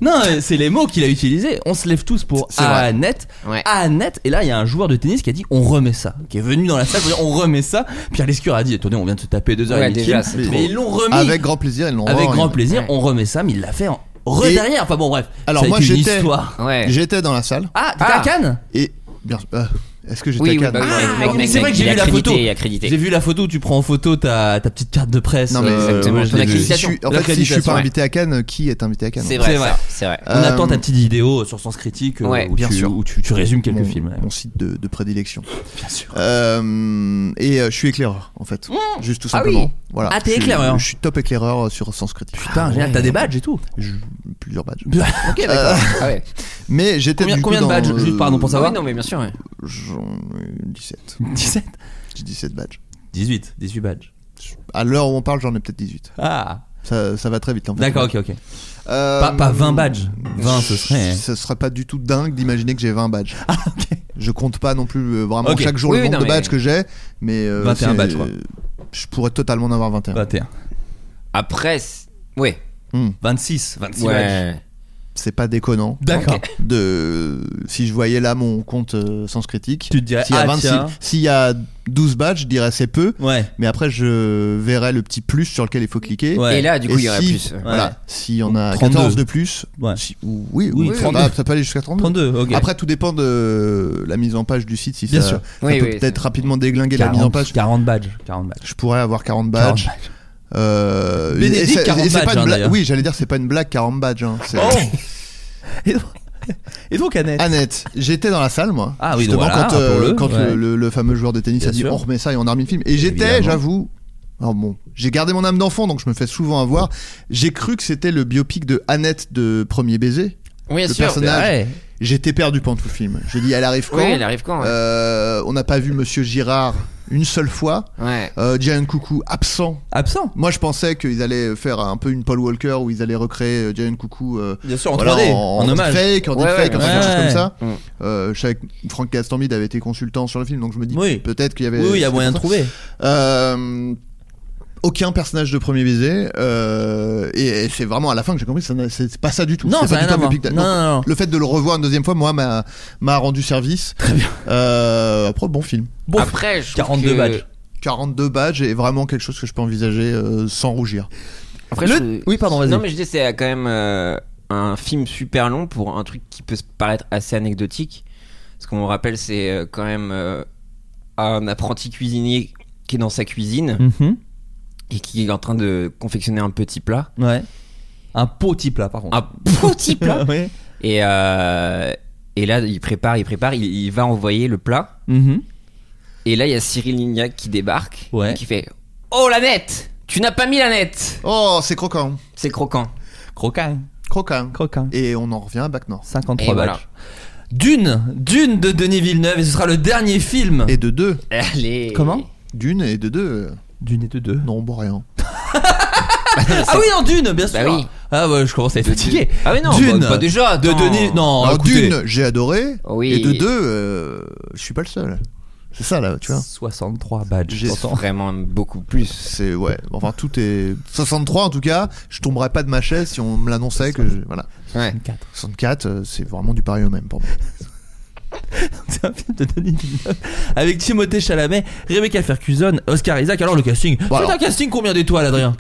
Non, euh, c'est les mots qu'il a utilisés. On se lève tous pour
C'est vrai.
Annette.
Ouais.
Annette. Et là, il y a un joueur de tennis qui a dit on remet ça. Qui est venu dans la salle pour dire on remet ça. Pierre Lescure a dit attendez, on vient de se taper deux heures
Ouais,
et demie de
déjà,
film.
c'est
Mais,
trop.
ils l'ont remis
avec grand plaisir, ils l'ont
avec
remis.
grand plaisir,
Ouais.
on remet ça, mais il l'a fait en re
Et-
derrière. Enfin bon, bref.
Alors,
ça a
moi,
été une
j'étais-
histoire.
Ouais.
J'étais dans la salle
Ah, t'étais
Ah.
à Cannes
et bien euh, est-ce que j'étais
Oui, oui,
à Cannes
bah oui,
Ah,
oui,
mais
oui,
c'est
oui,
vrai que
il
j'ai
a
vu la
crédité,
photo.
Il a crédité.
J'ai vu la photo où tu prends en photo ta, ta petite carte de presse.
Non, mais exactement,
ouais, je
ton
l'ai vu.
accréditation.
Je suis- en fait, si je suis pas
Ouais.
invité à Cannes, qui est invité à Cannes
C'est
C'est
vrai,
vrai.
ça, c'est vrai.
On attend ta petite vidéo sur Sens Critique euh,
Ouais,
où,
Euh, bien
tu,
sûr.
où tu, tu résumes quelques
mon,
films. ouais.
mon site de, de prédilection.
Bien sûr.
Euh, et euh, je suis éclaireur en fait,
Mmh.
juste tout
Ah oui.
simplement. voilà.
Ah, t'es
Je suis-
éclaireur.
Je suis top éclaireur euh, sur Sens Critique.
Putain, génial, t'as des badges et tout.
Je- plusieurs badges.
Ok, d'accord. Ah ouais.
Mais j'étais
Combien-
du coup
combien de
dans,
badges Juste, pardon, pour
euh,
Ça va
Oui, non, mais bien sûr. ouais.
J'en ai eu 17.
17
J'ai 17 badges.
18, 18 badges.
À l'heure où on parle, j'en ai peut-être 18.
Ah,
Ça, ça va très vite en fait.
d'accord, ok, ok.
Euh,
Pas, pas 20 badges. 20, ce serait. hein.
Ce serait pas du tout dingue d'imaginer que j'ai 20 badges.
Ah, ok.
Je compte pas non plus euh, vraiment
Ok.
chaque jour
Oui,
le
oui,
nombre
non,
de badges
mais-
que j'ai, mais euh,
21
c'est-
badges, quoi. Bah.
Je pourrais totalement en avoir 21.
21.
Après, c'est- ouais.
26, 26 badges.
Ouais.
C'est pas déconnant.
D'accord.
De si je voyais là mon compte euh, sens critique,
Tu te dirais,
s'il y a
ah, tiens.
s'il y a 12 badges, je dirais c'est peu,
Ouais,
mais après je verrai le petit plus sur lequel il faut cliquer.
Ouais.
Et là, du coup,
Et
il y aurait
si-
plus.
Ouais.
Voilà, s'il y en a
32.
14 de plus,
ouais.
si- ou- oui,
Oui,
oui,
32.
ça- ça peut aller jusqu'à 32.
32, ok.
Après, tout dépend de la mise en page du site. Si
Bien
ça,
sûr.
ça
Oui,
peut
oui,
peut-être
c'est-
rapidement déglinguer la mise en page.
40 badges. 40 badges.
Je pourrais avoir 40 badges.
40
Euh,
Bénédicte,
et c'est-
40
et c'est pas
badges,
une
hein,
blague-
d'ailleurs. Oh.
oui, j'allais dire, c'est pas une blague 40 badges. hein. C'est-
et, donc, et donc, Annette
Annette, j'étais dans la salle, moi.
Ah oui, donc
justement,
voilà,
quand, euh,
rappelons-le,
quand
ouais.
le, le- le fameux joueur de tennis
Bien
a dit
sûr.
on remet ça et on a remis le film. Et j'étais,
Évidemment.
j'avoue. Alors bon, j'ai gardé mon âme d'enfant, donc je me fais souvent avoir. J'ai cru que c'était le biopic de Annette de Premier Baiser.
Oui, bien
Le
sûr.
personnage.
Ouais.
J'étais perdu pendant tout le film. J'ai dit, elle arrive quand
Oui, elle arrive quand ouais.
Euh, On n'a pas vu Monsieur Girard une seule fois.
Ouais.
Euh, Giant Coucou absent.
Absent.
Moi, je pensais qu'ils allaient faire un peu une Paul Walker où ils allaient recréer euh, Giant Coucou euh,
Bien sûr, en
voilà,
3D, en, hommage.
deepfake, en
Ouais,
deepfake,
ouais,
en
ouais.
quelque chose comme ça.
Mm.
Euh, je savais que Franck Gastambide avait été consultant sur le film, donc je me dis
Oui.
peut-être qu'il y avait.
Oui, oui, il y a
c'était
moyen de
pour
trouver.
ça. Euh, aucun personnage de premier baiser, euh, et, et c'est vraiment à la fin que j'ai compris que ça n'a- c'est pas ça du tout.
Non,
C'est
ça
pas
n'a
du
rien à
tout
voir.
un biopic d'a-
Non,
donc,
non, non.
le fait de le revoir une deuxième fois, moi, m'a m'a rendu service.
Très bien.
Euh, après, bon film.
Bon,
Après, je trouve
42
que-
badges.
42 badges est vraiment quelque chose que je peux envisager euh, sans rougir.
Après,
Le-
je-
Oui, pardon, vas-y.
Non, mais je dis, c'est quand même euh, un film super long pour un truc qui peut se paraître assez anecdotique. Parce qu'on rappelle, c'est euh, quand même euh, un apprenti cuisinier qui est dans sa cuisine
Mhm.
et qui est en train de confectionner un petit plat.
Ouais. Un pot type là, par contre.
Un petit plat
ouais.
Et, euh, et là, il prépare, il prépare, il, il va envoyer le plat.
Mhm.
Et là, il y a Cyril Lignac qui débarque
Ouais.
et qui fait Oh la nette Tu n'as pas mis la nette
Oh, c'est croquant.
C'est croquant.
Croquin.
Croquant.
Croquin.
Et on en revient à Bac Nord.
53
Et
badges.
voilà.
Dune, Dune de Denis Villeneuve, et ce sera le dernier film.
Et de deux.
Allez
Comment
D'une et de deux. euh,
Dune et de deux.
Non, bon, rien.
Ah oui, en Dune, bien sûr.
Bah oui.
Ah ouais, je commence à être fatigué.
Ah oui non,
Dune.
bah, bah, déjà
De
attends.
Denis, non,
Alors,
Ah, écoutez,
d'une, j'ai adoré.
Oui.
Et de deux, euh, je suis pas le seul. C'est ça, là, tu vois.
63 badges.
J'ai-
t'entends
vraiment beaucoup plus.
C'est, ouais. Enfin, tout est. 63, en tout cas. Je tomberais pas de ma chaise si on me l'annonçait que. je- Voilà.
Ouais.
64, euh, c'est vraiment du pari au même pour moi.
C'est un film de Denis Villeneuve avec Timothée Chalamet, Rebecca Ferguson, Oscar Isaac. Alors le casting,
Bon,
c'est
alors.
un casting combien d'étoiles, Adrien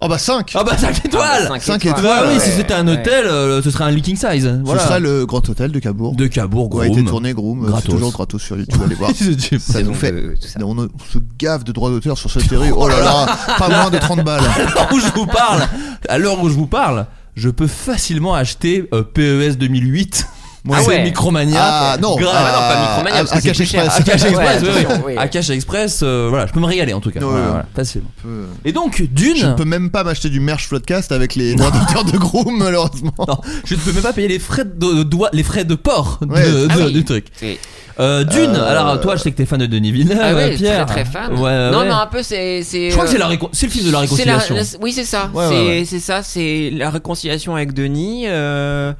Oh, bah, 5.
Ah bah 5 étoiles.
Cinq
Cinq
Ah
étoiles.
bah oui,
Ouais.
si c'était un hôtel, euh, ce serait un leaking size. Voilà.
Ce serait le Grand Hôtel de Cabourg.
de Cabourg,
Où a été
Groom.
tourné Groom.
Gratos.
C'est toujours gratos sur YouTube. Allez voir.
Je sais pas.
Ça nous
donc
fait.
de- tout ça.
On on se gave de droits d'auteur sur cette série. Oh là là, pas moins de 30 balles.
à l'heure où je vous E parle, à l'heure où je vous parle, je peux facilement acheter euh, PES 2008 Moi,
Ah
c'est
ouais.
Micromania.
Ah, non,
Grave. Ah,
ah,
bah non, pas Micromania,
ah,
parce que c'est
Akash
plus cher.
Express.
Akash
Ouais,
Express, oui,
attention,
oui.
oui.
Akash Express, euh, voilà, je peux me régaler en tout cas.
Ouais,
Voilà,
ouais.
voilà, facilement.
peu-
Et donc,
Je ne
d'une.
peux même pas m'acheter du merch podcast avec les droits d'auteur de Groom, malheureusement.
Non, je ne peux même pas payer les frais de, de doigt- les frais de port de-
Ouais.
de-
Ah oui.
du truc.
C'est-
Euh, d'une,
Euh,
alors toi, je sais que t'es fan de Denis Villeneuve,
Ah ouais,
bah, Pierre.
très très fan.
Ouais, ouais,
non,
ouais.
mais un peu, c'est. euh,
Je crois que c'est la récon- c'est le film de la
C'est la-
réconciliation.
la- oui, c'est ça.
Ouais,
c'est
ouais, ouais.
c'est ça, c'est la réconciliation avec Denis. euh,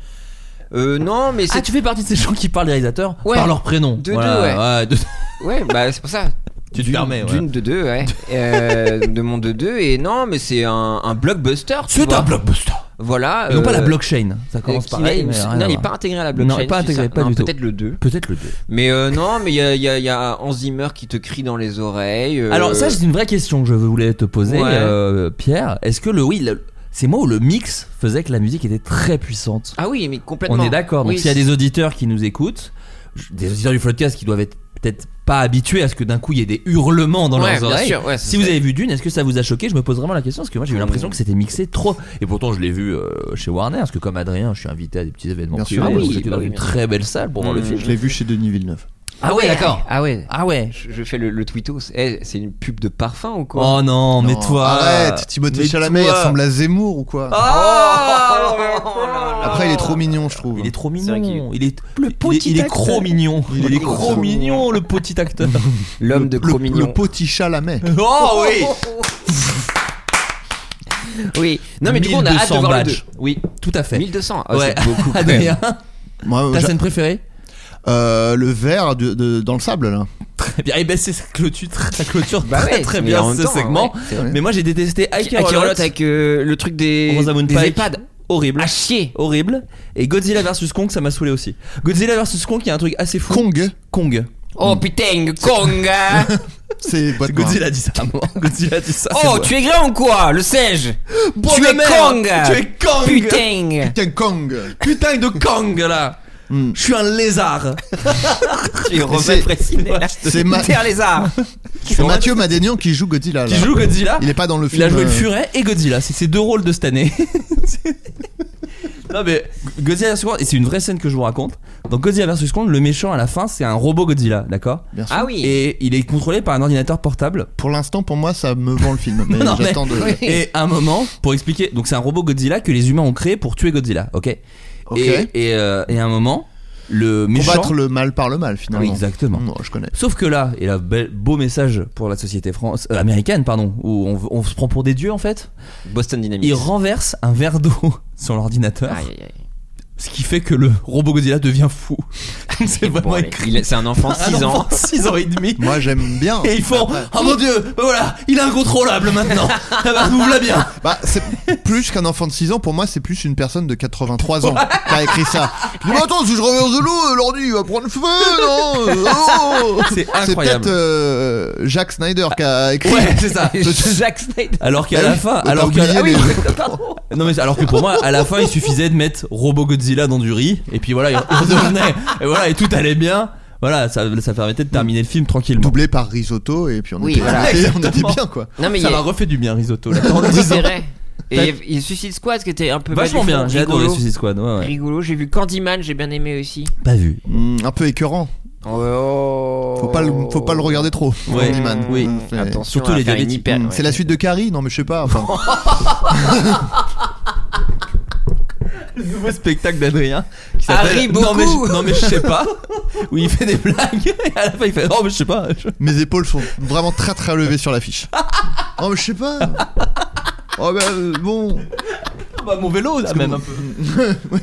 euh, non, mais
Ah,
c'est.
tu fais partie de ces gens qui parlent des réalisateurs
Ouais.
par leur prénom.
De
Voilà,
deux, ouais.
de-
Ouais, bah c'est pour ça.
Tu te
D'une-
permets, ouais.
D'une de deux, ouais. Euh, de mon de deux. Et non, mais c'est un, un blockbuster. tu
C'est
vois.
un blockbuster.
Voilà.
Mais non pas la
euh,
blockchain. Ça
euh,
commence
qui
par.
n'est-
mais rien à
non, il n'est
voir.
pas intégré à la blockchain.
Non, il est pas
c'est
intégré,
ça.
pas
Non,
du tout.
Peut-être le 2.
Peut-être le 2.
Mais euh, non, mais il y a, il y, a, il y a Hans Zimmer qui te crie dans les oreilles. euh,
Alors ça, c'est une vraie question que je voulais te poser,
Ouais.
euh, Pierre. Est-ce que le oui, le- c'est moi où le mix faisait que la musique était très puissante.
Ah oui, mais complètement.
On est d'accord. Donc
Oui,
s'il y a des auditeurs qui nous écoutent, je- des auditeurs du podcast qui doivent être peut-être pas habitués à ce que d'un coup il y ait des hurlements dans
Ouais,
leurs
bien
oreilles.
sûr, ouais, ça
si vous
serait-
avez vu Dune, est-ce que ça vous a choqué Je me pose vraiment la question parce que moi j'ai eu l'impression que c'était mixé trop. Et pourtant je l'ai vu euh, chez Warner parce que comme Adrien, je suis invité à des petits événements
Bien sûr.
privés,
Ah oui,
donc j'étais
bah
dans
oui,
une
bien Mm.
très belle salle pour voir le film.
Je l'ai vu chez Denis Villeneuve.
Ah ouais, d'accord.
Ah ouais.
Ah ouais.
Je, je fais le, le tweetos. Eh, c'est une pub de parfum ou quoi
Oh non, mais
Non,
toi.
Arrête, Oh, Timothée
Mais
Chalamet, il
toi. Ah.
ressemble à Zemmour ou quoi
Oh
Après, il est trop mignon, je trouve.
Il est trop
C'est vrai
mignon.
qu'il-
Il est,
Le
il est-
petit
il est,
acteur.
trop mignon.
Il est
Il est
trop
trop
mignon.
mignon, le petit acteur.
L'homme de
Le-
Cro-Mignon.
Le petit Chalamet.
oh oui.
oui. Non mais du coup on a hâte de
1200
voir le
badges. Oui, tout à fait.
1200. Ah,
Ouais.
c'est beaucoup. quand même.
Adrien,
Moi,
ta
j'a-
scène préférée
euh, le verre de- de- dans le sable, là.
Très bien. Et ben c'est sa clôture, sa clôture
Bah
très
ouais,
très
mais
bien
en même
ce
temps,
segment.
ouais,
vrai.
Mais moi j'ai détesté
Qui- à qui
Akirolot
relotte avec euh, le truc des,
Rosamund
des
Pike.
EHPAD.
horrible.
À chier.
Horrible. Et Godzilla vs Kong, ça m'a saoulé aussi. Godzilla vs Kong, il y a un truc assez fou.
Kong,
Kong.
Oh
Mm.
putain, Kong
c'est boîte noire.
Godzilla dit ça. à un moment. Godzilla dit ça.
Oh, tu es grand ou quoi Le sais-je
Bon
tu
de
es
merde.
Kong
Tu es Kong
Putain
Putain, Kong
Putain de Kang là
Hmm.
Je suis un lézard
Tu es
c'est-
Robert Préciné
c'est ma-
Terre lézard
C'est Mathieu Madénian qui joue Godzilla, là.
Qui joue Godzilla
Il est pas dans le film.
Il a joué le
euh,
Furet et Godzilla, c'est ses deux rôles de cette année. non mais Godzilla vs Kong, et c'est une vraie scène que je vous raconte. Dans Godzilla vs Kong, le méchant à la fin c'est un robot Godzilla, d'accord
Bien sûr.
Ah oui
Et il est contrôlé par un ordinateur portable.
Pour l'instant, pour moi, ça me vend le film. Mais
Non, mais-
j'attends de.
Oui.
Et à un moment, pour expliquer, donc c'est un robot Godzilla que les humains ont créé pour tuer Godzilla, ok
Ok.
Et, et, euh, et à un moment, le méchant.
Combattre le Mm. mal par le mal,
Oui,
finalement.
exactement.
Non, je connais.
Sauf que là, et là, bel- beau message pour la société France, euh, américaine, pardon, où on, on se prend pour des dieux en fait,
Boston Dynamics.
il renverse un verre d'eau sur l'ordinateur,
Aïe, aïe, aïe.
ce qui fait que le robot Godzilla devient fou. C'est
Bon,
vraiment
allez,
écrit.
il- C'est un enfant de 6 ans.
6 ans et demi.
Moi, j'aime bien.
Et ils font
Après-
Oh mon dieu, ben voilà, il est incontrôlable maintenant. Ah bah, nous voilà bien.
Bah, c'est plus qu'un enfant de 6 ans, pour moi, c'est plus une personne de 83 ans qui a écrit ça. Je dis, mais attends, si je reverse de l'eau, euh, l'ordi il va prendre feu, non euh, oh
C'est
C'est
incroyable.
peut-être euh, Jack Snyder qui a écrit.
Ouais, c'est ça. Bah
Jack Snyder.
Alors qu'à
Ah
la
oui,
fin,
t'as
alors
oublié
qu'à la-
les-
Ah oui, Non mais alors que pour moi, à la fin, il suffisait de mettre Robo Godzilla dans du riz et puis voilà, il redevenait et voilà et tout allait bien. Voilà, ça, ça permettait de terminer le film tranquillement.
Doublé par Risotto, et puis on,
Oui,
était,
voilà.
on était- on était
Oh. Exactement.
bien, quoi.
Non, mais il
ça
y
m'a
a.
refait du bien risotto. Là,
on le disait vrai. Et il y a- il y a Suicide Squad qui était un peu.
Vachement
bas du
bien,
front,
j'ai
rigolo.
adoré Suicide Squad. Ouais, ouais.
Rigolo, j'ai vu Candyman, j'ai bien aimé aussi.
Pas vu.
Hum, un peu écœurant.
Oh.
Faut pas le, faut pas le regarder trop.
Ouais.
Candyman.
Oui.
C'est-
Attention,
Surtout
à
les
faire une
diabétiques.
hyper,
hum,
ouais.
C'est la suite de Carrie, non mais je sais pas. enfin.
Le nouveau spectacle d'Adrien qui s'appelle
Harry
non mais,
beaucoup.
je- non mais je sais pas. Où il fait des blagues et à la fin il fait oh mais je sais pas. je-
Mes épaules sont vraiment très très levées sur l'affiche. Oh mais je sais pas. Oh bah euh, bon.
Ah, bah, mon vélo là même un peu.
Oh,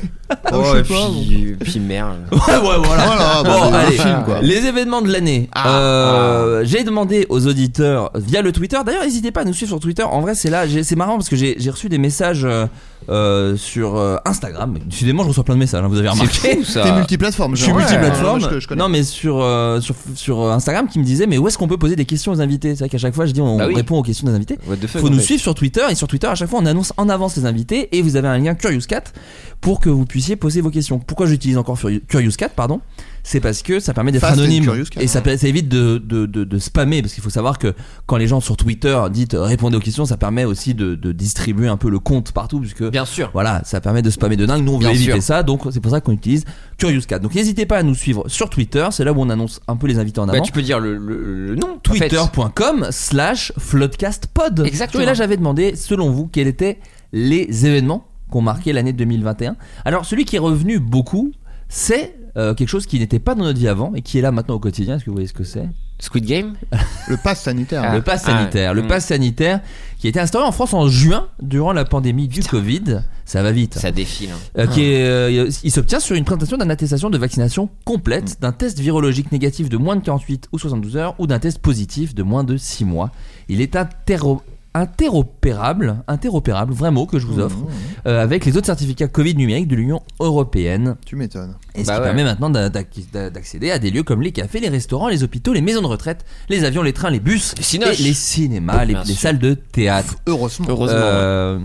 Oh,
je
et
sais pas.
puis, puis merde.
Ouais ouais voilà.
Voilà, bah,
Bon, euh,
c'est un
allez.
film, quoi. Ah.
Les événements de l'année. Euh, J'ai demandé aux auditeurs via le Twitter. D'ailleurs, n'hésitez pas à nous suivre sur Twitter. En vrai, c'est là. j'ai- C'est marrant parce que j'ai j'ai reçu des messages euh, euh, sur euh, Instagram. Décidément, je reçois plein de messages. hein, vous avez remarqué.
C'est fou
T'es
ça.
multiplateforme.
Je suis
genre.
multiplateforme.
Ouais, ouais, je- je connais.
non, mais sur, euh, sur, sur Instagram qui me disait Mais où est-ce qu'on peut poser des questions aux invités C'est vrai qu'à chaque fois, je dis On
Bah oui.
répond aux questions des invités.
What the fuck,
Faut
en
nous
fait.
suivre sur Twitter. Et sur Twitter, à chaque fois, on annonce en avance les invités. Et vous avez un lien Curious Cat pour que vous puissiez poser vos questions. Pourquoi j'utilise encore Furi- Curious Cat, pardon C'est parce que ça permet d'être
Fast and
anonyme.
Curious Cat.
Et ça, per- ça évite de, de, de- de spammer, parce qu'il faut savoir que quand les gens sur Twitter disent euh, répondez aux questions, ça permet aussi de, de distribuer un peu le compte partout, puisque
Bien sûr.
voilà, ça permet de spammer de dingue. Nous, on veut
Bien
éviter
sûr.
ça, donc c'est pour ça qu'on utilise Curious Cat. Donc n'hésitez pas à nous suivre sur Twitter, c'est là où on annonce un peu les invités en
Ah
Bah,
avant.
tu peux dire le, le- le nom. en fait.
Twitter.com slash floodcastpod.
Exactement.
Et là, j'avais demandé, selon vous, quels étaient les événements qu'ont marqué l'année 2021. Alors, celui qui est revenu beaucoup, c'est euh, quelque chose qui n'était pas dans notre vie avant et qui est là maintenant au quotidien. Est-ce que vous voyez ce que c'est
Squid Game.
Le pass sanitaire.
Ah.
le pass
ouais.
sanitaire. Le
Mm.
pass sanitaire qui a été instauré en France en juin durant la pandémie du Covid. Ça va vite.
Ça défile. hein.
Euh, qui est, euh, il s'obtient sur une présentation d'une attestation de vaccination
Mm.
complète, d'un test virologique négatif de moins de 48 ou 72 heures ou d'un test positif de moins de 6 mois. Il est interro- interopérable, interopérable, vrai mot que
Mm.
je vous offre, euh, avec les autres certificats Covid numériques de l'Union européenne.
Tu m'étonnes.
Et ce
Bah
qui
ouais.
permet maintenant d'a- d'ac- d'a- d'accéder à des lieux comme les cafés, les restaurants, les hôpitaux, les maisons de retraite, les avions, les trains, les bus,
Les cinoches.
et les cinémas, les-
Bien
les
sûr.
salles de théâtre.
Heureusement.
Heureusement.
Euh,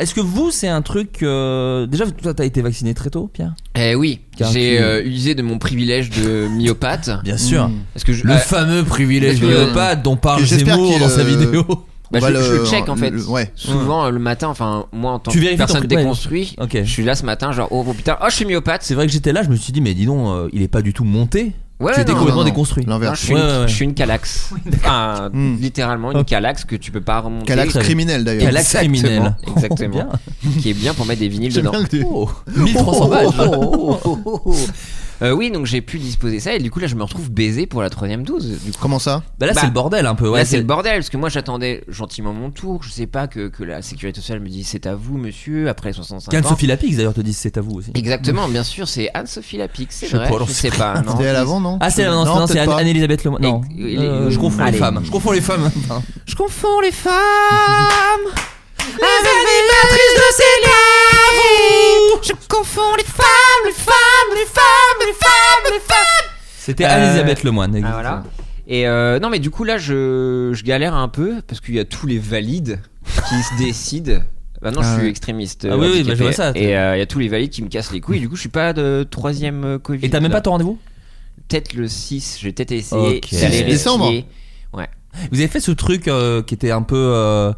Est-ce que vous, c'est un truc. euh, Déjà, toi, t'as été vacciné très tôt, Pierre
Eh oui,
Car
j'ai
tu-
euh, usé de mon privilège de myopathe.
Bien sûr.
Parce que je,
Le
ah,
fameux privilège
parce
de
que-
Léopard dont parle
Et j'espère
Zemmour
qu'il,
dans sa
euh,
vidéo.
bah,
on va
je, je
le-
le check en fait.
le- ouais.
Souvent euh, le matin, enfin moi en tant
Tu
que
vérifies ton
personne
truc, ouais.
déconstruite,
Ok.
je suis là ce matin genre oh, oh, putain, oh je suis myopathe.
C'est vrai que j'étais là, je me suis dit, mais dis donc, euh, il est pas du tout monté.
Ouais,
tu étais
non,
complètement
non, non.
déconstruit. Ah.
Non,
L'inverse.
je, suis
Ouais,
une,
ouais, ouais.
je suis une calaxe. Enfin,
Hmm.
Littéralement une
Ok.
calaxe que tu peux pas remonter.
Calax
Très bien.
criminel d'ailleurs.
Calax
Exactement.
criminel. Oh,
Exactement.
Bien.
Qui est bien pour mettre des vinyles
J'aime
dedans.
bien que tu-
Oh, 1300 pages.
oh,
oh,
Euh, oui, donc j'ai pu disposer ça et du coup là je me retrouve baisé pour la troisième dose. Du coup,
Comment ça
Bah là,
Bah,
c'est le bordel un peu. Ouais,
là c'est le bordel parce que moi j'attendais gentiment mon tour. Je sais pas que, que la sécurité sociale me dit c'est à vous monsieur après 65 ans.
Sophie Lapix d'ailleurs te dit c'est à vous aussi.
Exactement, bien sûr, c'est Anne-Sophie Lapix, c'est
Je sais
vrai.
pas, j'en
je
sais
sais pas. non.
C'était elle avant, non
Ah c'est non, non, c'est
peut-être
Anne-
pas.
Anne-Elisabeth Lom- Non,
Et- et-
Euh, je confonds les
allez.
femmes. Je confonds les femmes.
Je confonds les femmes, les animatrices de ces lives. Je confonds les femmes, les femmes, les femmes, les femmes, les femmes.
C'était
Euh,
Anne-Elisabeth Lemoine.
Ah,
exactement.
voilà. Et euh, non, mais du coup, là, je, je galère un peu parce qu'il y a tous les valides qui se décident. Maintenant,
Ah
je suis
ouais.
extrémiste.
Ah
euh,
oui, oui, bah,
handicapé.
je vois ça, t'es-
Et euh, il y a tous les valides qui me cassent les couilles. Du coup, je suis pas de troisième euh, Covid.
Et t'as même
là.
pas ton rendez-vous
Peut-être le 6, j'ai peut-être essayé.
Ok.
d'aller
6 décembre.
vérifier.
Vous avez fait ce truc euh, qui était un peu. euh,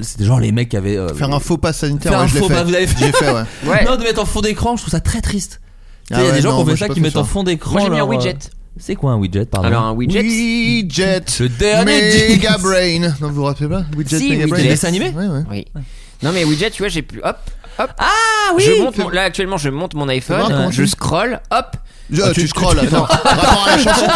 C'était genre les mecs qui avaient. euh,
Faire un faux pass sanitaire,
Faire
ouais,
un
je l'ai
faux
fait.
pas, vous l'avez fait.
J'ai fait, ouais.
Ouais.
Non, de mettre en fond d'écran, je trouve ça très triste. Tu sais, Il y a
Ah ouais,
des gens
non,
qui ont
moi,
fait
j'ai
ça,
pas
qui
fait
mettent
ça.
en fond d'écran.
Moi, j'ai mis un
leur, euh, ah
widget.
C'est quoi un widget, pardon
Alors, un widget.
Widget.
Le dernier
Mega
widget.
Brain. Non, vous vous rappelez pas Widget
Si,
Mega Brain.
Widget.
Dessin animé
Ouais, ouais.
Oui. Non mais widget, tu vois, j'ai plus. Hop, hop.
Ah
je monte mon- Là actuellement, je monte mon
C'est vrai,
iPhone,
comment
je
tu-
scroll, hop.
Je-
Ah,
tu, scrolls, attends. Rapport à la chanson.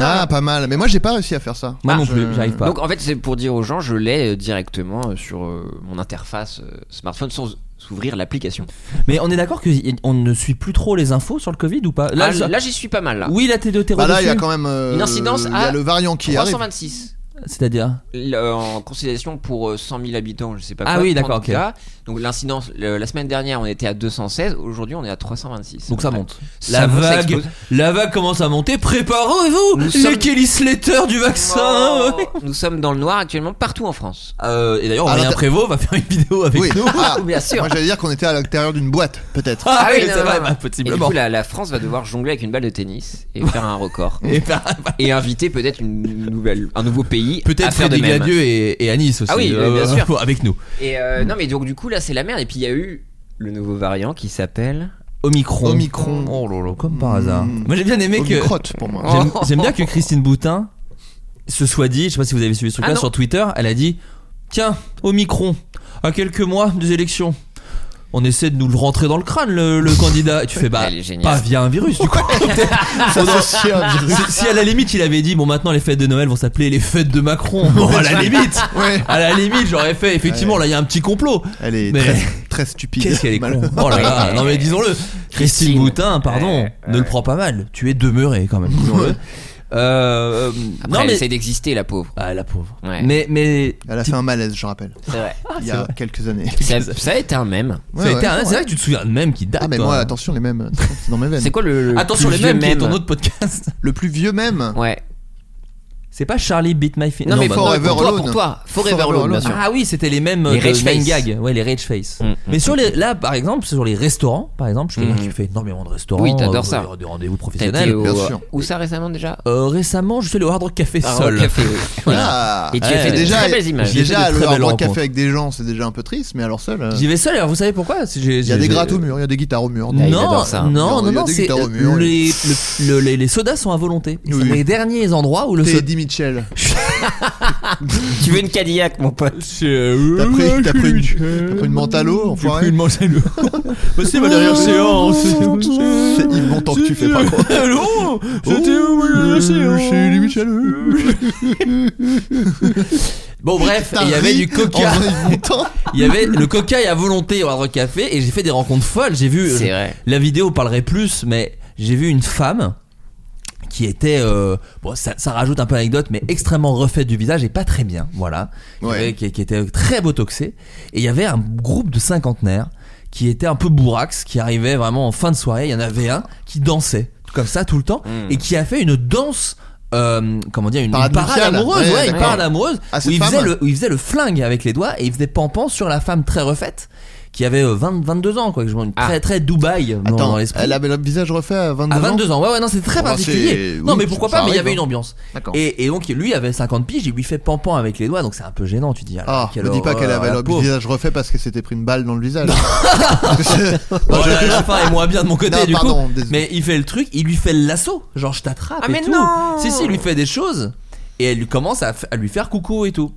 Ah, pas mal. Mais moi, j'ai pas réussi à faire ça.
Moi non
Je-
plus, j'arrive pas.
Ah. Donc en fait, c'est pour dire aux gens, je l'ai euh, directement euh, sur euh, mon interface euh, smartphone sans s'ouvrir l'application.
Mais on est d'accord qu'on ne suit plus trop les infos sur le Covid ou pas
Là,
ça-
Ah, là j'y suis pas mal là.
Oui, là, t'es de tes
Bah là, il y a
redessus.
quand même euh,
Une incidence
Il y a
à
le variant qui arrive.
326.
C'est-à-dire
L- euh, En considération pour euh, 100 000 habitants, je sais pas
Ah
quoi.
oui,
30
d'accord, ok.
cas. Donc l'incidence, le- la semaine dernière on était à 216, aujourd'hui on est à 326.
Donc ça
Ouais.
monte.
Ça
La
monte, ça
vague,
explose.
la vague commence à monter. Préparez-vous
Nous
les
sommes-
Kelly Slater du vaccin.
Oh. Nous sommes dans le noir actuellement partout en France.
Euh, et d'ailleurs,
Alors,
Aurélien
t'as-
Prévost va faire une vidéo avec
Ah, Oui.
nous.
Ah,
Bien sûr.
Moi, j'allais dire qu'on était à l'intérieur d'une boîte, peut-être.
Ah, oui,
non,
ça
non,
va,
non.
bah,
Et du
possiblement.
coup, la, la France va devoir jongler avec une balle de tennis et faire un record.
Et bah,
et inviter peut-être une nouvelle, un nouveau pays à
Peut-être
faire de
Frédéric
même.
Gladieux et, et Anis aussi.
Ah oui, bien sûr.
pour- Avec nous.
Et euh, non, mais donc du coup, là, c'est la merde. Et puis, il y a eu le nouveau variant qui s'appelle.
Omicron.
Omicron.
Oh là là, comme par hasard.
Mm.
Moi j'ai bien aimé
Une
que.
crotte pour moi.
J'aime-
Oh.
J'aime bien que Christine Boutin se soit dit, je sais pas si vous avez suivi ce truc-là
Ah non.
sur Twitter, elle a dit Tiens, Omicron, à quelques mois des élections, on essaie de nous le rentrer dans le crâne, le, le candidat. Et tu fais Bah,
Elle est géniale.
pas via un virus, du coup.
Ça s'associe à un virus.
si, si à la limite il avait dit Bon, maintenant les fêtes de Noël vont s'appeler les fêtes de Macron, bon, à la limite,
Ouais.
à la limite, j'aurais fait Effectivement, là il y a un petit complot.
Elle est
Mais-
très, très stupide.
Qu'est-ce qu'elle est con.
Malheureusement.
Oh là là, non mais disons-le. Christine
Christine.
Boutin, pardon, ne le prends pas mal. Tu es demeuré quand même. disons-le. Euh,
Après,
non
elle
mais
essaie d'exister, la pauvre.
ah, la pauvre.
Ouais.
Mais mais
Elle a fait un malaise, je rappelle.
C'est vrai.
Ah,
il y a quelques années.
Ça, ça a été un même.
ça a
Ouais,
été
ouais.
un- c'est vrai que tu te souviens de même qui date.
Ah, mais
toi.
moi, attention, les mêmes. C'est dans mes veines.
C'est quoi le. le
attention
plus
les mêmes
vieux
qui est
mème
ton autre podcast.
Le plus vieux même.
Ouais.
C'est pas Charlie Beat My Fin.
Non, mais
bah,
for-
Forever
pour toi,
Alone.
pour toi. Forever,
Forever
Alone, bien
Alone.
sûr.
Ah oui, c'était les mêmes
Les
euh, de
rage
Nine
face.
Gag, ouais, les rage face.
Mm, mm,
mais sur les, là, par exemple, sur les restaurants, par exemple, je suis quelqu'un
Mhm.
qui fait énormément de restaurants,
Oui, t'adores
euh,
ça.
des- des rendez-vous
T'as
professionnels.
été au-
bien sûr.
Où ça récemment déjà
Euh, récemment, je suis allé au Hard Rock Café
Ah,
seul.
au café, oui. Voilà.
Ah,
Et tu
as
ouais.
fait de
déjà,
très belles images.
J'ai fait de
Déjà,
très
le
belles
Hard Rock
rencontres.
café avec des gens, c'est déjà un peu triste, mais alors seul. euh,
J'y vais seul, alors vous savez pourquoi C'est- j'ai-
Il y a
j'ai-
des
j'ai-
grattes au mur, il y a des guitares au mur.
il
Non,
adore ça.
non,
Il y
non,
a
non,
des
c'est
guitares au
les,
mur,
le- le- les, les sodas sont à volonté. C'est
Oui.
les derniers endroits où le
T'es
soda.
Eddie Mitchell.
Tu veux une Cadillac, mon pote
T'as pris, t'as pris une, t'as euh, pris une mentalo, enfoiré.
Plus de manger le. Bah, c'est ma dernière séance.
C'est Yves Montand que tu fais Oh, pas quoi.
Non, c'était au milieu de la séance.
Chez Eddie Mitchell.
Bon bref,
T'as
il y avait
ri
du coca,
en vrai, Yves Montand.
il y avait le coca et à volonté au Hard Rock Café et j'ai fait des rencontres folles. J'ai vu
C'est
euh,
vrai.
la vidéo parlerait plus, mais j'ai vu une femme qui était euh, bon ça, ça rajoute un peu l'anecdote mais extrêmement refaite du visage et pas très bien voilà Qui
Ouais.
avait- qui, qui était très botoxée et il y avait un groupe de cinquantenaires qui était un peu bourrax qui arrivait vraiment en fin de soirée il y en avait un qui dansait comme ça tout le temps
Mm.
Hmm.
et qui a fait une danse euh, comment dire une, une parade
Parade nuptiale.
amoureuse
Ouais,
ouais, une
d'accord.
parade amoureuse
À
où
Ah, cette
il faisait
femme
le où il faisait le flingue avec les doigts et il faisait pampan sur la femme très refaite qui avait euh, 20, 22 ans quoi que je vois une
Ah.
très très Dubaï euh, dans- dans
Attends,
l'esprit
elle avait le visage refait à 22
à
ans.
22 ans, ouais, ouais, non, c'est très
Bah,
particulier.
c'est-
non,
oui,
mais pourquoi
ça
pas, mais il y
arrive,
avait
hein.
une ambiance.
D'accord.
Et, et donc, lui avait 50 piges, il lui fait pampan avec les doigts, donc c'est un peu gênant, tu dis.
Ah,
quelle
me dis pas
horreur,
qu'elle avait
la
le
pauvre.
visage refait parce qu'elle s'était pris une balle dans le visage.
Bon, la, la fin est moins bien de mon côté,
Oh, Non,
du
pardon,
coup.
désolé.
Mais il fait le truc, il lui fait le lasso, genre je t'attrape
Ah,
et
mais
tout.
non
Si, si, il lui fait des choses, et elle lui commence à, f- à lui faire coucou et tout.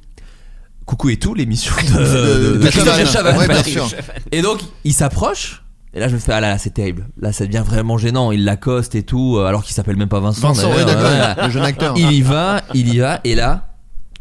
Coucou et tout, l'émission de, de- de
de
Christophe
Chavannes.
Chavannes,
Ouais, bien
Patrick.
sûr.
Et donc, il s'approche. Et là, je me fais, ah là là, c'est terrible. Là, ça devient vraiment gênant. Il l'accoste et tout, euh, alors qu'il s'appelle même pas Vincent.
Vincent,
d'ailleurs.
ouais,
Ouais.
d'accord, le jeune acteur.
Il y va, il y va, et là,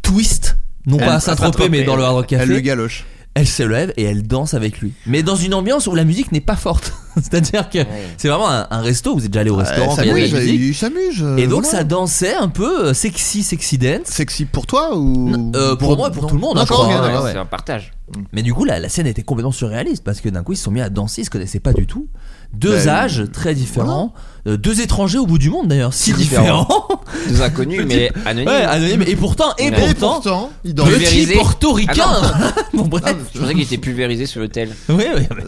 twist. Non
Elle
pas à
va
Saint-Tropez,
s'attraper,
mais dans le Hard Rock Café.
Elle le galoche.
Elle se lève et elle danse avec lui. Mais dans une ambiance où la musique n'est pas forte. C'est-à-dire que c'est vraiment un, un resto. Vous êtes déjà allé au restaurant, quand il y a de la
s'amuse,
musique.
il s'amuse.
Et donc ça dansait un peu euh, sexy, sexy dance.
Sexy pour toi ou.
Non, euh, pour moi et pour
non.
tout le monde, hein, je
D'accord,
crois,
ok,
hein,
d'accord.
ouais.
C'est un partage.
Mais du coup, la, la scène était complètement surréaliste parce que d'un coup, ils se sont mis à danser, ils se connaissaient pas du tout. Deux
Ben,
âges très différents, Euh, deux étrangers au bout du monde d'ailleurs, si
Différents.
différents.
Deux inconnus, mais anonymes.
ouais, anonyme. Et pourtant, et
Et
Et
pourtant,
pourtant, il danse.
Mais-
petit
Pulvérisé.
portoricain. bon bref,
Je pensais qu'il était pulvérisé sur le tel.
oui, oui. mais-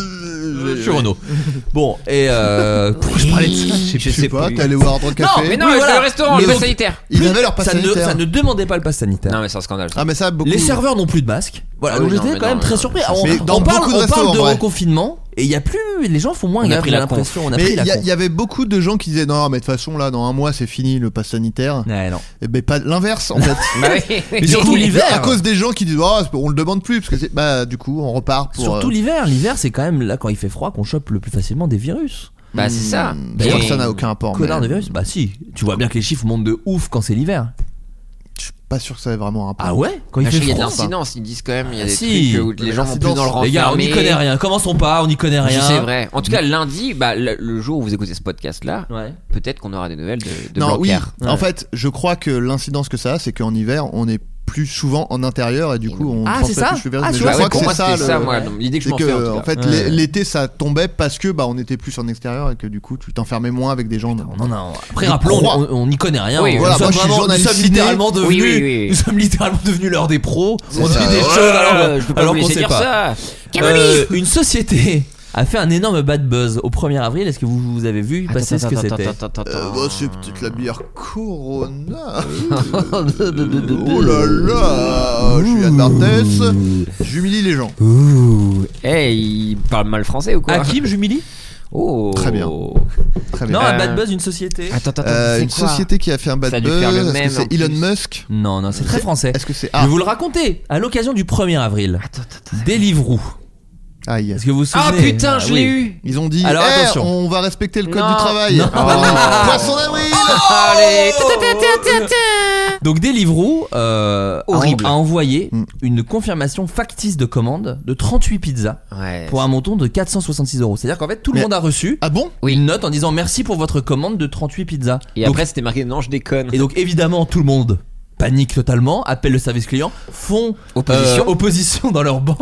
Euh,
Je suis Renaud. Bon, et euh, pourquoi je parlais de ça
Je
Je
sais
sais
pas,
plus.
t'es allé au Hard Rock Café.
Non, mais non,
Oui,
c'est
voilà.
le restaurant,
Mais
le
donc-
pass sanitaire.
Ils avaient leur passe
ça ne,
sanitaire.
ça ne demandait pas le pass sanitaire.
Non, mais c'est un scandale. ça.
Ah, mais ça, beaucoup.
Les serveurs n'ont plus de masque. Voilà,
Ah
donc
oui, non,
j'étais
mais
quand
non,
même
mais
très
non,
surpris.
ça,
On,
c'est-
on
dans
parle,
beaucoup de
on parle
restaurants,
de
en vrai.
reconfinement et il y a plus les gens font moins
On a
gaffe,
pris
j'ai
la conf.
l'impression on a
Mais
pris
il
la
y, a-
conf.
il y avait beaucoup de gens qui disaient non, mais de toute façon, là, dans un mois, c'est fini le pass sanitaire.
Ouais, non.
Et ben, pas l'inverse, en fait.
Bah oui.
Mais surtout l'hiver.
À cause des gens qui disent, oh, on le demande plus, parce que c'est. Bah, du coup, on repart pour.
Surtout
euh,
l'hiver, l'hiver c'est quand même là quand il fait froid qu'on chope le plus facilement des virus.
Bah, c'est ça.
hmm,
D'ailleurs,
Et-
ça n'a aucun rapport. Oh, mais- euh,
Connard de virus Bah si, tu vois bien que les chiffres montent de ouf quand c'est l'hiver.
Je suis pas sûr que ça ait vraiment un rapport.
Ah ouais Quand il
Ah, je sais,
fait
Il y a de
froid.
l'incidence, ils disent quand même, il y a
Ah,
des
si.
trucs où les gens vont plus dans le
L'incidence.
Les gars, on n'y
renfermé.
connaît rien. Hmm. Commençons pas, on n'y connaît rien.
C'est vrai. En tout cas, lundi, bah, le, le jour où vous écoutez ce podcast-là,
Ouais.
peut-être qu'on aura des nouvelles de,
Ah,
de
non, oui.
Blanquer.
En fait, je crois que l'incidence que ça a, c'est qu'en hiver, on est plus souvent en intérieur et du coup, on
Ah,
pense
c'est
pas
ça
plus virus.
Ah,
mais
tu
je
vois,
Bah
crois
Ouais, ouais,
que
pour
c'est
moi,
ça.
c'était
le-
ça, moi. donc, L'idée que je
C'est
m'en fais, en
que,
tout
en
cas.
fait,
Ouais.
l'é- l'été, ça tombait parce que bah on était plus en extérieur et que du coup, tu t'enfermais moins avec des gens.
On en a. Après,
Je
rappelons,
crois.
on- on n'y connaît rien.
Oui,
nous,
voilà,
sommes
moi, je suis
vraiment- nous
journaliste
sommes
ciné.
littéralement devenus,
Oui, oui, oui.
nous sommes littéralement devenus l'heure des pros. On dit des
ça. Ouais,
choses
Euh,
alors,
je peux pas
alors
vous
qu'on
laisser
sait
dire
pas.
ça.
Euh, une société a fait un énorme bad buzz au 1er avril. Est-ce que vous, vous avez vu passer ce que c'était
Euh, bah, c'est peut-être la bière Corona.
Euh,
oh là là, Julien Barthès, j'humilie les gens.
Ouh. Eh, il parle mal français ou quoi
Hakim, j'humilie
Oh.
Très bien. Très bien.
Non, un
Euh,
bad buzz, une société
Attends, attends,
Euh,
c'est
une
quoi
société qui a fait un
Ça a
bad
dû faire
buzz.
le
Est-ce que
même, en
c'est
plus.
Elon Musk
Non, non, c'est très français.
Est-ce que c'est
Je
ah,
vais vous le raconter à l'occasion du 1er avril.
Attends, attends, attends.
Deliveroo.
aïe.
Est-ce que vous vous souvenez
Ah putain, je
Ah,
l'ai
oui.
eu
Ils ont dit
Alors,
Eh,
attention.
on va respecter le code
Non.
du travail.
Non.
Ah, Poisson d'avril.
Allez
Donc Deliveroo euh, a-
Horrible.
a, envoyé
Mm.
une confirmation factice de commande de 38 pizzas
Ouais.
pour un montant de 466 euros. C'est-à-dire qu'en fait tout le
Mais-
monde a reçu
Ah bon
Oui.
une note en disant merci pour votre commande de 38 pizzas.
Et
donc,
après, c'était marqué non, je déconne.
et donc évidemment tout le monde panique totalement, appelle le service client, font euh,
Opposition. Oh
opposition dans leur banque.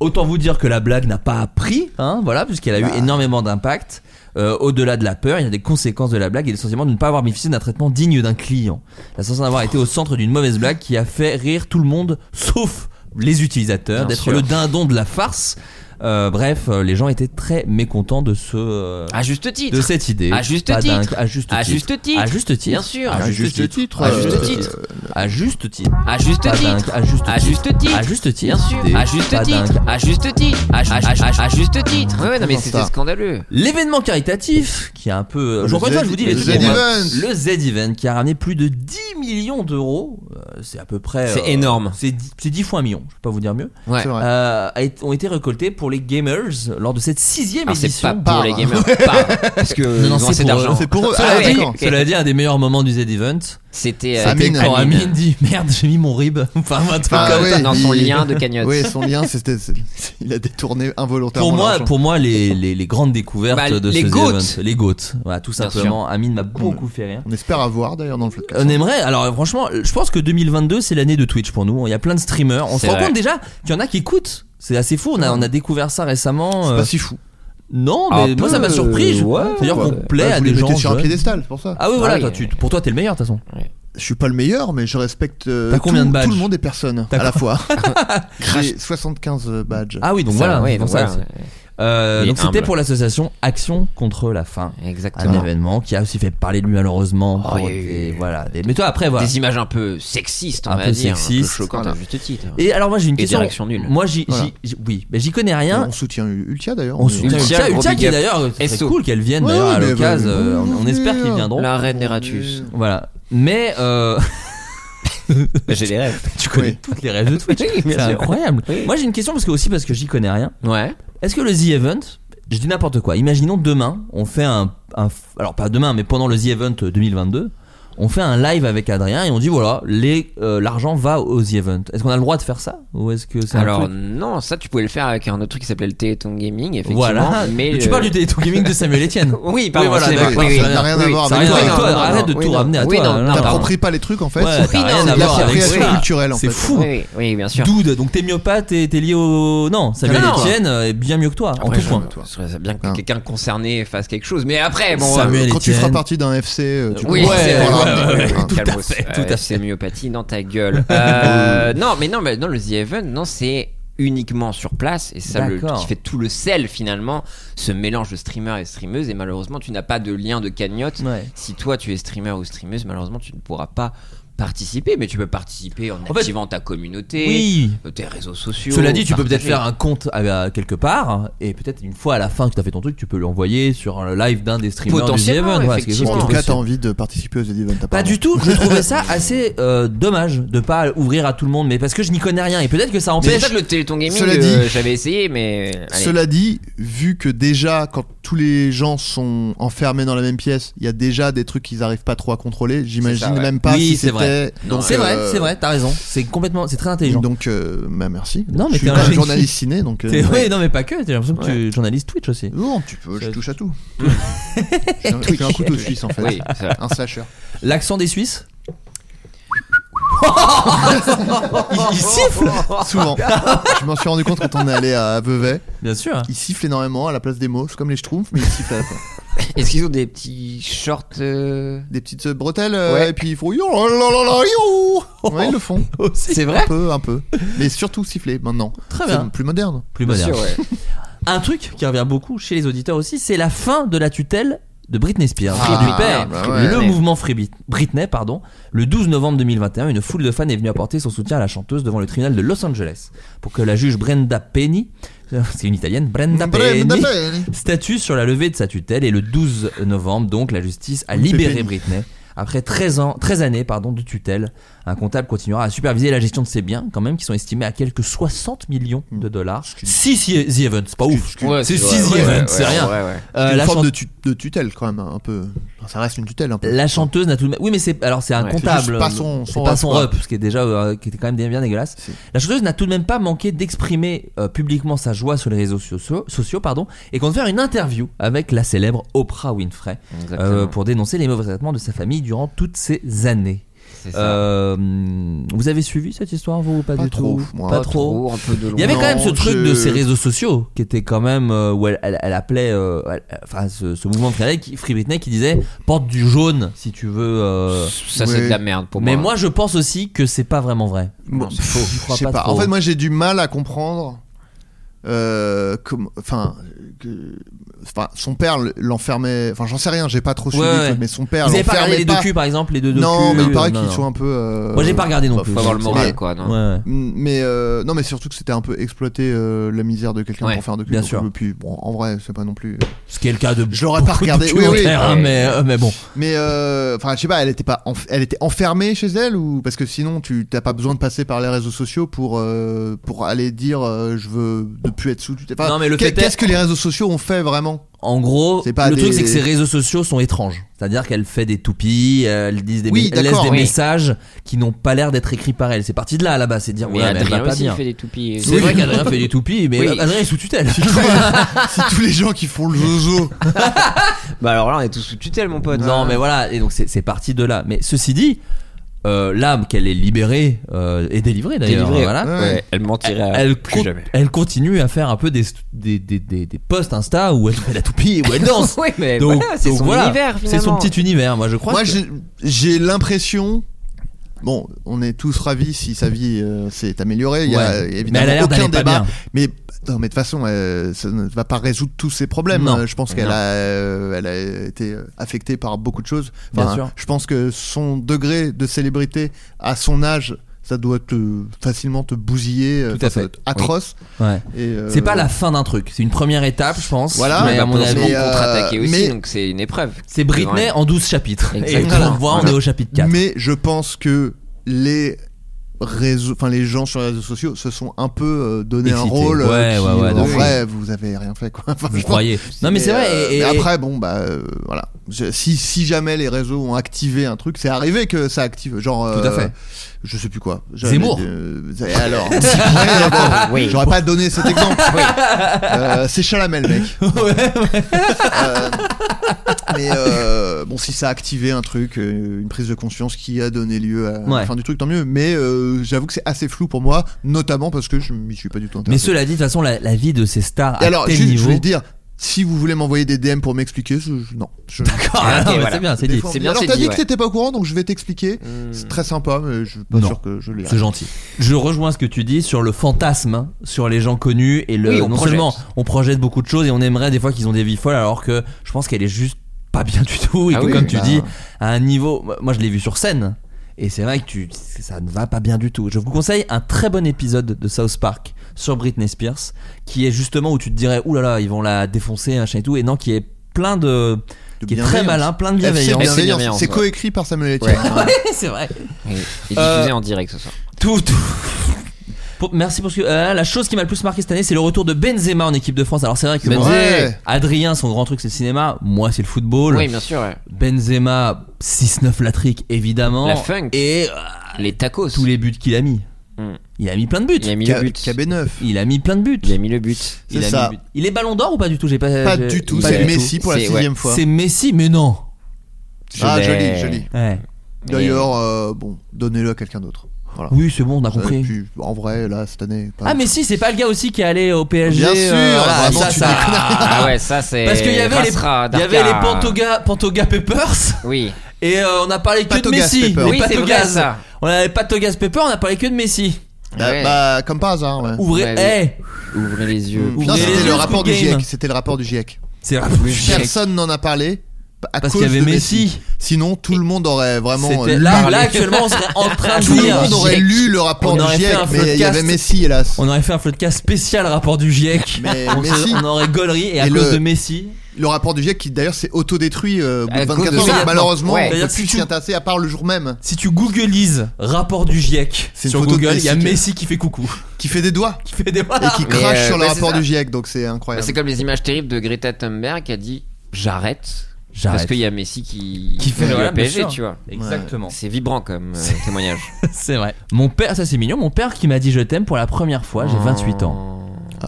Autant vous dire que la blague n'a pas appris, hein, voilà, puisqu'elle a
Bah.
eu énormément d'impact. Euh, Au-delà de la peur, il y a des conséquences de la blague et le sentiment de ne pas avoir bénéficié d'un traitement digne d'un client. La sensation d'avoir été au centre d'une mauvaise blague qui a fait rire tout le monde, sauf les utilisateurs,
Bien
d'être
sûr.
le dindon de la farce. Euh, bref, euh, les gens étaient très mécontents de ce. euh,
À juste titre.
de cette idée.
À juste
Pas
titre.
dingue, À juste titre.
À juste titre.
À juste titre.
Bien sûr.
À
À
juste
juste
titre.
titre,
À
euh,
juste
euh,
titre. À juste titre.
À juste
Pas
titre.
dingue, À juste
À juste titre.
À juste titre.
Bien sûr.
Des-
À juste
pas
titre.
dingue.
À juste titre. À, ju- à ju- à ju- à juste titre. Ouais, ouais, non, mais
Comment
c'était
ça
scandaleux.
L'événement caritatif qui est un peu. euh,
Le
Je encore une
Z-
fois, je vous dis les
le
trucs qu'on voit.
Z-Event.
Le Z-Event qui a ramené plus de 10 millions d'euros. euh, c'est à peu près.
C'est
euh,
énorme.
C'est 10, c'est 10 fois un million, je peux pas vous dire mieux.
Ouais.
C'est vrai.
Euh, a été- ont été récoltés pour les gamers lors de cette sixième
Alors, Ah, c'est
édition.
pas pour les
Par-
gamers. Pas. Parce que
non,
ils ont
c'est
assez
pour eux.
d'argent.
C'est pour eux.
Cela
Ah,
dit- euh,
d'accord.
Cela dit, un des meilleurs moments du Z-Event,
C'était euh,
c'était
Amine.
quand
Amine.
Amine dit Merde, j'ai mis mon rib. enfin, un truc
Ah,
comme
ouais,
ça.
dans son
il-
lien de cagnotte.
Oui, son lien, c'était. c'est- Il a détourné involontairement.
pour moi,
l'argent.
pour moi, les, les, les grandes découvertes
Bah,
de
les
ce The
goats.
Event, les goats, voilà, tout
Bien
simplement. Amine m'a beaucoup fait rire.
On espère avoir d'ailleurs dans le flot.
On aimerait, alors franchement, je pense que 2022 c'est l'année de Twitch pour nous. Il y a plein de streamers. On se
C'est
rend
vrai.
compte déjà qu'il y en a qui écoutent. C'est assez fou. On a, on a découvert ça récemment.
C'est
euh,
pas si fou.
non, mais
Un
moi ça
peu,
m'a surpris. Je-
ouais,
C'est-à-dire qu'on plaît
Bah,
à
vous
des
les
gens.
mettez sur un
jeunes.
piédestal, c'est pour ça.
Ah oui, voilà.
oui,
toi, tu- pour toi t'es le meilleur de toute façon.
Je suis pas le meilleur, mais je respecte euh,
T'as
tout,
combien de badges
tout le monde et personne
T'as
à la fois. J'ai 75 badges.
Ah oui, donc
Ça,
voilà.
ouais,
c'est pour
donc
ça.
voilà.
Euh,
Il est
donc c'était
humble.
pour l'association Action contre la faim. Un
Exactement.
événement qui a aussi fait parler de lui malheureusement.
Oh,
pour
il y a eu-
des- voilà. des- Mais toi après voilà.
Des images un peu sexistes, on
Un
va
peu
dire, un peu
sexistes.
choquantes
Voilà.
à juste titre.
Et alors moi j'ai une
Et
question.
direction nulle.
Moi j'y,
Voilà.
j'y- j'y- oui, mais j'y connais rien.
On soutient Ultia d'ailleurs.
On
mais-
soutient
Ultia,
Ultia,
gros
Ultia
big
qui
up.
d'ailleurs, c'est
SO.
cool qu'elle vienne
Ouais,
d'ailleurs à
mais
l'occasion.
bah,
euh, on, on espère qu'ils
venir.
viendront.
La reine des ratus.
Voilà. Mais euh,
Bah, J'ai des rêves.
tu connais
Oui.
toutes les règles de Twitch.
Oui, bien
c'est
sûr.
incroyable.
Oui.
Moi j'ai une question parce que aussi parce que j'y connais rien.
Ouais.
Est-ce que le The Event, je dis n'importe quoi. Imaginons demain, on fait un, un- alors pas demain, mais pendant le The Event euh, 2022. On fait un live avec Adrien et on dit voilà, les, euh, l'argent va au The Event. Est-ce qu'on a le droit de faire ça Ou est-ce que c'est un
Alors
truc-
non, ça tu pouvais le faire avec un autre truc qui s'appelait le Téléthon Gaming, effectivement.
Voilà.
Mais
tu
euh,
parles du Téléthon Gaming de Samuel Etienne.
Oui,
Oui,
pardon.
voilà,
c'est
d'accord,
vrai,
ça
oui, oui.
n'a rien à
Oui,
voir
ça
avec
n'a
toi.
rien à
Toi,
voir,
arrête
non,
de
non,
tout
oui,
ramener à
non, oui,
toi,
non,
là,
non,
là,
pardon.
T'appropries pas les trucs en fait.
Ouais, t'as rien à
de
voir avec
l'appropriation
ça.
culturelle en
C'est
fait.
fou.
Oui, oui, bien sûr.
Dude, donc t'es myopathe et t'es lié au. Non, Samuel
Non, non.
Etienne euh, est bien mieux que toi, en
Après,
tout
Ah je-
point.
je serais bien que
Hein.
quelqu'un concerné fasse quelque chose. Mais après, bon. euh,
Samuel
Quand tu
Etienne.
feras partie d'un FC, euh, tu
Oui,
pourras-
c'est
tu
vrai,
pourras
ouais,
ramener-
ouais, ouais,
Hein.
tout à
calmos.
fait, tout
Euh,
à fait.
C'est myopathie dans ta gueule. Euh, non, mais non, mais non, le The Event, non, c'est uniquement sur place et c'est ça le,
D'accord.
qui fait tout le sel finalement, ce mélange de streamers et streameuses et malheureusement tu n'as pas de lien de cagnotte.
Ouais.
Si toi tu es streamer ou streameuse, malheureusement tu ne pourras pas participer, mais tu peux participer en,
fait-
activant ta communauté, euh,
Oui.
tes réseaux sociaux.
Cela dit, tu peux peut-être
partager.
faire un compte à, à quelque part et peut-être une fois à la fin que t'as fait ton truc, tu peux l'envoyer sur le live d'un des streamers du The
Potentiellement,
Event. Voilà, c'est quelque chose
En
qui
tout
est
cas,
effectivement.
t'as
possible.
envie de participer aux events.
Pas
apparemment.
du tout. Je trouvais ça assez euh, dommage de pas ouvrir à tout le monde, mais parce que je n'y connais rien et peut-être que ça
C'est
empêche.
ça que le Téléthon Gaming,
Cela
euh,
dit-
j'avais essayé, mais. allez.
Cela dit, vu que déjà, quand tous les gens sont enfermés dans la même pièce, il y a déjà des trucs qu'ils arrivent pas trop à contrôler.
C'est ça,
J'imagine
ouais.
même pas
Oui,
si
c'est vrai.
c'était.
Non,
donc,
C'est vrai,
euh,
c'est vrai. T'as raison. C'est complètement, c'est très intelligent.
Donc, euh, bah, merci.
Non, mais
je suis
t'es un
pas
génie.
journaliste ciné, donc. euh,
T'es-
ouais.
ouais, non, mais pas que. T'as l'impression que tu es journaliste Twitch aussi.
Non, tu peux, je
Ça-
touche à tout. je suis un- je suis un couteau suisse en fait.
Oui, c'est vrai.
Un slasher.
L'accent des Suisses il, il siffle
Souvent. je m'en suis rendu compte quand on est allé à Vevey.
Bien sûr. hein.
Ils sifflent énormément à la place des mots. C'est comme les schtroumpfs, mais ils sifflent à la fin.
Est-ce qu'ils ont des petits shorts euh,
Des petites euh, bretelles, euh,
Ouais.
et puis ils font yo la, la, la, la, yo. Ouais, ils le font.
C'est vrai
Un peu, un peu. Mais surtout siffler maintenant.
Oh, Très bien.
C'est plus moderne.
Plus
Bien
moderne.
sûr, ouais.
Un truc qui revient beaucoup chez les auditeurs aussi, c'est la fin de la tutelle de Britney Spears,
Ah,
du père,
bah ouais.
le
Britney.
mouvement Free Brit- Britney, pardon. Le 12 novembre 2021, une foule de fans est venue apporter son soutien à la chanteuse devant le tribunal de Los Angeles pour que la juge Brenda Penny, euh, c'est une italienne, Brenda, Penny,
Brenda Penny.
statue sur la levée de sa tutelle et le 12 novembre donc la justice a
Une
libéré
pépine.
Britney après 13 ans 13 années pardon de tutelle un comptable continuera à superviser la gestion de ses biens quand même qui sont estimés à quelques 60 millions de dollars 6 The Event c'est pas ouf
Ouais,
c'est 6
vrai,
The
ouais,
Event
ouais,
c'est
ouais,
rien
ouais, ouais.
Euh,
une
la,
forme
chan-
de, tu- de tutelle quand même un peu. Enfin, ça reste une tutelle un peu.
la chanteuse n'a tout de même oui mais c'est alors c'est un
Ouais, c'est
comptable euh,
juste pas son-
c'est
son
pas
rep,
son
quoi.
rep, ce qui est déjà euh, qui était quand même bien, bien dégueulasse
Si.
la chanteuse n'a tout de même pas manqué d'exprimer euh, publiquement sa joie sur les réseaux sociaux, sociaux pardon et compte faire une interview avec la célèbre Oprah Winfrey
Exactement.
euh, pour dénoncer les mauvais traitements de sa famille durant toutes ces années.
C'est ça.
Euh, vous avez suivi cette histoire, vous ou pas,
Pas
du
trop,
tout
moi.
Pas,
Pas
trop.
Trop, un peu de loin.
Il y avait quand même ce
Non,
truc
je-
de ses réseaux sociaux qui était quand même euh, où elle, elle- elle appelait, euh, elle- elle- enfin ce, ce mouvement de Free, Britney qui, Free Britney qui disait porte du jaune si tu veux. euh.
Ça, c'est
Ouais.
de la merde pour
Mais
moi.
moi je pense aussi que c'est pas vraiment vrai.
Bon,
c'est faux. J'y
Je
crois
sais
pas
pas.
trop.
En fait, moi, j'ai du mal à comprendre. euh, comme- Enfin, que- enfin, son père l'enfermait. Enfin, j'en sais rien. J'ai pas trop suivi,
Ouais,
le truc,
ouais.
mais son père.
Vous avez pas regardé
l'enfermait
les docus par exemple, les deux docus
Non, mais il
euh,
paraît
non,
qu'ils
non.
sont un peu. euh,
Moi j'ai pas regardé non
bah,
plus.
faut avoir le moral, quoi.
Ouais,
Non.
ouais.
Mm, Mais euh, non, mais surtout que c'était un peu exploiter euh, la misère de quelqu'un
Ouais,
pour faire un docu.
bien
donc,
sûr.
et puis, bon, en vrai, c'est pas non plus. euh,
Ce qui est le cas de.
Je l'aurais pas
beaucoup de
regardé, oui, oui.
documentaires, hein,
Ouais.
mais euh, mais bon.
Mais euh, enfin, je sais pas. Elle était pas. enf- Elle était enfermée chez elle ou parce que sinon, tu t'as pas besoin de passer par les réseaux sociaux pour euh, pour aller dire euh, je veux ne plus être sous. tutelle. Enfin,
Non, mais le
qu'est-
fait est-
qu'est-ce que les réseaux sociaux ont fait vraiment
En gros,
C'est pas
le
des-
truc c'est que ses réseaux sociaux sont étranges. C'est-à-dire qu'elle fait des toupies, euh, elle, disent des
Oui,
elle laisse
d'accord,
des
oui.
messages qui n'ont pas l'air d'être écrits par elle. C'est parti de là là-bas, c'est de dire
Mais
ouais, mais elle va
Adrien
pas
aussi il
bien.
fait des toupies.
C'est vrai qu'Adrien fait des toupies, mais
Oui.
Adrien est sous tutelle.
si tous les gens qui font le zozo.
Bah alors là, on est tous sous tutelle, mon pote.
non, mais voilà, et donc c'est c'est parti de là. Mais ceci dit, euh, l'âme qu'elle est libérée euh, et délivrée d'ailleurs,
Délivrée.
voilà,
Ouais.
Ouais, elle
Elle,
mentirait. à-
elle
plus
con-
jamais.
elle continue à faire un peu des, des, des, des, des posts Insta où elle fait la toupie, où elle danse.
Oui, mais
Donc-
voilà, c'est
donc
son
voilà,
univers
C'est son
finalement.
petit univers, moi je crois.
Moi,
que-
j'ai- j'ai l'impression. Bon, on est tous ravis si sa vie euh, s'est améliorée. Il y a
Ouais. mais
évidemment
elle a l'air
aucun
d'aller pas
débat.
bien.
Mais non, mais de toute façon, euh, ça ne va pas résoudre tous ses problèmes.
Non.
Euh, Je pense qu'elle
Non.
a, euh, elle a été affectée par beaucoup de choses.
Bien sûr.
Je pense que son degré de célébrité à son âge, ça doit te facilement te bousiller. euh,
Tout à
ça
fait.
doit être Atroce.
Ouais.
Et, euh,
C'est pas la fin d'un truc, c'est une première étape, je pense.
Voilà.
mais à mon
On a
avis,
Mais, euh,
contre-attaqué aussi,
mais-
donc c'est une épreuve.
c'est Britney
Ouais.
en 12 chapitres.
Exactement.
Et là, on voit, on
Voilà.
est au chapitre 4.
Mais je pense que les réseaux, enfin les gens sur les réseaux sociaux se sont un peu euh, donné un
Excités.
rôle. euh,
Ouais,
qui,
ouais, ouais,
en
de
vrai, vous avez rien fait quoi. Enfin,
Vous
je pense-
croyez Non, mais, c'est vrai.
euh,
et-
mais
et-
après, bon, bah euh, voilà. Je- si, si jamais les réseaux ont activé un truc, c'est arrivé que ça active. Genre.
Tout à
euh,
fait.
Je sais plus quoi.
Zemmour.
Euh, et alors. Ouais, d'accord.
Oui.
J'aurais pas donné cet exemple. Euh, c'est Chalamel, mec. Euh, mais euh, bon, si ça a activé un truc, euh, une prise de conscience qui a donné lieu à
Ouais.
la fin du truc, tant mieux. Mais euh, j'avoue que c'est assez flou pour moi, notamment parce que je m'y suis pas du tout
Mais
intéressé.
cela dit, de toute façon, la, la vie de ces stars
Et
à
alors,
tel
juste, je
niveau.
voulais dire, si vous voulez m'envoyer des DM pour m'expliquer, je- je- non. Je-
Ah,
Ah,
non,
ok,
mais
voilà.
C'est bien, c'est
des
dit. Hmm.
fois, on me
c'est
dit,
bien,
Alors,
c'est
t'as
dit,
dit que
ouais.
t'étais pas au courant, donc je vais t'expliquer. C'est très sympa, mais je suis pas
Non.
sûr que je l'ai.
C'est gentil. Je rejoins ce que tu dis sur le fantasme hein, sur les gens connus et le
Oui, on
non
projette.
seulement on projette beaucoup de choses et on aimerait des fois qu'ils ont des vies folles alors que je pense qu'elle est juste pas bien du tout et
Ah
que
oui,
comme tu
bah.
dis à un niveau moi je l'ai vu sur scène et c'est vrai que tu ça ne va pas bien du tout. Je vous conseille un très bon épisode de South Park sur Britney Spears qui est justement où tu te dirais oulala là là, ils vont la défoncer machin et tout et non qui est plein de,
De
qui est très
bienveillance.
malin, plein de
FC
bienveillance.
Bienveillance,
bienveillance,
C'est
ouais.
coécrit par Samuel Etienne.
c'est vrai.
Et, et
Euh,
diffusé en direct ce soir.
Tout, tout. Pour- merci pour ce que. euh, la chose qui m'a le plus marqué cette année, c'est le retour de Benzema en équipe de France. Alors c'est vrai que
Benzé. Ouais.
Adrien, son grand truc c'est le cinéma. Moi, c'est le football.
Oui, bien sûr. ouais.
Benzema, 6-9 la trique, évidemment.
La funk.
Et euh,
Les tacos.
tous les buts qu'il a mis.
Mm.
Il a mis plein de buts.
Il a mis le but.
KB9.
Il a mis plein de buts.
Il a mis le but.
Il a
C'est
mis
ça.
le but. Il est ballon d'or ou pas du tout J'ai pas.
Pas
j'ai-
du tout,
pas
c'est
du
Messi pour la
C'est-
sixième
ouais.
tout.
fois.
C'est Messi, mais non.
Je
Ah,
l'ai.
joli, joli.
Ouais.
Mais-
D'ailleurs, euh, bon, donnez-le à quelqu'un d'autre. Voilà. Euh,
Oui, c'est bon, on a
Et
compris.
puis, en vrai, là, cette année. pas-
Ah, Messi, c'est pas le gars aussi qui est allé au PSG.
Bien sûr,
euh, voilà,
vraiment,
ça,
tu
ça-
déconnes.
Ah ouais, ça c'est.
Parce qu'il y avait les,
Rassera,
il y avait les
Darka.
Pantoga, Pantoga Peppers
Oui.
et euh, on a parlé que
Patogas
de Messi.
Peppers.
Les
Oui, c'est
Patogas.
vrai, ça.
On avait Patogas Peppers, on a parlé que de Messi.
Ah,
Ouais.
Bah, comme par hasard, ouais.
Ouvrez,
Ouais,
hey,
Ouvrez les yeux.
Ouvrez
Non,
les
c'était
yeux,
le
Squid
rapport du
Game.
GIEC. C'était le rapport du E GIEC.
c'est
Personne n'en a parlé. Bah, À
Parce
cause
qu'il y avait
de
Messi.
Sinon, tout le monde aurait vraiment.
C'était-
euh,
là,
parlé.
là, actuellement, on serait en train de
tout le
lire.
monde aurait lu le rapport
On
du
aurait fait
GIEC,
un
mais il y
podcast.
avait Messi, hélas.
On aurait fait un podcast spécial rapport du GIEC.
Mais
on, se-
Messi,
on aurait gaulerie et à
Et
cause
le-
de Messi.
le rapport du GIEC qui d'ailleurs s'est autodétruit euh, au bout
À
de
cause
24
de
heures,
ça.
donc malheureusement,
Ouais.
on peut
C'est-à-dire
plus
que tu-
s'y intéresser à part le jour même,
Si tu googlises rapport du GIEC
C'est une
sur
photo de
Google, il y a
Messi qui-
Messi qui fait coucou.
qui fait des doigts
Qui fait des
et qui
Mais,
crache
euh,
sur le
bah, c'est
rapport
ça.
du GIEC, donc c'est
Bah,
incroyable.
C'est comme les images terribles de Greta Thunberg qui a dit J'arrête. Parce
J'arrête.
qu'il y a Messi qui,
Qui fait
le
le
PSG,
bien sûr.
tu vois.
Exactement.
C'est vibrant comme euh, témoignage.
C'est vrai. Mon père, ça c'est mignon, mon père qui m'a dit je t'aime pour la première fois, j'ai 28 ans.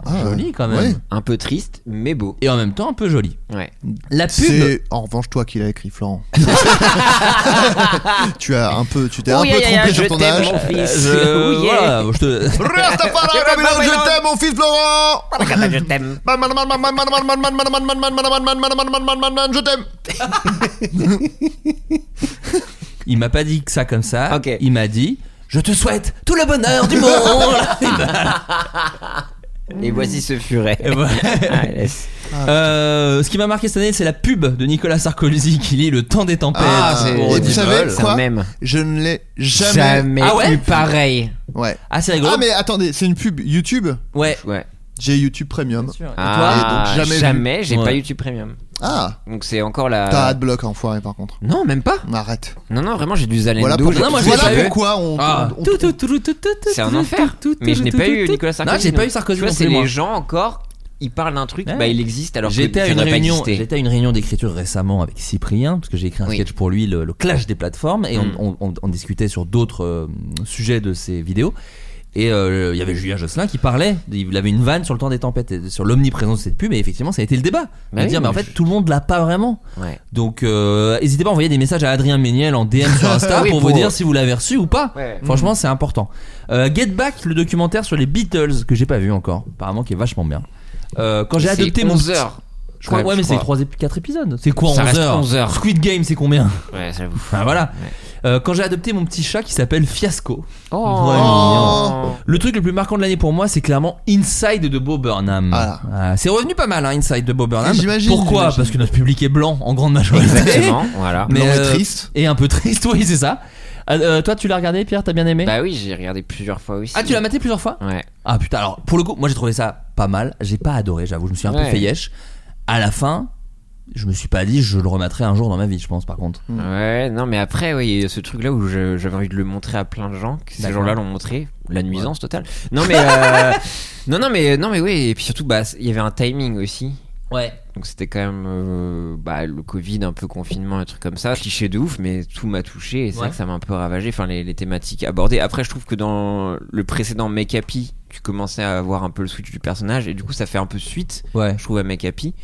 Ah,
joli quand même.
ouais.
Un peu triste, mais beau.
Et en même temps un peu joli.
Ouais.
La pub.
C'est en revanche toi qui l'as écrit, Florent. tu as un peu, tu t'es un
Oui,
peu
oui, oui,
trompé
je
sur ton
t'aime,
âge.
mon fils.
Je-
Oui,
voilà,
yeah.
je te-
Rastafari, comme il a dit, je t'aime, mon fils Florent.
Je t'aime.
Je t'aime.
Il m'a pas dit que ça comme ça.
Ok.
Il m'a dit Je te souhaite tout le bonheur du monde.
Et voici ce furet.
Et voilà.
Ah, laisse.
Euh, ce qui m'a marqué cette année, c'est la pub de Nicolas Sarkozy qui lit Le temps des tempêtes.
Ah,
c'est-
pour
et
Audible.
vous savez
C'est
quoi
un mème.
Je ne l'ai jamais.
Jamais
Ah ouais
plus pareil.
Ouais.
Ah, c'est rigolo.
Ah mais attendez, c'est une pub YouTube.
Ouais.
Ouais.
J'ai YouTube Premium.
Ah,
Et donc, jamais vu.
jamais, j'ai
Ouais.
pas YouTube Premium.
Ah,
Donc c'est encore la.
Euh.
t'as Adblock enfoiré par contre.
Non, même pas.
Arrête.
Non, non, vraiment, j'ai du Zalendo.
Voilà, pour-
j'ai-
Non, moi, je l'ai
voilà
pas eu.
pourquoi on.
Ah.
on-
Tout, tout, tout, tout, tout, tout,
C'est un
tout,
enfer.
tout, tout,
Mais je n'ai
tout,
pas
tout,
eu
tout.
Nicolas Sarkozy.
Non, j'ai pas eu
donc-
Sarkozy.
Tu vois,
non
c'est
plus, moi.
les gens encore, ils parlent d'un truc,
Ouais.
bah il existe alors que
J'étais à
ça
une
n'a pas
réunion,
existé.
j'étais à une réunion d'écriture récemment avec Cyprien parce que j'ai écrit un
Oui.
sketch pour lui, le, le clash des plateformes, et on-
Mm.
on, on- on discutait sur d'autres euh, sujets de ses vidéos. Et euh, il y avait Julien Josselin qui parlait, il avait une vanne sur le temps des tempêtes, et sur l'omniprésence de cette pub, et effectivement ça a été le débat. de
Bah oui,
dire, mais en
mais
fait tout le monde l'a pas vraiment.
Ouais.
Donc euh, n'hésitez pas à envoyer des messages à Adrien Méniel en DM sur Insta
Oui,
pour, vous
pour-
dire si vous l'avez reçu ou pas.
Ouais.
Franchement c'est important. Euh, Get Back, le documentaire sur les Beatles que j'ai pas vu encore, apparemment qui est vachement bien. Euh, quand j'ai
C'est
adopté mon
11 heures.
je crois,
Ouais,
ouais,
je
mais c'est
crois.
3 4 épisodes. C'est quoi 11
Ça reste
heures
11 heures.
Squid Game, c'est combien
Ouais, j'avoue.
Enfin voilà.
Ouais.
Euh, quand j'ai adopté mon petit chat qui s'appelle Fiasco,
Oh.
le truc le plus marquant de l'année pour moi, c'est clairement Inside de Bob Burnham.
Ah.
Ah, c'est revenu pas mal, hein, Inside de Bob Burnham.
J'imagine,
Pourquoi
j'imagine.
Parce que notre public est blanc en grande majorité.
Exactement, voilà.
Mais,
Non, mais
euh,
triste.
Et un peu triste, oui, c'est ça. Ah, euh, toi, tu l'as regardé, Pierre T'as bien aimé
Bah oui, j'ai regardé plusieurs fois aussi.
Ah, tu l'as maté plusieurs fois
Ouais.
Ah putain, alors pour le coup, moi j'ai trouvé ça pas mal. J'ai pas adoré, j'avoue, je me suis un peu
Ouais.
fait yesh. À la fin, je me suis pas dit, je le remettrai un jour dans ma vie, je pense, par contre.
Ouais,
Hmm.
non, mais après, oui, il y a ce truc-là où je- j'avais envie de le montrer à plein de gens, que ces
D'accord.
gens-là l'ont montré, la nuisance totale. Non, mais. euh, non, non, mais, non, mais oui, et puis surtout, bah, il y avait un timing aussi.
Ouais.
Donc c'était quand même euh, bah, le Covid, un peu confinement, un truc comme ça. Cliché de ouf, mais tout m'a touché et c'est
Ouais.
vrai que ça m'a un peu ravagé, enfin les, les thématiques abordées. Après, je trouve que dans le précédent Make Happy, tu commençais à avoir un peu le switch du personnage et du coup ça fait un peu suite,
Ouais.
je trouve, à Make Happy.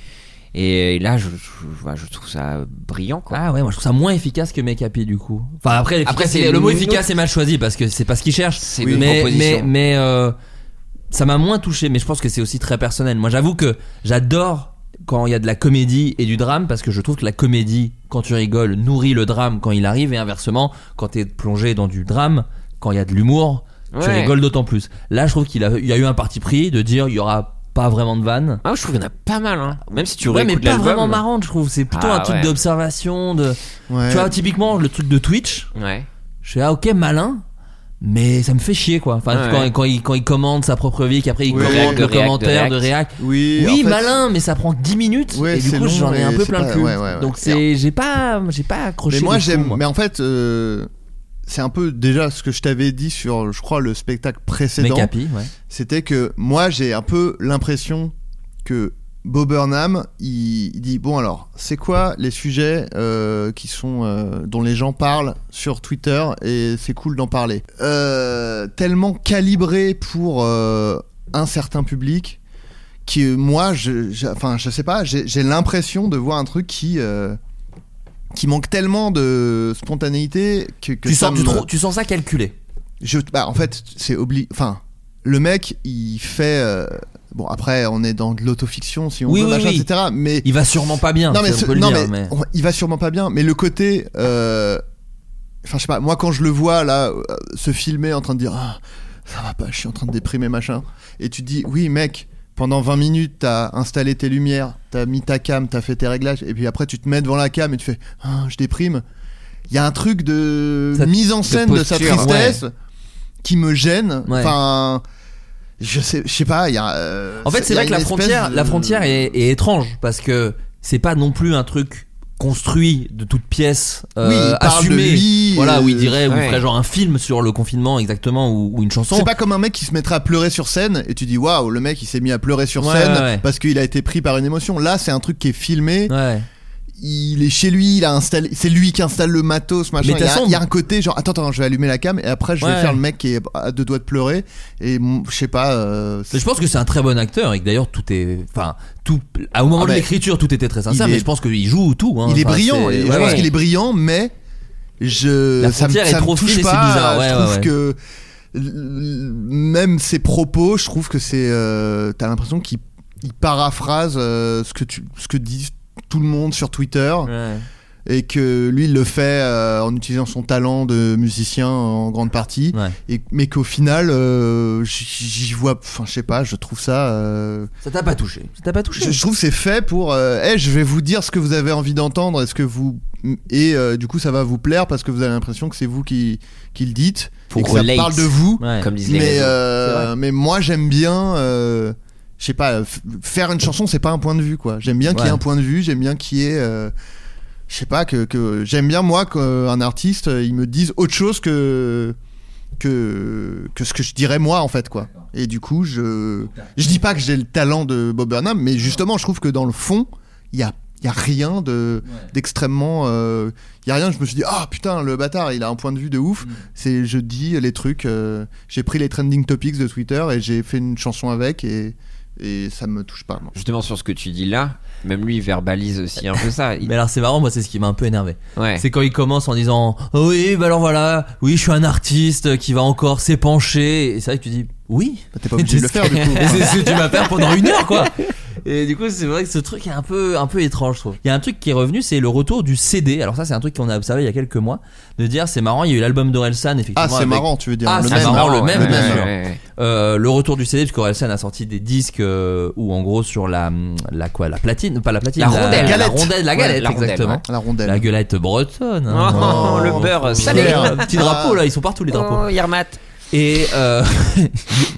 Et là, je, je, je- ouais, je trouve ça brillant quoi.
Ah ouais, moi je trouve ça moins efficace que Make Happy du coup. Enfin après,
Après,
efficace,
c'est
le mot
une
efficace
autre-
est mal choisi parce que c'est pas ce qu'ils cherchent.
C'est une
mais, mais
proposition.
mais euh, ça m'a moins touché, mais je pense que c'est aussi très personnel. Moi j'avoue que j'adore quand il y a de la comédie et du drame parce que je trouve que la comédie quand tu rigoles nourrit le drame quand il arrive et inversement quand t'es plongé dans du drame quand il y a de l'humour tu
Ouais.
rigoles d'autant plus. Là je trouve qu'il a- il y a eu un parti pris de dire il y aura pas vraiment de vanne.
Ah, je trouve qu'il y en a pas mal, hein. Même si tu
Ouais, mais
réécoutes
pas
l'album,
vraiment marrante, je trouve. C'est plutôt
Ah,
un truc
ouais.
d'observation. De...
Ouais.
Tu vois, typiquement, le truc de Twitch,
Ouais.
je suis ah, ok, malin, mais ça me fait chier, quoi. Enfin,
Ouais,
quand,
ouais.
quand il, quand il commande sa propre vie, qu'après il
Oui.
commente
Réact,
le
de réact,
commentaire
de
de React.
Oui,
Oui,
en fait,
malin, mais ça prend 10 minutes.
Ouais,
et du
c'est
coup,
long,
j'en ai un
mais
peu
c'est
plein le
pas-
cul.
ouais, ouais, ouais.
Donc, c'est, j'ai pas, j'ai pas accroché.
Mais moi
de fou,
j'aime. Mais en fait, euh, c'est un peu déjà ce que je t'avais dit sur, je crois, le spectacle
Mais
précédent.
Capi, ouais.
C'était que moi j'ai un peu l'impression que Bob Burnham, il, il dit bon alors, c'est quoi les sujets euh, qui sont euh, dont les gens parlent sur Twitter et c'est cool d'en parler. Euh, tellement calibré pour euh, un certain public que moi, je, je- enfin, je sais pas, j'ai j'ai l'impression de voir un truc qui euh, qui manque tellement de spontanéité que, que
Tu
ça
sens, tu,
me-
trou- tu sens ça calculé.
je, bah, en fait, c'est obli. Enfin, le mec, il fait. euh, bon, après, on est dans de l'autofiction, si on
Oui,
veut,
oui,
machin,
oui.
etc. Mais.
Il va sûrement pas bien.
non, mais,
ça, on
ce-
peut le
non,
dire,
mais
mais-
on- il va sûrement pas bien. Mais le côté. euh, Enfin, je sais pas, moi, quand je le vois, là, euh, se filmer en train de dire. Ah, ça va pas, je suis en train de déprimer, machin. Et tu te dis, oui, mec. Pendant 20 minutes, t'as installé tes lumières, t'as mis ta cam, t'as fait tes réglages, et puis après tu te mets devant la cam et tu fais Ah, je déprime. Il y a un truc de
Ça-
mise en scène de, sa
posture,
tristesse qui me gêne.
Ouais.
Enfin, je sais, je sais pas. Il y a. euh,
En fait, c'est
il y a
vrai que la
une espèce
frontière,
de-
la frontière est, est étrange parce que c'est pas non plus un truc construit de toute pièce euh,
Oui, il parle
assumé.
de lui,
voilà, où il
euh,
dirait, où il
ouais.
ferait genre un film sur le confinement exactement ou, ou une chanson.
C'est pas comme un mec qui se mettrait à pleurer sur scène et tu dis waouh, le il est chez lui, il a installé, c'est lui qui installe le matos, machin.
Mais
Il y,
t'as
a,
son-
il y a un côté genre attends, attends, je vais allumer la cam et après je
Ouais.
vais faire le mec qui est à deux doigts de pleurer et mon- je sais pas. euh,
Mais je pense que c'est un très bon acteur et que d'ailleurs tout est, enfin tout, à- au moment
Ah,
de
mais-
l'écriture tout était très sincère.
Il
mais
est-
je pense qu'il joue tout. hein.
il est
Enfin,
brillant,
c'est-
et
ouais,
je pense
ouais.
qu'il est brillant, mais je
La
ça me,
frontière est
ça me
trop
touche
fine et c'est
pas.
bizarre, ouais,
je
ouais,
trouve
ouais.
que l- même ses propos, je trouve que c'est, euh, t'as l'impression qu'il il paraphrase euh, ce que tu, ce que dit tout le monde sur Twitter
Ouais.
et que lui il le fait euh, en utilisant son talent de musicien en grande partie
Ouais.
et, mais qu'au final euh, j- j'y vois enfin je sais pas je trouve ça euh,
Ça t'a pas touché. Ça t'a pas touché.
je, je trouve que c'est fait pour euh, Eh, je vais vous dire ce que vous avez envie d'entendre est-ce que vous et euh, du coup ça va vous plaire parce que vous avez l'impression que c'est vous qui, qui le dites
Pour
et que ça
relate.
parle de vous
Ouais.
Comme disent les
mais
réseaux.
euh,
C'est vrai.
mais moi j'aime bien euh, je sais pas f- faire une chanson c'est pas un point de vue quoi j'aime bien qu'il y ait
Ouais.
un point de vue j'aime bien qu'il y ait euh, je sais pas que, que j'aime bien moi qu'un artiste euh, il me dise autre chose que que que ce que je dirais moi en fait quoi et du coup je je dis pas que j'ai le talent de Bob Burnham mais justement je trouve que dans le fond il y a il y a rien de d'extrêmement euh, il y a rien je me suis dit ah putain le bâtard il a un point de vue de ouf c'est je dis les trucs euh, j'ai pris les trending topics de Twitter et j'ai fait une chanson avec et et ça me touche pas moi.
Justement sur ce que tu dis là, même lui il verbalise aussi un peu ça. Il-
Mais alors c'est marrant, moi c'est ce qui m'a un peu énervé.
ouais.
C'est quand il commence en disant Oh oui, bah alors voilà, oui, je suis un artiste qui va encore s'épancher. Et c'est vrai que tu dis oui.
Bah, t'es pas obligé de le faire du coup
Et c'est ce que tu vas faire pendant une heure quoi. Et du coup, c'est vrai que ce truc est un peu, un peu étrange, je trouve. Il y a un truc qui est revenu, c'est le retour du CD. Alors ça, c'est un truc qu'on a observé il y a quelques mois, de dire c'est marrant. Il y a eu l'album d'Orelsan, effectivement.
ah c'est
avec-
marrant tu veux dire
Ah,
le
c'est
même
marrant, le
ouais,
même,
ouais,
bien
ouais,
sûr.
ouais, ouais.
Euh, le retour du CD, parce qu'Orelsan a sorti des disques euh, où en gros sur la, la quoi, la platine, pas la platine,
La rondelle.
la,
Galette.
rondelle, la
Ouais,
galette,
la rondelle,
exactement.
ouais.
hein, la rondelle
La gueulette bretonne. hein.
Oh,
Oh,
le beurre salé.
salaire.
Salaire. Petit drapeau là, ils sont partout les drapeaux.
Oh, Yermat.
Et euh,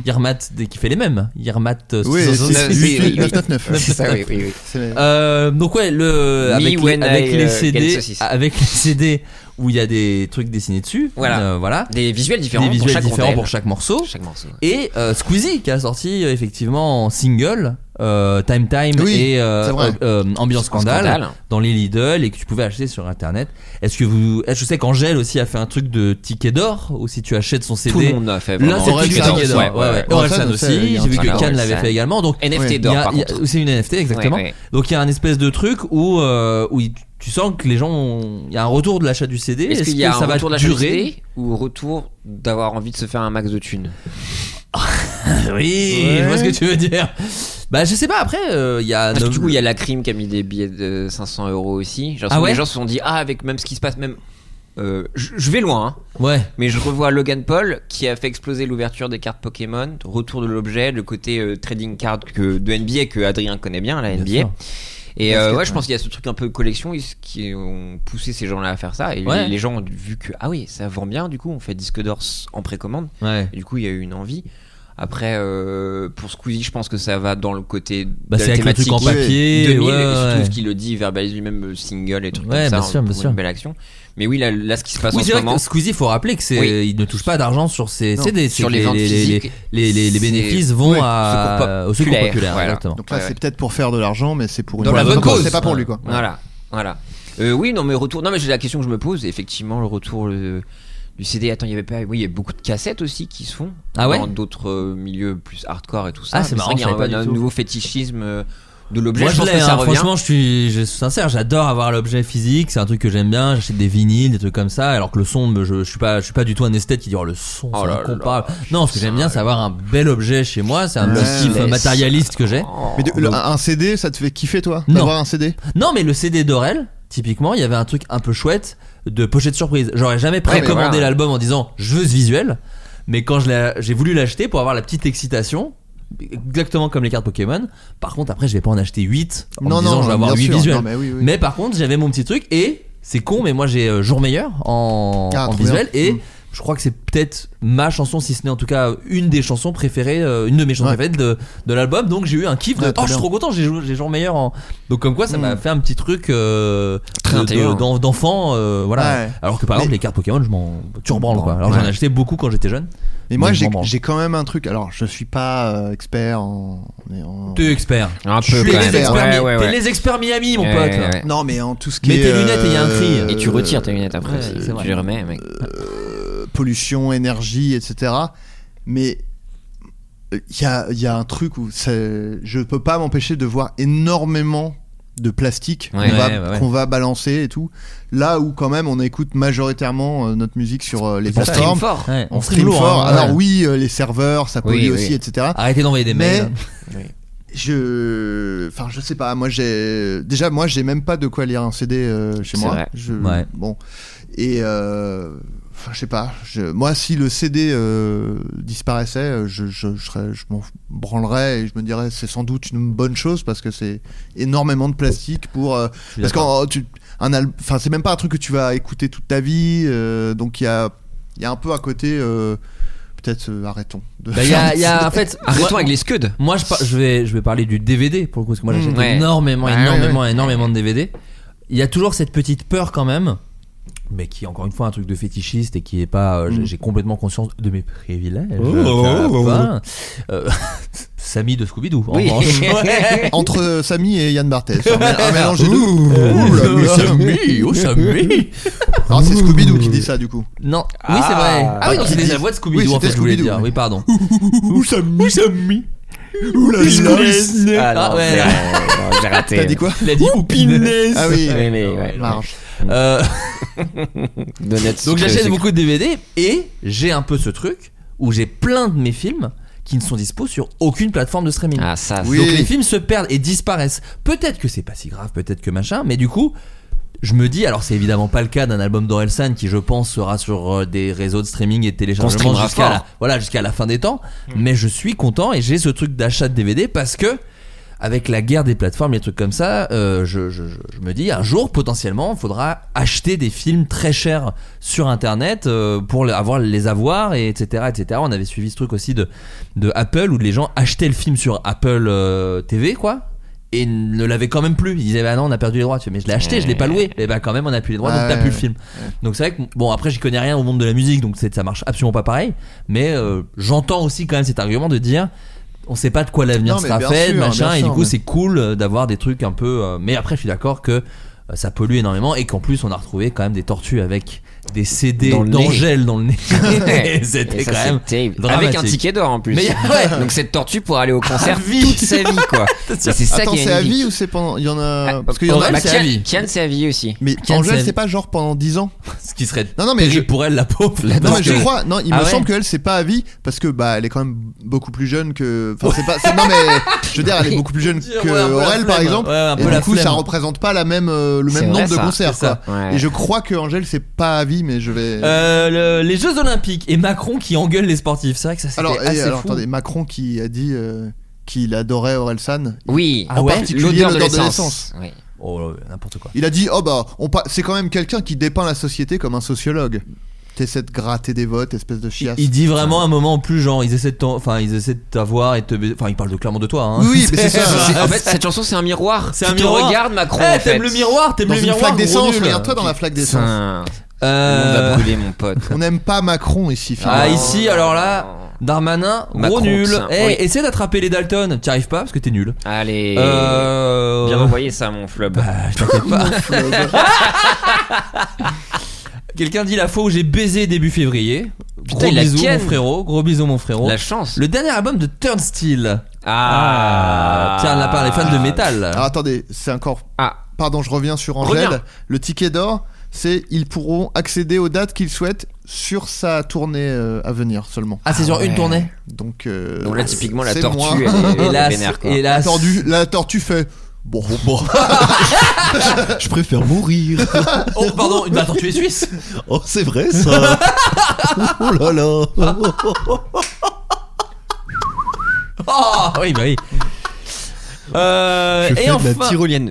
Yermat dès qui fait les mêmes. Yermat. euh,
oui
c'est-
c'est-
c'est-
oui, oui.
999
C'est ça, oui, oui, oui.
Euh, donc ouais, le
Me
avec les,
when
avec
I,
les
euh, get
CD,
saucisse.
avec les CD où il y a des trucs dessinés dessus.
Voilà.
Euh, voilà.
Des visuels différents
Des visuels
pour chaque
différents
rondelle.
pour chaque morceau.
Chaque morceau.
Et euh, Squeezie qui a sorti euh, effectivement en single euh, Time Time
Oui,
et euh,
c'est vrai.
euh, euh, Ambiance Scandale,
Scandale.
dans les Lidl et que tu pouvais acheter sur internet. Est-ce que vous est-ce que je sais qu'Angèle aussi a fait un truc de ticket d'or où si tu achètes son CD
Tout le monde l'a fait.
Là,
vraiment.
c'est
Aurel
plus du
San.
ticket d'or.
Ouais, ouais, ouais.
Orelsan
Aurel San, c'est-
aussi. J'ai vu que
Aurel
Cannes l'avait
San.
fait également. Donc
NFT
Ouais,
il y
d'or
a-
par
il y a-
contre.
C'est une NFT, exactement.
Ouais, ouais.
Donc il y a un espèce de truc où, euh, où il- tu sens que les gens ont- Il y a un retour de l'achat du CD.
Est-ce qu'il y a
que ça
un
va
retour de la
durer
durer ou retour d'avoir envie de se faire un max de thunes
Oui, je vois ce que tu veux dire. Bah je sais pas, après, euh, il y a...
Parce que du
no-
coup, il y a la crime qui a mis des billets de 500 euros aussi. Genre,
Ah ouais
les gens se sont dit, ah, avec même ce qui se passe, même. euh, je je vais loin, hein,
Ouais.
mais je revois Logan Paul qui a fait exploser l'ouverture des cartes Pokémon, retour de l'objet, le côté euh, trading card que, de NBA que Adrien connaît bien, la
Bien
NBA.
sûr.
Et euh,
Basket,
ouais, je
ouais.
pense qu'il y a ce truc un peu collection ils- qui ont poussé ces gens-là à faire ça. Et
Ouais.
les, les gens ont vu que, ah oui, ça vend bien, du coup, on fait disque d'or s- en précommande.
Ouais.
Et du coup, il y a eu une envie. Après, euh, pour Squeezie, je pense que ça va dans le côté.
Bah
de
c'est
la
avec le
thématique
truc en
oui,
papier.
2000,
ouais,
et surtout
ouais.
ce qu'il le dit, il verbalise lui-même le single et trucs
Ouais,
comme ça
bien sûr,
hein,
bien
pour
sûr.
une belle action. Mais oui, là, là, ce qui se passe
Oui,
en
c'est
ce
vrai
moment.
que Squeezie, faut rappeler que c'est,
Oui.
il ne touche pas d'argent sur ses
non,
CD. c'est
sur
que
les, ventes
les,
physiques,
les- les- les
c'est-
bénéfices vont
Oui,
à-
secours
au secours
populaire,
populaire,
voilà.
exactement.
donc là
Ouais, ouais.
c'est peut-être pour faire de l'argent mais c'est pour une
Dans la
bonne
bonne cause. Ah.
c'est pas pour lui quoi
Voilà, voilà. Euh, oui, non, mais retour. Non, mais j'ai la question que je me pose. Effectivement, le retour euh, du CD. Attends, il y avait pas. Oui, il y a beaucoup de cassettes aussi qui se font
Ah ouais
dans d'autres euh, milieux plus hardcore et tout ça.
Ah, c'est
Mais
marrant,
vrai qu'il
je savais
y a
pas
un,
du
un
tout.
nouveau fétichisme euh, de l'objet.
Moi je
pense
l'ai,
que ça
hein,
revient.
franchement je suis, je suis sincère, j'adore avoir l'objet physique, c'est un truc que j'aime bien, j'achète des vinyles, des trucs comme ça, alors que le son, je, je suis pas, je suis pas du tout un esthète qui dit oh le son,
Oh
c'est
là
incomparable. non, ce que j'aime bien c'est avoir un bel objet chez moi, c'est un
Ouais.
petit kiff
Laisse.
matérialiste que j'ai.
Oh.
mais de- le- un un CD ça te fait kiffer toi
Non.
d'avoir un CD
Non mais le CD d'Orel, typiquement, il y avait un truc un peu chouette de pochette surprise. J'aurais jamais précommandé
voilà.
l'album en disant je veux ce visuel, mais quand je l'ai- j'ai voulu l'acheter pour avoir la petite excitation. Exactement comme les cartes Pokémon. Par contre, après, je vais pas en acheter 8 en me
non
disant
non
je vais avoir
bien
8
sûr.
visuels.
Non, mais oui, oui.
Mais par contre, j'avais mon petit truc et c'est con, mais moi j'ai euh, jour meilleur en,
Ah,
en
trop
visuel
bien.
et
Mm.
Je crois que c'est peut-être ma chanson, si ce n'est en tout cas une des chansons préférées, euh, une de mes chansons
Ouais.
préférées de, de l'album. Donc j'ai eu un kiff de
Ouais,
oh,
trop
je suis
bien.
trop content, j'ai joué- j'ai Jean Meilleur en. Donc comme quoi, ça m'a
Mm.
fait un petit truc euh,
Très
de- de-
intelligent.
d'en- d'enfant. euh, voilà.
Ouais.
Alors que par
Mais-
exemple, les cartes Pokémon, je m'en turbranle quoi. Alors j'en
Ouais.
achetais beaucoup quand j'étais jeune.
Mais moi,
Mais
j'ai
vraiment.
j'ai quand même un truc. Alors, je suis pas euh, expert en. en- en-
T'es expert.
Un
Tu es
peu quand
les
même.
experts, Mi-
Ouais, ouais,
t'es
ouais.
les experts Miami, mon
Ouais,
pote.
ouais, ouais.
Non, mais en tout ce qui
Mets
est.
tes lunettes et il y a un tri.
euh,
Et tu retires tes lunettes après.
ouais,
aussi.
c'est
tu
vrai.
les remets, mec.
euh, pollution, énergie, etc. Mais euh, il y a, il y a un truc où ça- je peux pas m'empêcher de voir énormément de plastique
Ouais,
qu'on va,
ouais, ouais, ouais.
qu'on va balancer et tout. Là où quand même on écoute majoritairement euh, notre musique sur euh, les
pour
Stream
plateformes.
fort.
Ouais,
On
stream
stream
lourd,
fort.
hein,
Alors
ouais.
oui, euh, les serveurs, ça pollue
Oui,
aussi,
oui.
etc.
Arrêtez d'envoyer des
Mais-
mails.
Je, enfin, je sais pas. Moi, j'ai déjà, moi, j'ai même pas de quoi lire un CD euh, chez
C'est
moi.
vrai.
Je-
Ouais.
Bon, et euh, enfin, je sais pas. Je- Moi, si le CD euh, disparaissait, euh, je, je, je, serais- je m'en branlerais et je me dirais, c'est sans doute une bonne chose parce que c'est énormément de plastique pour. euh,
Je suis
parce
d'accord.
qu'en tu, un, al- enfin, c'est même pas un truc que tu vas écouter toute ta vie. euh, donc il y a, il y a un peu à côté. euh, Peut-être euh, arrêtons. de
Bah, il y a- il y a- en fait,
Arrêtons
moi-
avec les scuds.
Moi, je, par- je, vais, je vais parler du DVD pour le coup, parce que moi,
Mm.
j'achète
Ouais.
énormément,
Ouais,
énormément, énormément de DVD. Il y a toujours cette petite peur quand même, mais qui est encore une fois un truc de fétichiste et qui est pas. euh, j'ai-
Mm.
J'ai complètement conscience de mes privilèges.
Oh,
Ça
oh,
va. Euh, Samy de Scooby-Doo, en
Oui.
revanche. Ouais.
entre euh, Samy et Yann Barthès. Un, mé- un mélange des deux.
Ouh,
là, mais
Samy, oh Samy
Ah, c'est Scooby-Doo qui dit ça du coup.
Non, oui, c'est vrai. Ah oui, non, c'était la voix de Scooby-Doo,
Oui,
en fait,
c'était
je voulais
Scooby-Doo,
dire.
oui.
Oui, pardon.
Ouh, Samy. Ouh, Samy. Ouh, la Pinesse.
Ah
Ah
non,
ouais.
c'est- non, j'ai raté.
T'as dit quoi
Il a dit Pinesse
Ah oui.
Oui, mais ouais.
Marge.
Euh,
Donuts,
Donc
euh,
j'achète
c'est-
beaucoup de DVD et j'ai un peu ce truc où j'ai plein de mes films qui ne sont dispo sur aucune plateforme de streaming.
Ah ça,
Oui.
Donc les films se perdent et disparaissent. Peut-être que c'est pas si grave, peut-être que machin, mais du coup, je me dis, alors c'est évidemment pas le cas d'un album d'Orelsan qui je pense sera sur euh, des réseaux de streaming et de téléchargement
streamera
jusqu'à
fort.
la, voilà, jusqu'à la fin des temps, mais je suis content et j'ai ce truc d'achat de DVD parce que avec la guerre des plateformes, les trucs comme ça, euh, je, je- je- je me dis un jour potentiellement, il faudra acheter des films très chers sur Internet euh, pour le- avoir les avoir et etc etc. On avait suivi ce truc aussi de de Apple où les gens achetaient le film sur Apple euh, TV quoi et ne l'avaient quand même plus. Ils disaient bah non on a perdu les droits. Tu fais, mais je l'ai acheté, je l'ai pas loué. Et bah quand même on a plus les droits donc
Ouais,
t'as plus le
ouais,
film. Donc c'est vrai que bon après j'y connais rien au monde de la musique donc c'est ça marche absolument pas pareil. Mais euh, j'entends aussi quand même cet argument de dire on sait pas de quoi l'avenir
Non, mais
sera
bien
fait,
sûr,
machin,
bien
et du
sûr,
coup
mais-
c'est cool euh, d'avoir des trucs un peu. euh, mais après, je suis d'accord que euh, ça pollue énormément et qu'en plus on a retrouvé quand même des tortues avec des CD
Dans le nez.
d'Angèle dans le nez.
Ouais.
C'était
Et ça,
quand
c'est
même.
terrible.
dramatique.
Avec un ticket d'or en plus.
Mais ouais.
Donc cette tortue pour aller au concert
À vie.
toute sa vie quoi. Et c'est ça
Attends,
qui est
c'est à
magnifique.
vie ou c'est pendant. Il y en a.
Ah,
Parce qu'il y en
Aurel,
a.
Bah,
c'est à
Kian,
vie.
Kian, c'est à vie aussi.
Mais
Kian,
Angèle,
c'est-
c'est pas genre pendant 10 ans.
Ce qui serait
Non, non, mais
terrible
je.
pour elle, la pauvre. La
Non mais je
tortue.
crois non il
Ah
me
ouais.
semble qu'elle c'est pas à vie parce que bah elle est quand même beaucoup plus jeune que enfin c'est pas c'est- non mais je veux dire elle est beaucoup plus jeune
Dire, ouais, un
que
peu la
Aurel par
flemme.
exemple
Ouais, un
et
peu la
du coup ça
flemme.
représente pas la même euh, le
C'est
même
vrai,
nombre de
ça,
concerts
c'est ça.
quoi
Ouais.
et je crois que Angèle c'est pas à vie mais je vais
Euh, le- les Jeux Olympiques et Macron qui engueule les sportifs. C'est vrai que ça c'était
Alors, et
assez
alors,
fou.
attendez, Macron qui a dit euh, qu'il adorait Orelsan.
Oui.
Ah ouais
particulier,
L'odeur de
l'odeur de
l'essence. Oui.
Oh, n'importe quoi.
Il a dit oh bah on pa- c'est quand même quelqu'un qui dépeint la société comme un sociologue. T'essaies de gratter des votes, espèce de
Il,
chiasse.
il dit vraiment un moment en plus genre ils essaient de t'en- enfin ils essaient de t'avoir et de te baiser. enfin ils parlent de clairement de toi hein.
Oui, mais c'est ça.
C'est- En fait, cette chanson c'est un miroir.
C'est
Tu
un
te
miroir.
Regarde Macron.
Eh,
en fait.
t'aimes le miroir, t'aimes
Dans
le
une
miroir.
flaque
gros
d'essence,
nul.
regarde-toi dans la flaque
C'est
d'essence.
un- On
Euh,
va brûler mon pote. Oh.
On n'aime pas Macron ici. finalement.
Ah ici alors là Darmanin gros
Macron,
nul
ça.
Eh,
Ah Oui.
Essaie d'attraper les Dalton T'y arrives pas parce que t'es nul
Allez.
Euh,
Bien envoyé ça mon flub.
bah, je t'inquiète pas. Quelqu'un dit la fois où j'ai baisé début février Gros
il la
bisous mon
ken.
frérot Gros bisous mon frérot
La chance.
Le dernier album de Turnstile
Ah.
Tiens là par les fans de métal
Alors attendez, c'est encore.
Ah.
Pardon, je reviens sur Angèle.
Reviens.
Le ticket d'or, c'est ils pourront accéder aux dates qu'ils souhaitent sur sa tournée euh, à venir seulement.
Ah c'est sur une
ouais.
tournée Ah,
Donc, euh,
Donc là typiquement la
c'est moi.
tortue elle est- elle est
Hélas
vénère quoi.
La
hélas
tortue, la tortue fait. Bon, bon, bon. je préfère mourir.
Oh pardon La tortue est suisse
Oh, c'est vrai ça. oh là là.
Oh oui bah oui Euh, et enfin,
tyrolienne.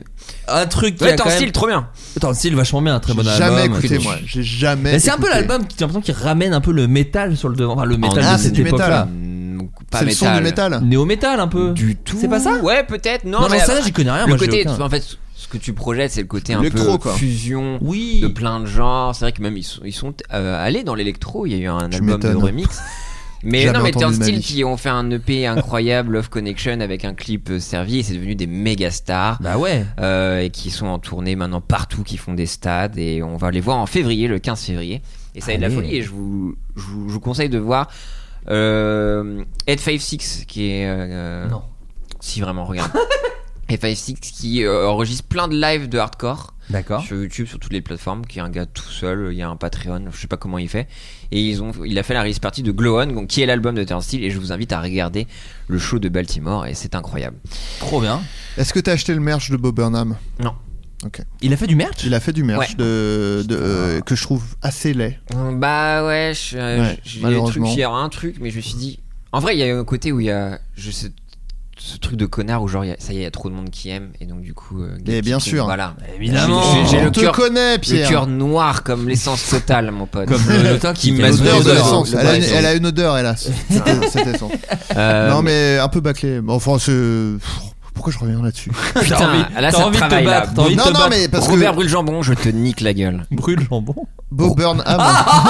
Euh, un truc qui
Ouais,
a quand
Torsil,
même
trop bien.
Torsil vachement bien un très bon
J'ai
album
jamais
et
écouté,
tout.
moi. J'ai jamais.
mais c'est un peu
écouté.
l'album qui j'ai l'impression qu'il ramène un peu le métal sur le devant enfin le métal
Ah,
de
c'est
cette
du
époque là
métal.
Mm, pas
C'est le son du métal.
néo métal un peu
Du tout.
C'est pas ça
Ouais, peut-être. Non,
non
mais
mais ça
après,
j'y connais rien
le
moi j'ai
côté,
aucun.
en fait, ce que tu projettes, c'est le côté un
L'électro,
peu
quoi.
fusion
oui
de plein de genres. C'est vrai que même ils sont, ils sont euh, allés dans l'électro. Il y a eu un
Tu
album de
m'étonnes.
remix. Mais
Jamais
non, mais
entendu de ma
Turnstile
vie.
qui ont fait un EP incroyable, Love Connection, avec un clip euh, servi, et c'est devenu des méga stars.
bah ouais
euh, et qui sont en tournée maintenant partout, qui font des stades, et on va les voir en février, le 15 février. Et ça va être de la
Allez.
folie, et je vous, je vous, je vous conseille de voir euh, Ed 56, qui est. euh,
Non.
Si vraiment, regarde. Ed 56 qui euh, enregistre plein de lives de hardcore
d'accord
sur YouTube, sur toutes les plateformes, qui est un gars tout seul, il y a un Patreon, je sais pas comment il fait. Et ils ont, il a fait la release partie de Glow On, donc, qui est l'album de Turnstile, et je vous invite à regarder le show de Baltimore, et c'est incroyable.
trop bien
Est-ce que t'as acheté le merch de Bob Burnham
il a fait du merch
Il a fait du merch
Ouais.
de, de- euh, que je trouve assez laid.
Hum, Bah ouais, je- euh,
Ouais,
je- j'ai eu le truc,
malheureusement.
j'ai eu un truc, mais je me suis dit. En vrai, il y a eu un côté où il y a je sais, ce truc de connard où genre, il y a- ça y est, il y a trop de monde qui aime, et donc du coup. euh,
Et bien
gatekeeping,
sûr.
Voilà.
Évidemment.
Oh. J'ai- j'ai
On
le
te
cœur-
connaît,
Le
Pierre.
cœur noir comme l'essence totale, mon pote.
comme le teint qui
Qui
fait
m'aspire
L'odeur de
odeur,
l'essence.
le
Elle, a une-
bas-essence.
elle a une odeur, hélas. C'était- C'était son.
Euh,
Non, mais un peu bâclé. Enfin, c'est. Pourquoi je reviens là-dessus
putain,
T'as envie-
Ah, là,
t'as
ça
envie de te
travaille, là.
battre, t'as envie de
Non,
te
non,
battre.
mais parce
Robert
que
brûle jambon, je te nique la gueule.
brûle jambon
Bob Burnham.
Ah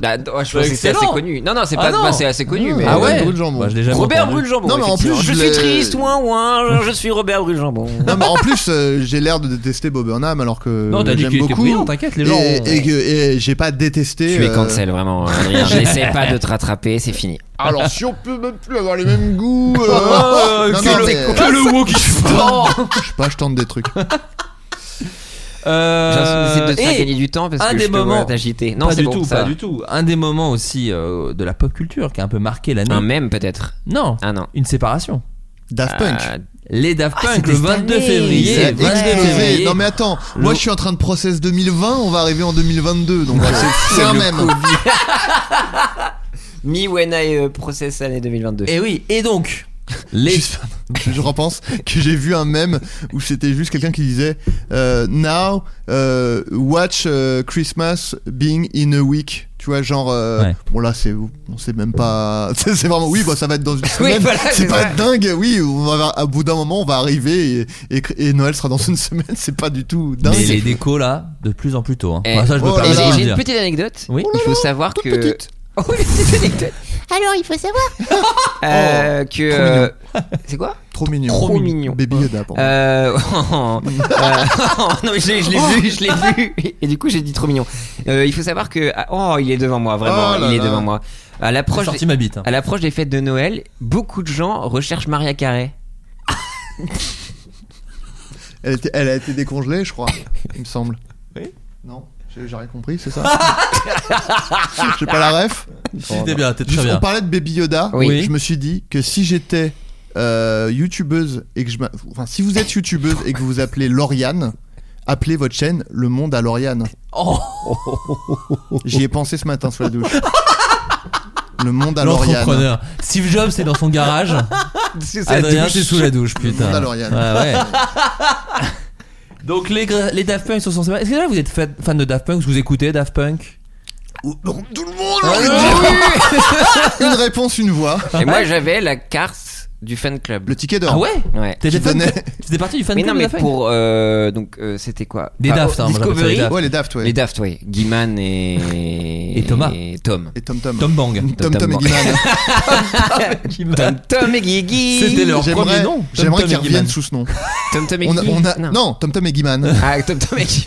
Là, ouais, Bah, je pense que c'est
Bah, Excellent.
assez connu. Non, non, c'est
Ah
pas,
non.
bah, c'est assez connu, mais.
Ah
Robert
ouais
Brûle Jambon.
Bah, je l'ai jamais
Robert
entendu.
brûle jambon.
Non, mais en plus,
je
je
suis
l'ai-
triste, ouin ouin. Je suis Robert brûle jambon.
Non, mais en plus, euh, j'ai l'air de détester Bob Burnham alors que
non t'as dit
j'aime
qu'il était
beaucoup.
brillant t'inquiète les gens
et,
ont-
et que- et j'ai pas détesté.
Tu es
euh,
cancel, vraiment, Adrien. J'essaie pas de te rattraper, c'est fini.
Alors, si on peut même plus avoir les mêmes goûts. euh,
Euh,
non,
que
non,
le-
mais-
que le woke il se prend.
Je sais pas, je tente des trucs.
Euh,
J'essaie de te faire
et-
gagner du temps parce
un
que
des
je te vois
moments-
t'agiter. Non,
pas
c'est
du
bon,
tout,
ça
pas
va.
du tout. Un des moments aussi euh, de la pop culture qui a un peu marqué l'année.
Un même peut-être.
Non,
Ah non.
une séparation.
Daft Punk.
Ah,
Les Daft
Ah,
Punk
c'était
le
cette
22
année.
Ils
février.
a
22
explosé.
février.
Non mais attends, moi
Le-
je suis en train de process 2020, on va arriver en 2022, donc c'est- c'est un même.
Me when I euh, process année 2022.
Et oui, et donc les
Juste- je repense que j'ai vu un mème où c'était juste quelqu'un qui disait euh, Now euh, watch euh, Christmas being in a week. Tu vois, genre, euh,
Ouais.
bon là, c'est, on sait même pas. C'est c'est vraiment, oui, bah, ça va être dans une semaine.
voilà,
c'est
c'est
pas
ça.
dingue, oui, on va, avoir- à bout d'un moment, on va arriver et, et, et Noël sera dans une semaine, c'est pas du tout dingue.
mais les décos là de plus en plus tôt. hein.
Eh,
Enfin, ça je me
oh là
permets
Et
de
là.
j'ai-
le
J'ai une
dire.
petite anecdote.
Oui.
Il faut savoir que.
petite.
Oh, une petite anecdote.
Alors, il faut savoir.
Euh,
Oh,
que. euh, C'est quoi
Trop mignon.
Trop mignon.
Baby Yoda, pour moi.
Euh, euh, non mais je l'ai je
Oh.
l'ai vu, je l'ai vu et du coup j'ai dit trop mignon. Euh, il faut savoir que ah, oh il est devant moi vraiment,
Oh là
il est
là.
devant moi. À
J'ai
l'approche
sorti
des,
ma bite. hein.
Oh,
à l'approche des fêtes de Noël, beaucoup de gens recherchent Maria Carré.
Elle, était- elle a été décongelée, je crois, il me semble.
Oui.
Non J'ai j'ai rien compris, c'est ça J'ai pas la ref Oh,
Si, T'es bien, t'es
Juste,
très bien.
On parlait de Baby Yoda.
Oui.
Je me suis dit que si j'étais euh, youtubeuse et que je m'a- enfin si vous êtes youtubeuse et que vous vous appelez Lauriane, appelez votre chaîne Le Monde à Lauriane.
Oh,
J'y ai pensé ce matin sous la douche. Le Monde à Lauriane.
l'entrepreneur. Steve Jobs c'est dans son garage. Adrien c'est sous la douche putain.
Monde à Lauriane.
Ouais, ouais. Donc les, gra- les Daft Punk ils sont censés. Est-ce que là vous êtes fa- fan de Daft Punk Vous écoutez Daft Punk
Tout Oh, le monde j'ai envie de dire. Une réponse, une voix.
Et moi j'avais la carte du fan club.
Le ticket d'or.
Ah ouais
Ouais.
T'étais
Qui
fan
donnait-
C'était parti du fan
Mais
club
non
de
mais
Daft Punk
pour euh, donc euh, c'était quoi
Des
Enfin,
Daft, hein, moi, j'appelle ça
Discovery.
des Daft.
Ouais, les Daft, ouais.
Les Daft, oui. Guiman et...
Et Thomas.
Et Tom.
Et Tom Tom.
Tom Bang.
Tom
Tom
Tom et
Tom.
Guinan.
Tom, Tom et Guigui.
C'était leur premier
J'aimerais,
nom. Tom,
j'aimerais
Tom et
qu'ils
Guiman.
reviennent sous ce nom.
Tom Tom et
On a,
Guigui.
on a- non. Tom Tom et Guiman.
Ah, Tom Tom et Guigui.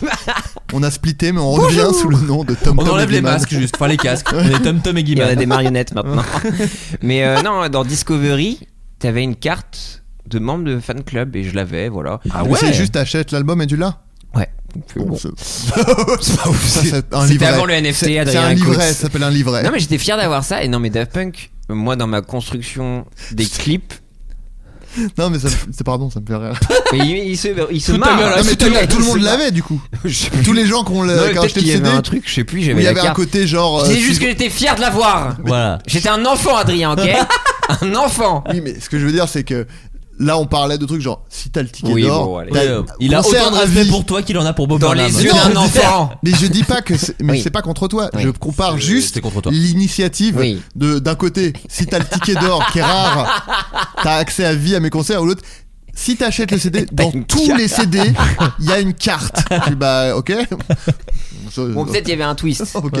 On a splitté, mais on revient sous le nom de Tom
On
Tom.
enlève
et
les
Guiman.
masques juste, enfin les casques. On est Tom Tom et
Il y en a
Guillaume.
des marionnettes maintenant. Mais euh, non, dans Discovery, t'avais une carte de membre de fan club et je l'avais, voilà.
Ah
Mais
ouais.
C'est juste achète l'album et tu l'as.
Ouais. Donc, euh, bon.
C'est- Ça, c'est un
C'était
livret.
avant le NFT,
C'est- C'est
Adrien
un livret,
Coates.
ça s'appelle un livret.
Non, mais j'étais fier d'avoir ça. Et non, mais Daft Punk, euh, moi, dans ma construction des clips,
Non, mais ça me- c'est pardon, ça me fait rire.
mais il, il se, il se
Tout à
marre.
gueule,
Non,
Ah,
non, mais
c'est
tout,
vrai,
tout le monde
c'est
l'avait du coup.
mais je sais plus.
Tous les gens qui ont le-
Non, mais
qui ont
peut-être
acheté le
qu'il y
CD,
avait un truc, je sais plus,
où
j'avais
il y
la
avait un
carte.
côté genre. euh,
C'est
si-
juste que j'étais fier de l'avoir.
Voilà.
J'étais un enfant, Adrien, ok Un enfant.
Oui, mais ce que je veux dire, c'est que Là, on parlait de trucs genre si t'as le ticket
Oui,
d'or,
bon, allez.
t'as-
Ouais, euh, il a
concert
autant de
à
respect
vie.
pour toi qu'il en a pour Bob
Dans
Burnham.
les
Mais
yeux
non,
d'un
je dis-
enfant.
Mais je dis pas que c'est, mais
Oui.
c'est pas contre toi.
Oui.
Je compare
Ah. C'est-
juste
c'est contre toi.
l'initiative
Oui.
de d'un côté, si t'as le ticket d'or qui est rare, t'as accès à vie à mes concerts. Ou l'autre, si t'achètes le CD, dans
une
tous
carte.
les CD, il y a une carte. Je dis, bah ok. Je-
Bon, peut-être il y avait un twist.
Ok.
Ouais.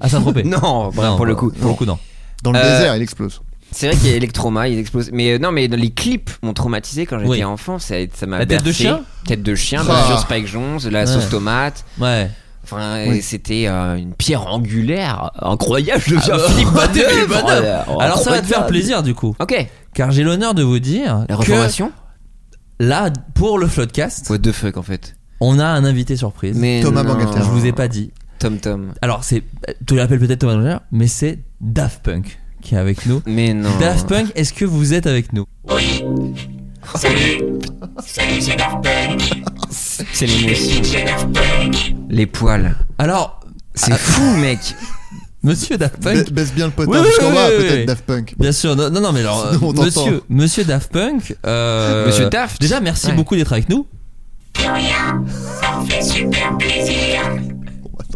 À Saint-Tropez.
Non, bah,
Non,
pour le coup.
Pour le coup, non.
Dans le
Euh,
désert, il explose.
C'est vrai qu'il y a Electroma, il explose. Mais euh, non, mais les clips m'ont traumatisé quand j'étais
Oui.
enfant. Ça, ça m'a
La tête de
bercé.
chien
Tête de chien,
Ah.
bien sûr, Spike Jones, la sauce
Ouais.
tomate.
Ouais.
Enfin,
Oui.
et c'était euh, une pierre angulaire incroyable. Je deviens
bah,
Philippe Manœuvre.
Philippe Manœuvre.
Oh,
Alors ça va te
incroyable.
faire plaisir du coup,
Ok.
car j'ai l'honneur de vous dire
La
que
reformation
là pour le Floodcast,
What the fuck en fait
on a un invité surprise.
mais
Thomas
non.
Bangalter.
je vous ai pas dit.
Tom Tom.
Alors c'est, tu l'appelles peut-être Thomas Danger, mais c'est Daft Punk qui est avec nous.
Mais non.
Daft Punk, est-ce que vous êtes avec nous
C'est l'émotion. Les poils.
Alors,
C'est fou, mec.
Monsieur Daft Punk,
Ba- Baisse bien le potin,
Oui, oui,
parce qu'on
oui,
va
oui,
peut-être
oui. Ah,
Daft Punk.
Bien sûr, non, non, non, mais alors, euh,
Sinon, on t'entend.
monsieur, monsieur Daft Punk, euh,
Monsieur Daft.
déjà merci
Ouais.
beaucoup d'être avec nous.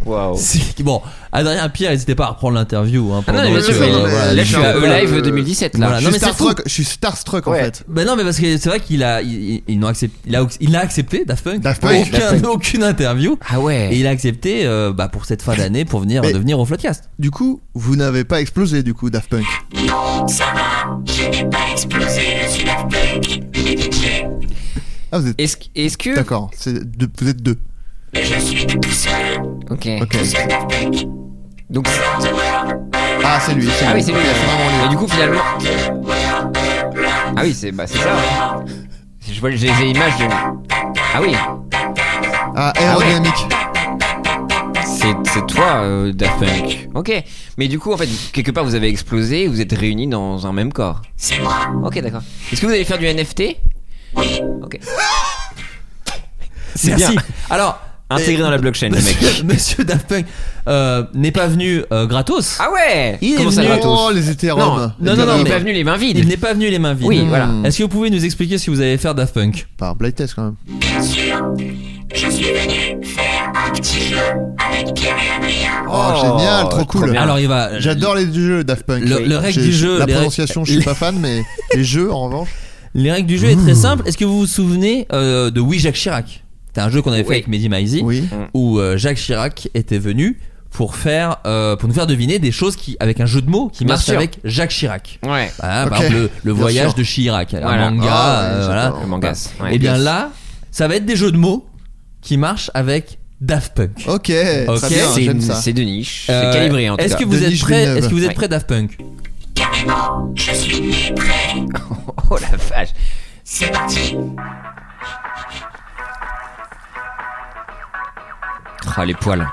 Waouh.
C'est- Bon, Adrien Pierre, n'hésitez pas à reprendre l'interview. Hein,
Ah non,
pendant
mais bien
que,
sûr,
euh,
mais
non,
voilà,
mais
là
je-
je suis à
euh,
E-Live 2017 là.
Voilà,
je,
non, mais
suis
c'est
starstruck, je suis starstruck en
Ouais.
fait.
Ben non, mais parce que c'est vrai qu'il a, il, il, n'ont accepté, il, a, il a accepté Daft Punk,
Daft Punk,
aucun-
Daft Punk.
aucune interview,
Ah ouais.
et il a accepté euh, bah, pour cette fin d'année pour venir
Mais-
devenir au Floodcast.
Du coup, vous n'avez pas explosé du coup Daft Punk. Ah, vous êtes
Est-ce est-ce que
d'accord. C'est deux- vous êtes deux.
Ok.
Ok.
Donc c'est-
Ah, c'est lui.
ah oui c'est lui.
Ok, vraiment
Et
lui.
du coup finalement. Ah oui c'est bah c'est ça. Je vois j'ai des images de. Ah oui.
Ah, aérodynamique.
C'est c'est toi euh, Daft Punk. Ok. Mais du coup en fait quelque part vous avez explosé et vous êtes réunis dans un même corps. C'est moi. Ok d'accord. Est-ce que vous allez faire du NFT? Oui. Ok. C'est
Merci.
bien.
Alors,
Intégré
euh,
dans la blockchain le mec.
Monsieur, monsieur Daft Punk euh, n'est pas venu euh, gratos.
Ah ouais.
Il est
Comment ça
venu-
gratos
Oh, les hétéromes.
non,
Non,
non,
il
non,
est
mais-
pas venu les mains vides.
Il n'est pas venu les mains vides.
Oui, voilà.
Hmm.
Est-ce que vous pouvez nous expliquer ce que vous allez faire Daft Punk
Par blind test quand même. Oh, génial, trop cool.
bien.
Alors il va.
J'adore les jeux Daft Punk.
Le- le règle
J'ai-
du jeu,
La
les
prononciation,
règles-
je suis pas fan, mais les jeux en revanche.
Les règles du jeu est très simple. Est-ce que vous vous souvenez euh, de Oui Jacques Chirac C'était un jeu qu'on avait fait
Oui.
avec Mehdi Maizi
Oui.
où euh, Jacques Chirac était venu pour faire euh, pour nous faire deviner des choses qui avec un jeu de mots qui
Bien
marche
sûr.
avec Jacques Chirac.
Ouais.
Voilà,
Ok.
par exemple, le, le
Bien
voyage
sûr.
de Chirac, un
Voilà.
manga,
Ah ouais,
euh, voilà.
j'adore.
Le mangas. Ouais.
Et bien là, ça va être des jeux de mots qui marchent avec Daft Punk.
Ok.
Ok.
Très bien,
c'est
j'aime
une-
ça.
c'est de niche.
Euh,
c'est calibré en tout
Est-ce
cas.
que vous
Denis
êtes prêts
Villeneuve.
Est-ce que vous êtes
Ouais.
prêts Daft Punk
Oh la vache. C'est parti. Ah les poils.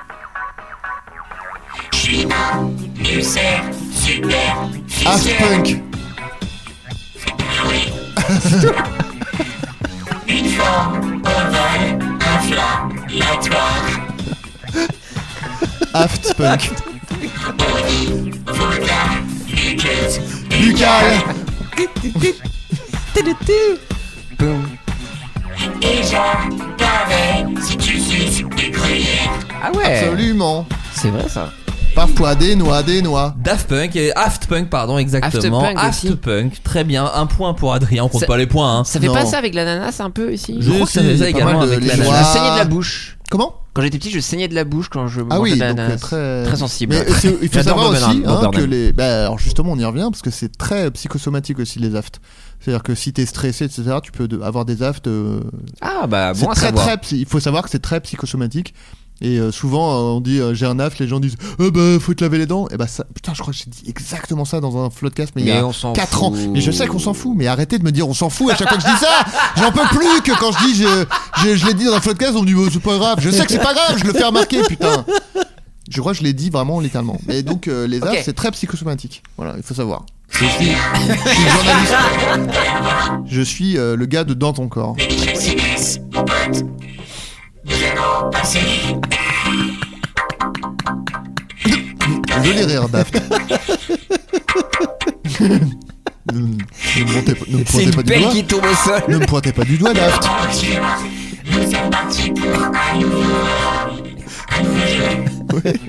Daft Punk. Aft Punk. Bucal.
Ah
Eh.
ouais.
Absolument.
C'est vrai ça.
Parfois des noix, des noix.
Daft Punk et Aft Punk pardon exactement.
Aft Punk aussi.
Punk, très bien, un point pour Adrien, on compte
Ça-
pas les points hein.
Ça fait
Non.
pas ça avec l'ananas un peu ici
Je crois que ça
si,
fait ça
pas
également
mal de
avec
les
l'ananas.
Je
Ouah.
saignais de la bouche.
Comment
Quand j'étais petit, je saignais de la bouche quand je
Ah
mangeais
oui,
de
donc euh,
l'ananas.
très
Très sensible.
Mais c'est- il faut
J'adore
savoir
Bob
aussi
Burnham, Bob
hein, que
Burnham.
les. Bah, alors justement, on y revient parce que c'est très psychosomatique aussi les aftes. C'est-à-dire que si t'es stressé, etc., tu peux de- avoir des aftes. euh,
Ah bah
c'est
bon à
très,
savoir.
très. psy- Il faut savoir que c'est très psychosomatique. Et euh, souvent, euh, on dit euh, j'ai un aft, les gens disent euh, bah faut te laver les dents. Et bah ça, putain, je crois que j'ai dit exactement ça dans un floodcast, mais, il y
Mais
a
on s'en
4
fout.
ans. Mais je sais qu'on s'en fout, mais arrêtez de me dire on s'en fout à chaque fois que je dis ça. J'en peux plus que quand je dis je, je, je l'ai dit dans un floodcast, on me dit oh, c'est pas grave. Je sais que c'est pas grave, je le fais remarquer, putain. Je crois que je l'ai dit vraiment littéralement. Mais donc euh, les aftes,
Ok.
c'est très psychosomatique. Voilà, il faut savoir. Je suis, je suis journaliste. Je suis euh, le gars de dans ton corps. Joli rire d'aft. Ne ne me montez pas- ne me
C'est
pointez
une
pas du
pelle
doigt.
qui tombe au sol.
Ne me pointez pas du doigt, Daft. Oui.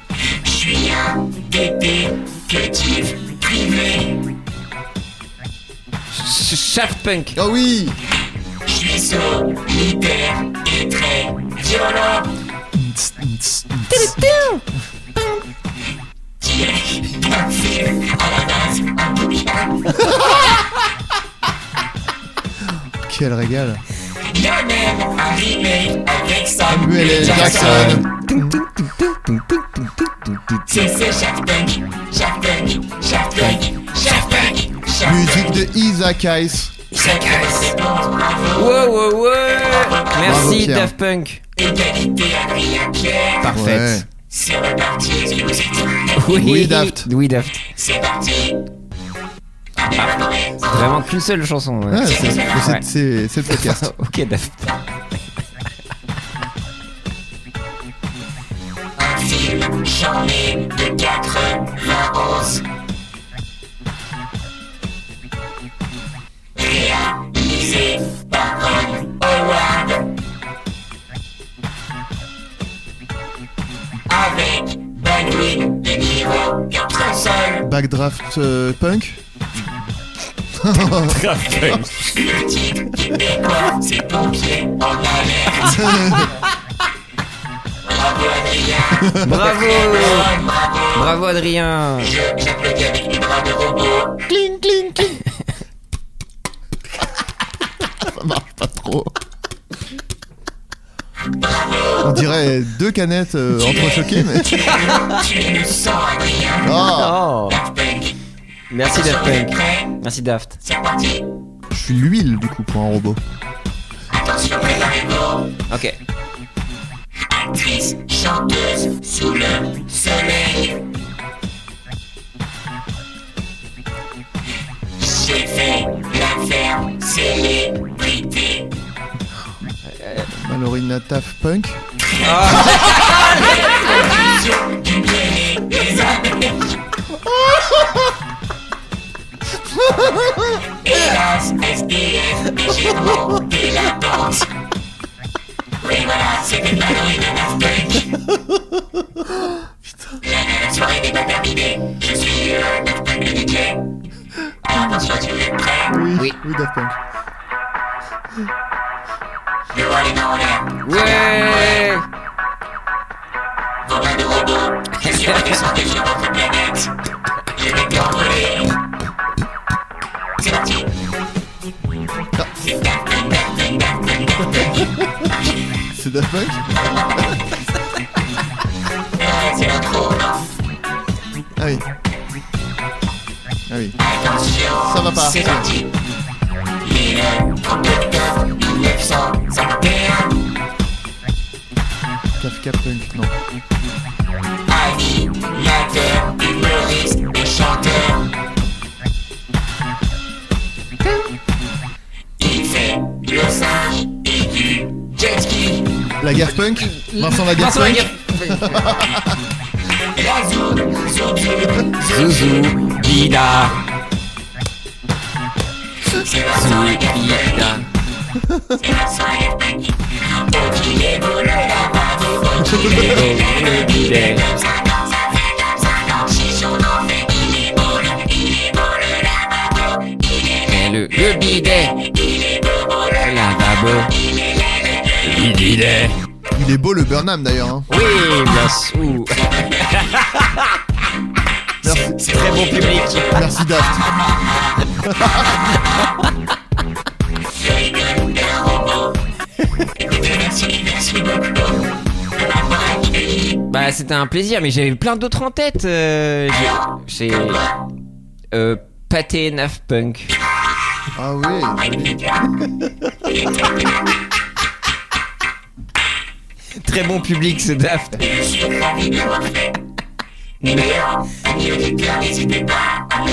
Ch- Shaft Punk.
Ah oui Quel régal Samuel L. Jackson Musique de Isaac Hayes
Wow, wow, wow. Merci
Pierre.
Daft Punk.
Ouais.
Parfaite. Oui,
Oui, Daft.
Oui, Daft. C'est parti. Vraiment qu'une seule chanson. ouais.
Ah, c'est- mais c'est-
Ouais.
c'est c'est le podcast.
ok, Daft.
Backdraft euh, punk
Bravo Bravo Adrien
Cling, cling, cling Ça marche pas trop. On dirait deux canettes euh, entrechoquées, mais. Ah,
Oh Merci Daft Punk. Merci Daft.
je suis l'huile du coup pour un robot.
Ok.
Malorina Taf Punk. Oui, oui.
Oui.
Daft Punk.
Ouais
C'est Daft Punk Ah oui. Ah oui. Ça va pas. Kafka Punk, non. La guerre punk Vincent la guerre
Vincent
punk
Laguerre. Zouzou Bida Zouzou Bida Mais le, le bidet, le lavabo, le bidet.
Il est beau le Burnham d'ailleurs. hein.
Oui, bien sûr.
Merci,
Très bon public.
merci Daft.
Bah, c'était un plaisir, mais j'avais plein d'autres en tête. euh, J'ai. j'ai- Euh. Pâté Naf Punk.
Ah oui.
Très bon public ce Daft.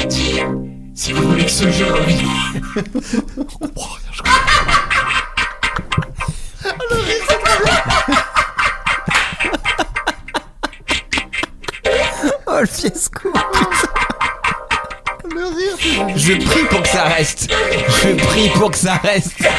Oh le fiasco.
Le rire,
Bah, Je prie pour que ça reste. Je prie pour que ça reste. Bah,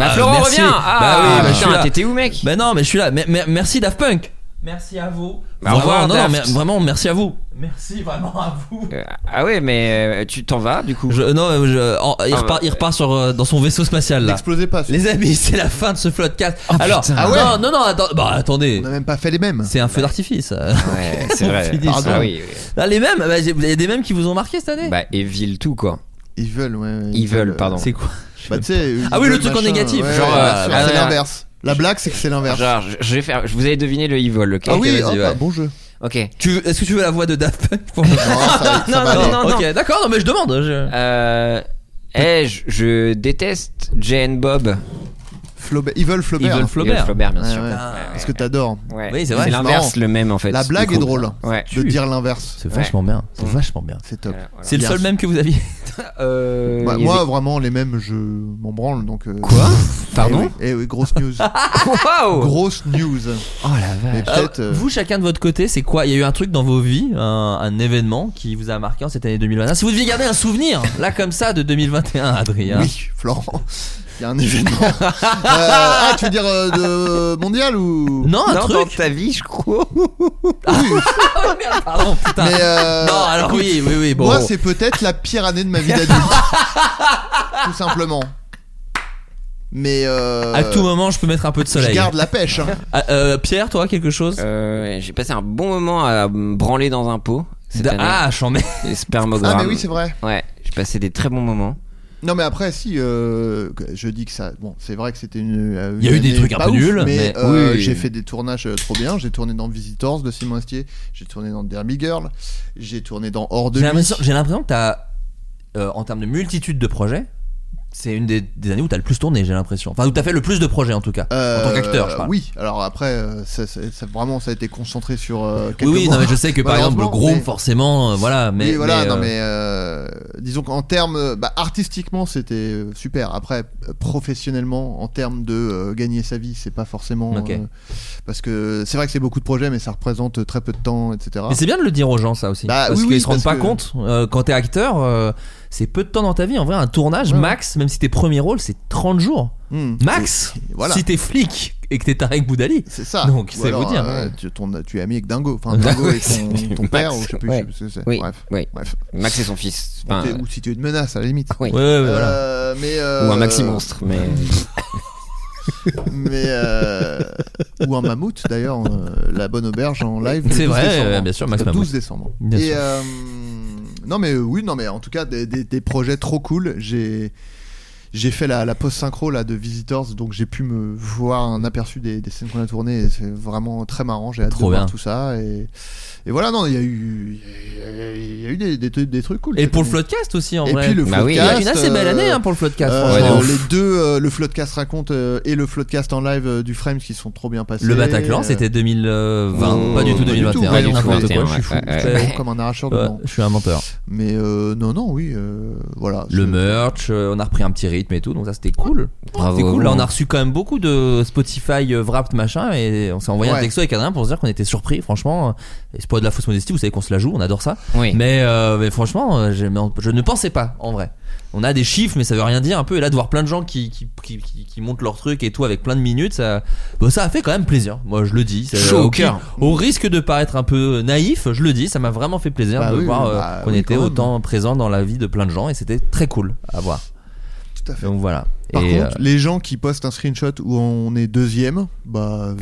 Ah,
Florent,
merci.
reviens.
Bah
Ah,
oui, bah, je suis
putain,
là.
t'étais où, mec
Bah non, mais je suis là. Mais- mais- merci Daft Punk. Merci à vous.
Bah, au revoir,
non, non,
Daft.
mais- vraiment, merci à vous. Merci vraiment à vous.
Euh, Ah ouais, mais euh, tu t'en vas, du coup.
Je, non, je- oh, il,
Ah,
repart,
bah.
il repart sur, euh, dans son vaisseau spatial là.
N'explosez pas.
Les amis, c'est la fin de ce floodcast. Alors,
Oh, putain.
Ah ouais
non, non, non, attends- bah, attendez.
On a même pas fait les mêmes.
C'est un feu d'artifice. euh.
Ouais, c'est vrai.
finit
sur-
Ah oui, oui.
Ah, les mêmes, bah, j'ai- il y a des mêmes qui vous ont marqué cette année
Bah, Evil tout, quoi.
Ils veulent, ouais. ouais,
Ils veulent,
euh,
pardon.
C'est quoi
Bah, tu sais,
Ah
ils
oui, le
veulent,
truc en
machin,
négatif,
ouais,
genre,
ouais,
euh,
c'est
ah, ouais.
l'inverse. La blague, c'est que c'est l'inverse.
Genre, je, je vais faire. Je vous avais deviné le Evil, ok
Ah oui,
vas-y,
hop,
ouais.
ah, bon jeu.
Ok.
Tu- Est-ce que tu veux la voix de Daft Punk pour le-
Non, ça- ça
Non,
va
non,
aller.
Ah, non, non.
Ok, d'accord, non, mais je demande. je-
Euh. Eh, je, je déteste Jane Bob.
Flaubert- Ils veulent
Ils
Flaubert.
veulent
Et
Flaubert.
Flaubert, bien
Ouais,
sûr.
ouais.
Ah,
Parce que t'adores.
Ouais.
Oui, c'est vrai.
l'inverse,
marrant.
le même, en fait.
La
du
blague
coup.
est drôle.
Ouais.
De dire l'inverse.
C'est vachement bien. C'est vachement bien.
C'est top.
Mmh. Voilà, voilà.
C'est le
Bien
seul
sûr.
même que vous aviez.
Euh,
Bah,
il y
moi,
avait-
vraiment, les mêmes, je m'en branle. Donc, euh,
Quoi
Eh
Pardon
oui, eh oui, grosse news.
Waouh
grosse news.
Oh la
Mais
vache.
peut-être. euh,
Vous, chacun de votre côté, c'est quoi Il y a eu un truc dans vos vies, un, un événement qui vous a marqué en cette année 2021. Si vous deviez garder un souvenir, là, comme ça, de 2021, Adrien.
Oui, Florent. Il y a un événement. Euh, ah, tu veux dire euh, de mondial ou
Non, un
Non, dans
truc
ta vie, je crois.
Ah, merde, Pardon, putain.
Mais euh,
non, alors oui, oui, oui, bon.
moi, c'est peut-être la pire année de ma vie d'adulte. Tout simplement. Mais euh,
à tout moment, je peux mettre un peu de
je
soleil.
garde la pêche. hein.
Ah, euh, Pierre, toi, quelque chose
Euh, J'ai passé un bon moment à me branler dans un pot. Cette
Da-
année.
Ah, j'en mets.
Les spermogrammes.
Ah, mais oui, c'est vrai.
Ouais, j'ai passé des très bons moments.
Non, mais après, si euh, je dis que ça. Bon, c'est vrai que c'était une. euh,
Il y a eu des
année
trucs un
pas
peu
ouf,
nuls,
mais,
mais-
euh,
oui.
j'ai fait des tournages euh, trop bien. J'ai tourné dans Visitors de Simon Astier, j'ai tourné dans Derby Girl, j'ai tourné dans Hors de
J'ai
Nuit.
l'impression j'ai l'impression que t'as, euh, en termes de multitude de projets, c'est une des, des années où t'as le plus tourné, j'ai l'impression. Enfin, où t'as fait le plus de projets, en tout cas.
Euh,
en tant qu'acteur, je parle.
Oui, alors après, euh, ça, ça- ça- vraiment, ça a été concentré sur. euh, quelques
Oui, oui,
mois.
non, mais je sais que par exemple, le
Malheureusement,
Grom,
mais-
forcément, euh, voilà, mais.
oui, voilà, non,
euh,
mais euh, disons qu'en termes euh, bah, artistiquement, c'était euh, super. Après, euh, professionnellement, en termes de euh, gagner sa vie, c'est pas forcément.
Ok.
euh, parce que c'est vrai que c'est beaucoup de projets, mais ça représente euh, très peu de temps, etc.
Mais c'est bien de le dire aux gens, ça aussi.
Bah,
parce
oui,
qu'ils
oui,
se rendent
parce
pas
que-
compte. euh, quand t'es acteur, euh, c'est peu de temps dans ta vie. En vrai, un tournage,
Ouais.
max, même si tes premiers rôles, c'est 30 jours.
Hmm.
Max
Et- voilà.
Si t'es flic et que t'es Tarek Boudali.
C'est ça.
Donc,
Ou
ça veut
alors,
dire,
euh,
ouais.
tu, ton- tu es ami avec Dingo. Enfin, Dingo et ton,
c'est-
ton père,
Max,
ou je sais plus
ouais.
je sais plus ce que c'est.
Oui,
Bref.
oui.
Bref.
Max et son fils. Enfin, euh,
Ou t'es- ou si tu es une menace, à la limite.
oui.
Ouais, ouais, voilà.
Euh, mais, euh,
Ou un maxi monstre, mais
mais euh, ou un mammouth d'ailleurs euh, la bonne auberge en live le
C'est
12
vrai,
décembre.
euh, bien sûr, Max
le 12
Mammouth.
décembre
Bien
et
sûr.
euh, non mais euh, oui non mais en tout cas des, des- des projets trop cool j'ai j'ai fait la, la post synchro là de Visitors donc j'ai pu me voir un aperçu des, des scènes qu'on a tournées et c'est vraiment très marrant j'ai hâte
Trop
de
bien.
voir tout ça et, et voilà non il y a eu il y a eu des, des, des trucs cool
Et
cette
pour le
année.
floodcast aussi, en
et
vrai.
puis le
Bah oui,
Il y a une
Floodcast,
assez belle
euh,
année hein, pour le floodcast,
euh,
franchement.
ouais, de ouf.
les deux, euh, le Floodcast raconte euh, et le Floodcast en live euh, du Frames qui sont trop bien passés.
Le Bataclan,
Euh,
c'était 2020,
non,
pas du tout
pas du tout,
2021.
pas du tout,
N'importe quoi,
2021,
je suis fou.
ouais, ouais,
Très-
je suis comme un arracheur de
Ouais,
dents.
je suis un menteur.
Mais euh, non, non, oui, euh, voilà.
Le
C'est-
merch, euh, on a repris un petit rythme et tout, donc ça c'était cool.
Bravo
C'était
à vous,
cool. Là, on a
hein.
reçu quand même beaucoup de Spotify euh, Wrapped machin et on s'est envoyé un
Ouais.
texto avec Adrien pour se dire qu'on était surpris, franchement. Et c'est pas de la fausse modestie, vous savez qu'on se la joue, on adore ça.
oui.
Mais, euh, mais franchement, euh, j'ai- mais on- je ne pensais pas en vrai. On a des chiffres, mais ça veut rien dire un peu. Et là, de voir plein de gens qui, qui, qui, qui- qui montent leur truc et tout avec plein de minutes, ça, bon, ça a fait quand même plaisir. Moi, je le dis. Ça-
Chaud au
qui-
cœur.
Au risque de paraître un peu euh, naïf, je le dis, ça m'a vraiment fait plaisir
Bah
de
oui,
voir euh,
bah
qu'on
oui,
était
quand même.
autant présent dans la vie de plein de gens et c'était très cool à voir.
Tout à fait.
Donc voilà.
Par
et, euh,
contre, les gens qui postent un screenshot où on est deuxième, bah.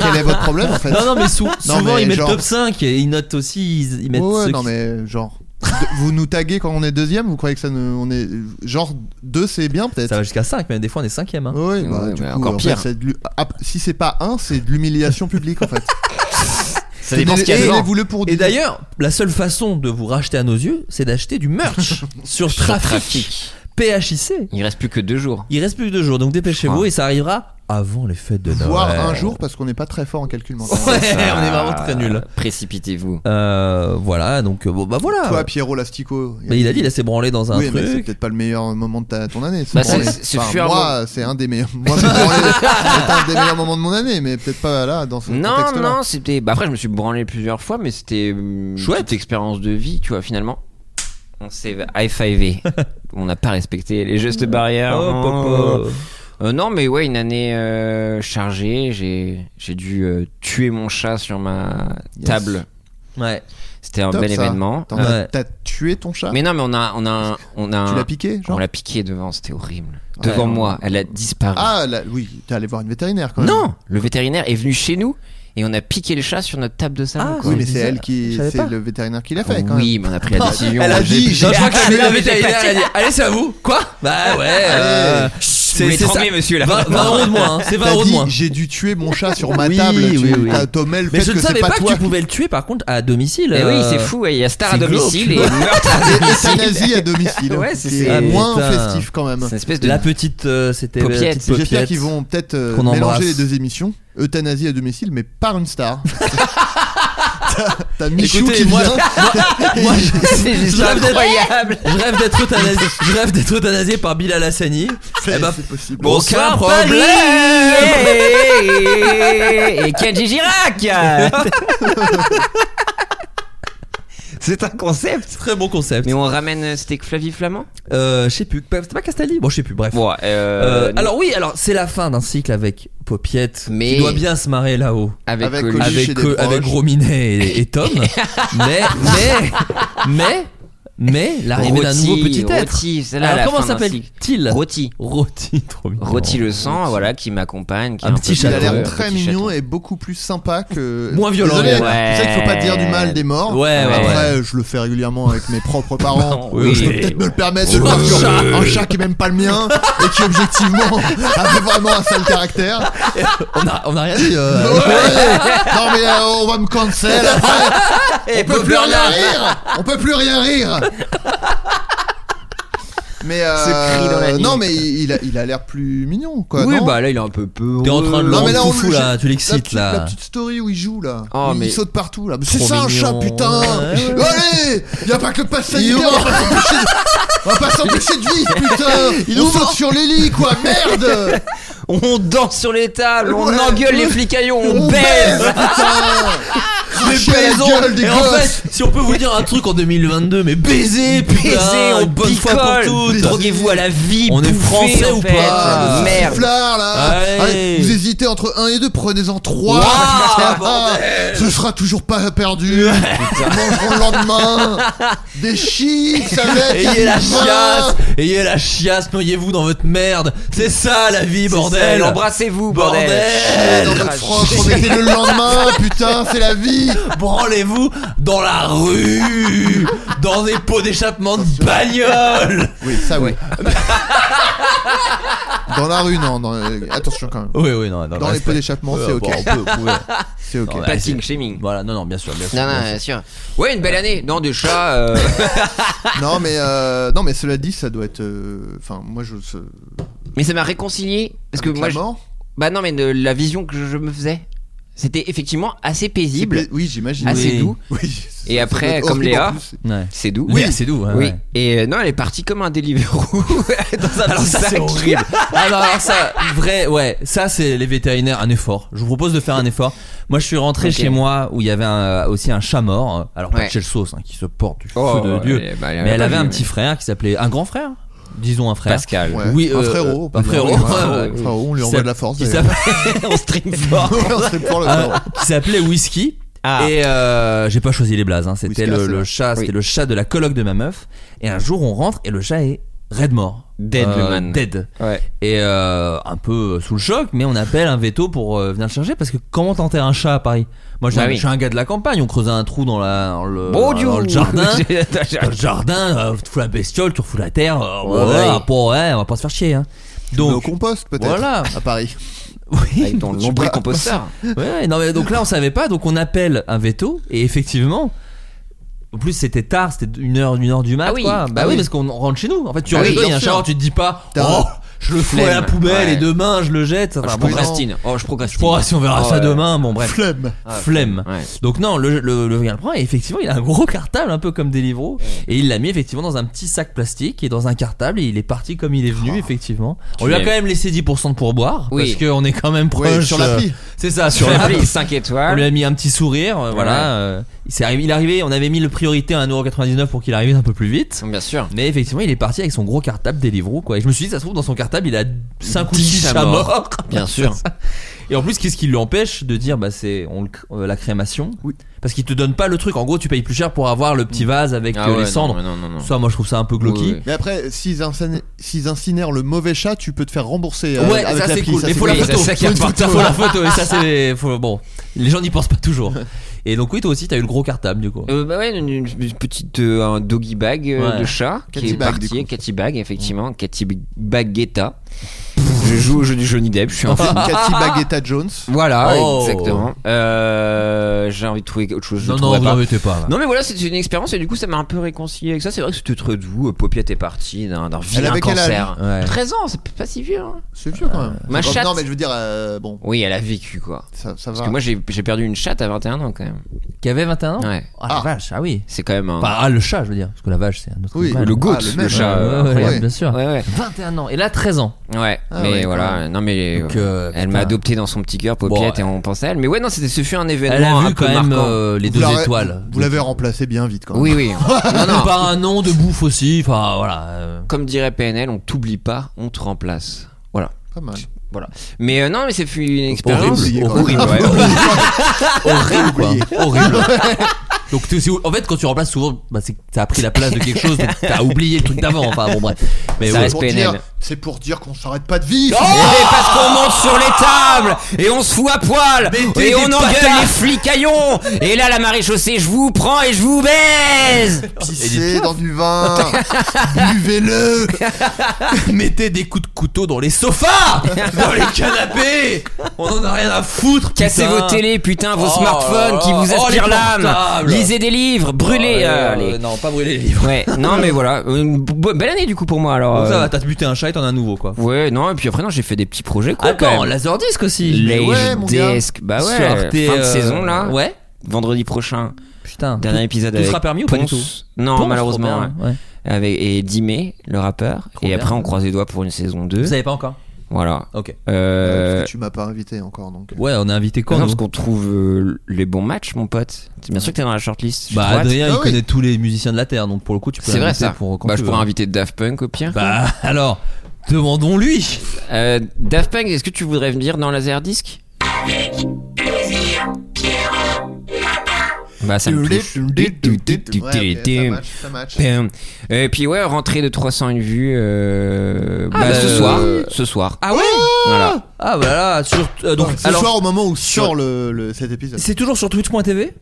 quel est votre problème en fait
euh, non, non, mais sou- souvent
mais
ils mettent
genre-
top 5 et ils notent aussi, ils, ils mettent.
Ouais, ouais,
ceux
non,
qui-
mais genre. de- vous nous taguez quand on est deuxième Vous croyez que ça ne. On est... Genre, deux, c'est bien peut-être
Ça va jusqu'à 5, mais des fois on est 5 hein.
Ouais, bah,
Ouais,
du
mais
coup,
encore
en
pire.
fait, c'est de l'hu- ah, si c'est pas un, c'est de l'humiliation publique en fait.
Ça dépend ce qu'il y a
Tenez-
dedans.
tenez-vous-le pour
Et
dit.
d'ailleurs, la seule façon de vous racheter à nos yeux, c'est d'acheter du merch sur
Sur
trafic, PHIC.
Il reste plus que deux jours.
Il reste plus que deux jours, donc dépêchez-vous et ça arrivera avant les fêtes de Noël.
voire un jour parce qu'on n'est pas très fort en calcul mental.
Ouais, on est vraiment très nuls.
euh, Précipitez-vous.
Euh, voilà, donc euh, bon, bah
Ah,
voilà.
Toi, Pierro Lastico.
Bah, il a dit, il a s'ébranlé dans un
oui, mais c'est
truc.
peut-être pas le meilleur moment de ta, ton année.
Bah,
bon,
c'est-
mais-
c'est
enfin,
fut un
moi, c'est un des meilleurs. Moi, c'est c'est un des meilleurs moments de mon année, mais peut-être pas là dans ce
Non,
contexte-là.
non, c'était. Bah après, je me suis branlé plusieurs fois, mais c'était.
Chouette.
Chouette expérience de vie, tu vois, finalement. On s'est high-fivé. on n'a pas respecté les gestes barrières.
Oh, papa.
Euh, non, mais ouais, une année euh, chargée. J'ai, j'ai dû euh, tuer mon chat sur ma table.
Ouais.
C'était un
Top,
bel
ça.
événement.
T'en
Euh,
as-
Ouais.
T'as tué ton chat
mais non, mais on a, on a, un- on a,
Tu
un-
l'as piqué
on
genre
l'a piqué devant. C'était horrible.
Ouais.
Devant moi, elle a disparu.
Ah là, oui, t'es allé voir une vétérinaire quand même.
non, le vétérinaire est venu chez nous et on a piqué le chat sur notre table de salon.
Ah,
quoi.
Oui, mais c'est
bizarre.
elle
Je
qui.
savais pas.
C'est le vétérinaire qui l'a fait quand même.
Ah Oui, mais on a pris la décision.
Elle a
J'ai
dit,
pris-
j'ai-
Non, je crois que la-
Ah,
la
mais j'ai
vétérinaire,
pas-
elle a dit, Allez, c'est à vous Quoi Bah ouais. euh, c'est
Vous les
c'est
tremblez,
ça.
monsieur, là.
20, 20 euros de moins. hein. C'est 20
T'as
euros de
dit,
moins.
j'ai dû tuer mon chat sur ma
Oui,
table. tu-
oui, oui.
T'as Tomé le
Mais
fait
je
que
ne savais
c'est
pas,
pas
que
toi
tu pouvais le tuer par contre à domicile.
Eh oui,
euh,
c'est fou. ouais, Il y a star à
c'est glauque.
domicile et meurtre à
qui-
domicile.
Euthanasie à domicile.
Ouais, c'est-
qui est
c'est-
moins
Putain.
festif quand même.
C'est une espèce de
La petite, euh, c'était la
Paupiette.
petite
J'espère
paupiette.
qu'ils vont peut-être euh,
Qu'on
mélanger
embrasse.
les deux émissions. Euthanasie à domicile, mais par une star. T'as- T'as Michou
Écoutez,
qui
moi-
vient.
Moi, je-
C'est
je
juste
rêve d'être-
incroyable.
je rêve d'être euthanasié. Je rêve d'être euthanasié par Bilal Hassani.
C'est
Eh ben,
c'est possible.
Aucun
Bonsoir, Paris Et Kenji Girac C'est un concept
Très bon concept.
Mais on ramène, euh, c'était que Flavie Flamand
Euh, je sais plus. C'était pas Castelli. Bon, je sais plus. Bref.
Bon, euh,
Euh,
nous-
alors oui, alors c'est la fin d'un cycle avec Popiette.
Mais-
Il doit bien se marrer là-haut.
avec,
avec
Coluche.
Coluche.
avec,
chez des
euh,
proches.
avec Gros Minet et, et Tom. mais, mais, mais, mais, l'arrivée d'un nouveau
Rôti,
petit être.
Rôti, c'est là la
Alors, comment
fin d'un cycle.
s'appelle-t-il
Rôti.
Rôti, trop mignon.
Rôti le sang, voilà, qui m'accompagne. qui est
Un petit
peu
Il
chaton.
a l'air
malheureux,
très
petit
mignon
chaton.
et beaucoup plus sympa que.
Moins violent.
Désolé,
Ouais.
tu sais qu'il faut pas dire du mal des morts.
Ouais, ouais,
Après, je le fais régulièrement avec mes propres parents.
Oui.
Donc, je peux peut-être me le permettre. de le
Oui.
voir sur
Oui.
un chat qui est même pas le mien et qui objectivement avait vraiment un sale caractère.
On a, on a rien dit.
Ouais.
euh,
Non mais euh, on va me cancel après. on peut plus rien rire. On peut plus rien rire. Mais euh,
Ce cri dans la nuit.
non mais il il a il a l'air plus mignon quoi.
Oui,
non
bah là, il est un peu peu.
T'es en train de le
euh, non, mais là,
rendre
on
foufou
le-
là, tu
La
l'excites
petite, la
là.
petite story où il joue là.
Oh,
Où il
mais-
saute partout là. Mais C'est
Trop
ça un
mignon.
chat putain.
Ouais, ouais.
Allez, y a pas que le pass sanitaire, on va pas s'empêcher de- on va pas s'empêcher de vivre putain. Il on saute sur les lits quoi, merde.
On danse sur les tables, on
Ouais.
engueule les flicaillons, on
On
baise.
putain.
Mais
Cracher à la
baisons.
gueule des
Et en
gosses.
fait, si on peut vous dire un truc en 2022, mais baiser, putain,
Baiser, on
bonne fois pour
picole,
toutes.
droguez-vous à la vie,
On est
bouffez,
français
en
ou
fait.
pas
Ah, le
Merde.
sifflard, là.
Ouais.
Allez, vous hésitez entre 1 et 2, prenez-en 3.
Ouah, bordel.
Ce sera toujours pas perdu. Mangerons le lendemain. Des chips avec.
Ayez la
du vin.
chiasse, ayez la chiasse, noyez-vous dans votre merde. C'est ça la vie,
C'est
bordel.
ça, Embrassez-vous, bordel.
bordel.
Dans votre France, on était le lendemain, putain, c'est la vie!
Branlez-vous dans la rue, dans des pots d'échappement de bagnole.
Oui, ça oui. Dans la rue, non, dans- euh, attention quand même.
Oui, oui, non, non,
Dans Euh, les
reste-
pots d'échappement,
Ouais,
c'est
bon,
ok.
on peut- on peut-
C'est ok.
Non, ouais,
Oh, Patting,
c'est-
shaming.
Voilà, non, non, bien sûr, bien sûr.
Non, non,
bien
bien
sûr.
sûr. Ouais, une belle année. Non, des chats. euh,
Non, mais, euh, non, mais cela dit, ça doit être. euh, Enfin, moi je. ce-
Mais ça m'a réconcilié. Parce que
avec
moi,
la
je-
mort,
bah non, mais de la vision que je me faisais, c'était effectivement assez
c'est
paisible.
pla- Oui, j'imagine.
Assez
Oui.
doux.
Oui.
Et
Ça doit
après,
être
comme
horrible, en
Léa,
plus.
Ouais.
c'est doux.
Oui, c'est doux. ouais,
euh, Oui.
ouais.
Et euh, non, elle est partie comme un Deliveroo dans un
Alors
petit
ça
sac.
c'est horrible. Ah non, alors ça, vrai, ouais, ça c'est les vétérinaires un effort. Je vous propose de faire un effort. Moi je suis rentré
Ok.
chez moi où il y avait un- aussi un chat mort. Alors pas
Ouais.
de chez le sauce hein, qui se porte du
Oh,
feu de
ouais,
dieu.
bah,
Mais
Ah
elle avait
pas
un
vu,
petit frère qui s'appelait un grand frère, disons un frère.
Pascal.
Ouais.
Oui,
un
euh,
frérot. on peut
un
dire.
frérot,
Oui,
ouais,
frérot,
ouais.
frérot, on lui
Qui
envoie
s'appelle-
de la force.
qui
d'ailleurs.
s'appelait- on stream fort.
Ouais, on serait pour le
Ah,
frérot.
qui s'appelait Whisky.
Ah.
Et euh, j'ai pas choisi les blazes, hein. c'était
Whisky,
le,
c'est
le
vrai.
chat, c'était
Oui.
le chat de la coloc de ma meuf. Et un jour on rentre et le chat est red mort, Euh,
Dead, le man.
dead.
Ouais.
Et euh, un peu sous le choc, mais on appelle un veto pour euh, venir le chercher parce que comment t'enterres un chat à Paris Moi, je suis
Bah
un-
oui.
je suis un gars de la campagne, on creusait un trou dans, la, dans le,
Bon
dans-
Dieu.
dans le jardin. dans le
J'ai-
jardin, euh, tu fous la bestiole, tu refous la terre, euh,
Ouais.
voilà, bon, ouais, on va pas se faire chier. Hein.
Mais Au
Donc,
compost peut-être.
Voilà.
À Paris.
oui,
Avec ton lombril composteur.
Ouais, ouais, non mais donc là on savait pas, donc on appelle un veto et effectivement. En plus c'était tard, c'était une heure, une heure du mat.
Ah oui.
quoi. Bah
Ah
oui,
oui.
parce qu'on rentre chez nous. En fait tu
Ah
rentres
oui,
chez toi, il y a un
bien sûr.
chat, tu te dis pas,
T'as-
oh, je le fous à la
Flemme.
poubelle
Ouais.
et demain je le jette. Enfin,
Je
bon, bref,
procrastine. Oh, je procrastine.
je pourrais si on verra
Oh,
ça
ouais.
demain. Bon bref,
Flemme.
flemme.
Ah, Ouais.
Donc non, le, le, le gars le prend et effectivement il a un gros cartable un peu comme Deliveroo et il l'a mis effectivement dans un petit sac plastique et dans un cartable et il est parti comme il est venu effectivement. On lui a
es-
quand même laissé 10% de pourboire
Oui.
parce qu'on est quand même
Ouais,
proche
sur
euh,
l'appli.
C'est ça, sur
Sur
la
l'appli 5
On
étoiles.
lui a mis un petit sourire, euh, voilà. euh, il, s'est arrivé, il est arrivé, on avait mis le priorité à 1,99€ pour qu'il arrive un peu plus vite.
Bien sûr.
Mais effectivement, il est parti avec son gros cartable Deliveroo, quoi. Et je me suis dit, ça se trouve, dans son cartable, il a 5 ou 6
chats
chats
morts.
morts.
Bien sûr.
Et en plus, qu'est-ce qui lui empêche de dire, bah, c'est on le cr- euh, la crémation Parce qu'il te donne pas le truc. En gros, tu payes plus cher pour avoir le petit vase avec
Ah
euh,
ouais,
les
non,
cendres.
mais Non, non, non.
Ça, moi, je trouve ça un peu
Oui,
glocky.
oui.
Mais après, s'ils incinèrent, s'ils incinèrent le mauvais chat, tu peux te faire rembourser. euh,
ouais,
avec
ça c'est
l'appli,
cool.
ça,
mais
c'est
faut la
cool.
photo.
C'est ça qui est
Faut-
important.
Faut la photo. Et ça c'est faut- bon. Les gens n'y pensent pas toujours. Et donc oui, toi aussi, t'as eu le gros cartable du coup.
Euh, bah ouais, une, une- une petite euh, un doggy bag euh,
Ouais.
de chat
Cathy
qui est
bag, du
parti,
coup.
Cathy bag effectivement, Cathy B- Baguetta. je joue au jeu du Johnny Depp, je
Ah.
suis un fou.
Cathy Baguetta Jones.
Voilà,
Oh.
exactement. Euh, j'ai envie de trouver autre chose. je
Non, non,
trouverai
vous
pas.
n'embêtez pas. là.
Non mais voilà, c'était une expérience et du coup ça m'a un peu réconcilié avec ça. C'est vrai que c'était très doux. Euh, Popiette est partie d'un d'un vilain
avait quel
cancer.
Ouais.
13 ans, c'est pas si vieux. hein.
C'est vieux quand même.
ma
C'est comme-
chatte-
Non, mais je veux dire, euh, bon,
Oui, elle a vécu quoi.
ça, ça va.
Parce que moi j'ai j'ai perdu une chatte à 21 ans quand même.
Qui avait 21 ans.
Ouais.
Ah, la
Ah.
vache, ah oui.
C'est quand même un...
Enfin, ah, le chat, je veux dire. Parce que la vache, c'est un autre.
Oui,
animal.
le goat,
Ah, le
le,
même,
chat.
Ouais, ouais,
euh,
ouais,
incroyable.
bien sûr.
Ouais, ouais.
21 ans. Et là, 13 ans.
Ouais,
Ah
mais
ouais, quand
voilà, non mais
Donc,
euh,
euh,
elle
putain.
m'a adopté dans son petit cœur paupiette
Bon,
et on pensait à elle. Mais ouais, non, c'était ce fut un événement
Elle a
un
vu
peu
quand même
marquant.
euh, Ah. les
Vous
deux
l'avez-
étoiles.
Vous l'avez remplacé bien vite quand même.
Oui, oui. non, non.
Par un nom de bouffe aussi. Enfin, voilà. euh.
Comme dirait PNL, on t'oublie pas, on te remplace. Voilà.
Pas mal.
Mais euh, non, mais ce fut une expérience
Horrible,
horrible. ouais.
horrible quoi. horrible donc t'es aussi- en fait quand tu remplaces souvent bah, c'est que t'as pris la place de quelque chose donc t'as oublié le truc d'avant enfin bon bref mais
Ça
ouais.
reste-
Pour
PNL.
dire- C'est pour dire qu'on s'arrête pas de
Oh
vivre.
Et Eh ben, parce qu'on monte sur les tables et on se fout à poil
t'es
et
des
on engueule
bâtards.
les flicaillons et là la marée chaussée je vous prends et je vous baise
Pissez dans du vin. Buvez-le.
mettez des coups de couteau dans les sofas dans les canapés on en a rien à foutre putain.
Cassez vos télés putain vos
Oh,
smartphones qui vous
oh,
aspirent
les
l'âme
portables.
lisez des livres brûlez
Oh,
euh,
euh,
les-
non pas brûler les livres
Ouais, non mais voilà, une bo- belle année du coup pour moi alors.
donc ça
euh,
va t'as buté un chat et t'en as un nouveau quoi
Ouais, non, et puis après non, j'ai fait des petits projets cool quand
attends
même.
laser disc aussi
Lage
ouais, mon gars.
Desk, bah ouais,
Sur Arte,
fin de
euh,
saison là,
ouais
vendredi prochain,
putain
dernier épisode
tout
avec
sera permis ou pas du
Ponce. Non,
Ponce,
malheureusement,
trop bien, ouais.
ouais. avec et Dimé, le rappeur,
Trop
et
bien.
après on croise les doigts pour une saison 2.
vous savez pas encore
Voilà.
ok
Euh,
Parce que tu m'as pas invité encore donc. euh.
ouais on a invité
non,
quand
parce
nous
qu'on trouve euh, les bons matchs mon pote. C'est Bien sûr que t'es dans la shortlist. je
bah
suis droite.
Adrien
Ah
il
oui.
connaît tous les musiciens de la terre donc pour le coup tu peux
c'est vrai
l'inviter
ça.
pour quand
bah
tu
je
veux.
pourrais inviter Daft Punk au pire.
Bah alors, demandons-lui.
Euh, Daft Punk, est-ce que tu voudrais venir dans Laserdisc Bah ça me touche.
Ouais, ok, ça match, ça match.
Pim. Euh, Et puis ouais, rentrée de 301 vues. euh, bah,
bah,
ce
euh,
soir, ce soir.
Ah ouais
Voilà.
Ah bah là, sur, euh, donc,
Ouais, ce
alors,
soir au moment où sort le, le- cet épisode.
c'est toujours sur twitch.tv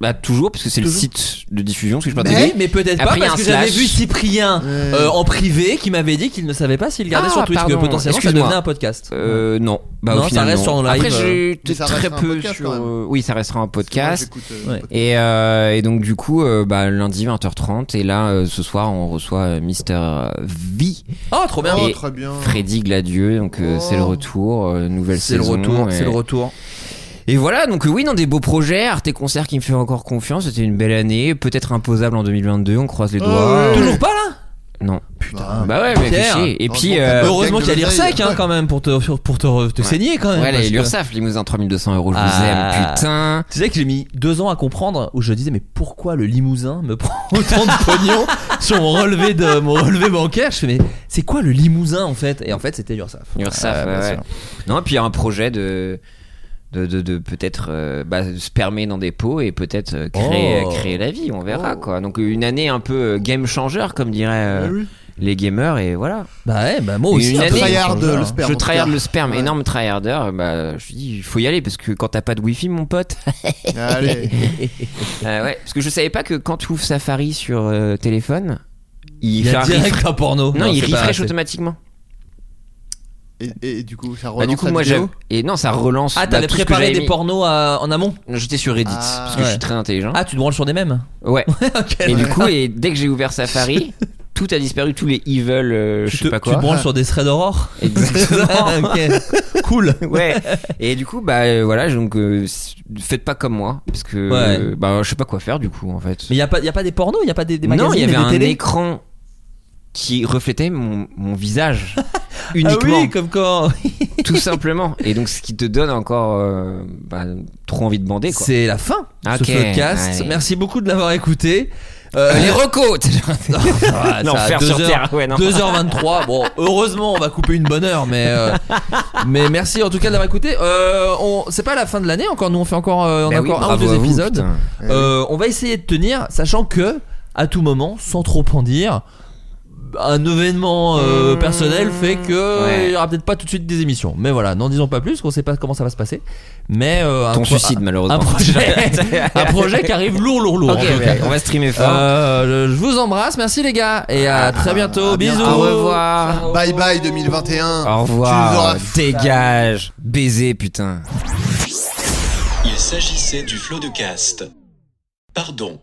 Bah toujours parce que c'est le
Toujours.
site de diffusion, si je peux
Oui, mais peut-être pas
Eh Après, il y a
parce que
un
j'avais
slash.
vu Cyprien euh, en privé qui m'avait dit qu'il ne savait pas s'il gardait
Ah,
sur Twitch
pardon.
que potentiellement ça
Excuse-moi.
devenait un podcast.
Euh, non, bah
Non,
au final
ça reste
non.
en live, euh,
Après, j'ai
Mais ça
très
restera un
peu
podcast,
sur.
quand même.
euh, Oui, ça restera un podcast.
Moi, j'écoute, euh,
Ouais.
podcast.
Et, euh, et donc du coup, euh, bah, lundi 20h30 et là euh, ce soir on reçoit euh, Mister V,
Oh, trop bien.
Oh,
et
très bien.
Freddy Gladieux, donc euh,
Oh.
c'est le retour, euh, nouvelle
C'est le
saison.
retour,
et...
c'est le retour.
Et voilà, donc euh, oui, dans des beaux projets, Arte Concert qui me fait encore confiance, c'était une belle année, peut-être imposable en 2022, on croise les
Oh,
doigts.
ouais.
Toujours pas là
Non.
Putain.
Bah ouais, mais fais
Pierre.
chier. Et
Oh,
puis,
bon,
euh,
bah,
Heureusement
gag
qu'il y a
de
l'IRSEC
l'oseille.
hein, quand même pour te, pour te, te saigner quand même.
ouais,
parce
les
que-
l'URSAF, Limousin 3200 euros, je vous
Ah.
aime, putain.
Tu sais que j'ai mis deux ans à comprendre où je disais mais pourquoi le Limousin me prend autant de pognon sur mon relevé de mon relevé bancaire Je fais mais c'est quoi le Limousin en fait Et en fait c'était l'URSSAF.
L'URSSAF,
bien
ouais,
sûr.
ouais. Non, et puis il y a un projet de. De, de, de peut-être euh, bah, spermer dans des pots et peut-être euh, créer,
Oh.
créer la vie, on verra quoi. Donc une année un peu euh, game changer comme diraient euh,
Eh oui.
les gamers et voilà.
Bah ouais, bah moi aussi. un
Une année,
peu,
tryhard, euh,
genre,
le
hein.
sperme.
je
en tout
tryhard
cas.
le sperme,
Ouais.
énorme tryharder, bah, je dis il faut y aller parce que quand t'as pas de wifi mon pote,
Allez.
Euh, ouais, parce que je savais pas que quand tu ouvres Safari sur euh, téléphone,
Il
il,
y
fait
a
un
direct
refresh-
un porno.
Non, il
c'est pas-
refresh
c'est-
automatiquement.
Et, et- et du coup, ça
Bah,
relance
du coup,
la
moi,
vidéo.
j'aime. Et non, ça relance.
Ah
bah,
t'avais
tout ce que
préparé
j'avais
des
mis.
pornos à- en amont
Non, J'étais sur Reddit,
Ah.
parce que je
Ouais.
suis très intelligent.
Ah tu te branles sur des mêmes
Ouais.
Ok.
Hein Et du coup, et dès que j'ai ouvert Safari, tout a disparu, tous les evil, euh,
tu
je
te,
sais pas
tu
quoi.
te branles sur des threads d'aurore
Exactement.
Ok. Cool.
ouais. Et du coup, bah euh, voilà, donc euh, s- faites pas comme moi, parce que
Ouais.
euh, bah je sais pas quoi faire du coup en fait.
Mais y a pas y a pas des pornos, y a pas des, des
non,
magazines,
il y avait
des
un
télés
écran qui reflétait mon, mon visage. uniquement.
Ah oui, comme quand.
Tout simplement. Et donc, ce qui te donne encore euh, bah, trop envie de bander, quoi.
C'est la fin de
Ok,
ce podcast.
allez.
Merci beaucoup de l'avoir écouté. Euh,
Euh, les recos
non, ça va,
Non,
ça va,
faire
deux
sur
heures-
terre, ouais, non.
2h23. Bon, heureusement, on va couper une bonne heure, mais euh, mais merci en tout cas d'avoir écouté. Euh, on- c'est pas la fin de l'année encore. Nous, on fait encore, euh, on a
Bah oui,
encore un ou
bravo
deux
à vous,
épisodes.
putain.
Euh, on va essayer de tenir, sachant que à tout moment, sans trop en dire, un événement euh, personnel fait que
Mmh. Ouais.
il y aura peut-être pas tout de suite des émissions. Mais voilà, n'en disons pas plus, qu'on sait pas comment ça va se passer. Mais euh, un
Ton
pro-
suicide, malheureusement.
un projet, un projet qui arrive lourd, lourd, lourd.
Ok,
en tout cas.
on va streamer fort.
Euh, je je vous embrasse, merci les gars, et à très bientôt. Bisous.
Ah, Au revoir.
Bye bye 2021.
Au
Tu nous auras
revoir.
fait-
Dégage. Baiser, putain.
Il s'agissait du flot de caste. Pardon.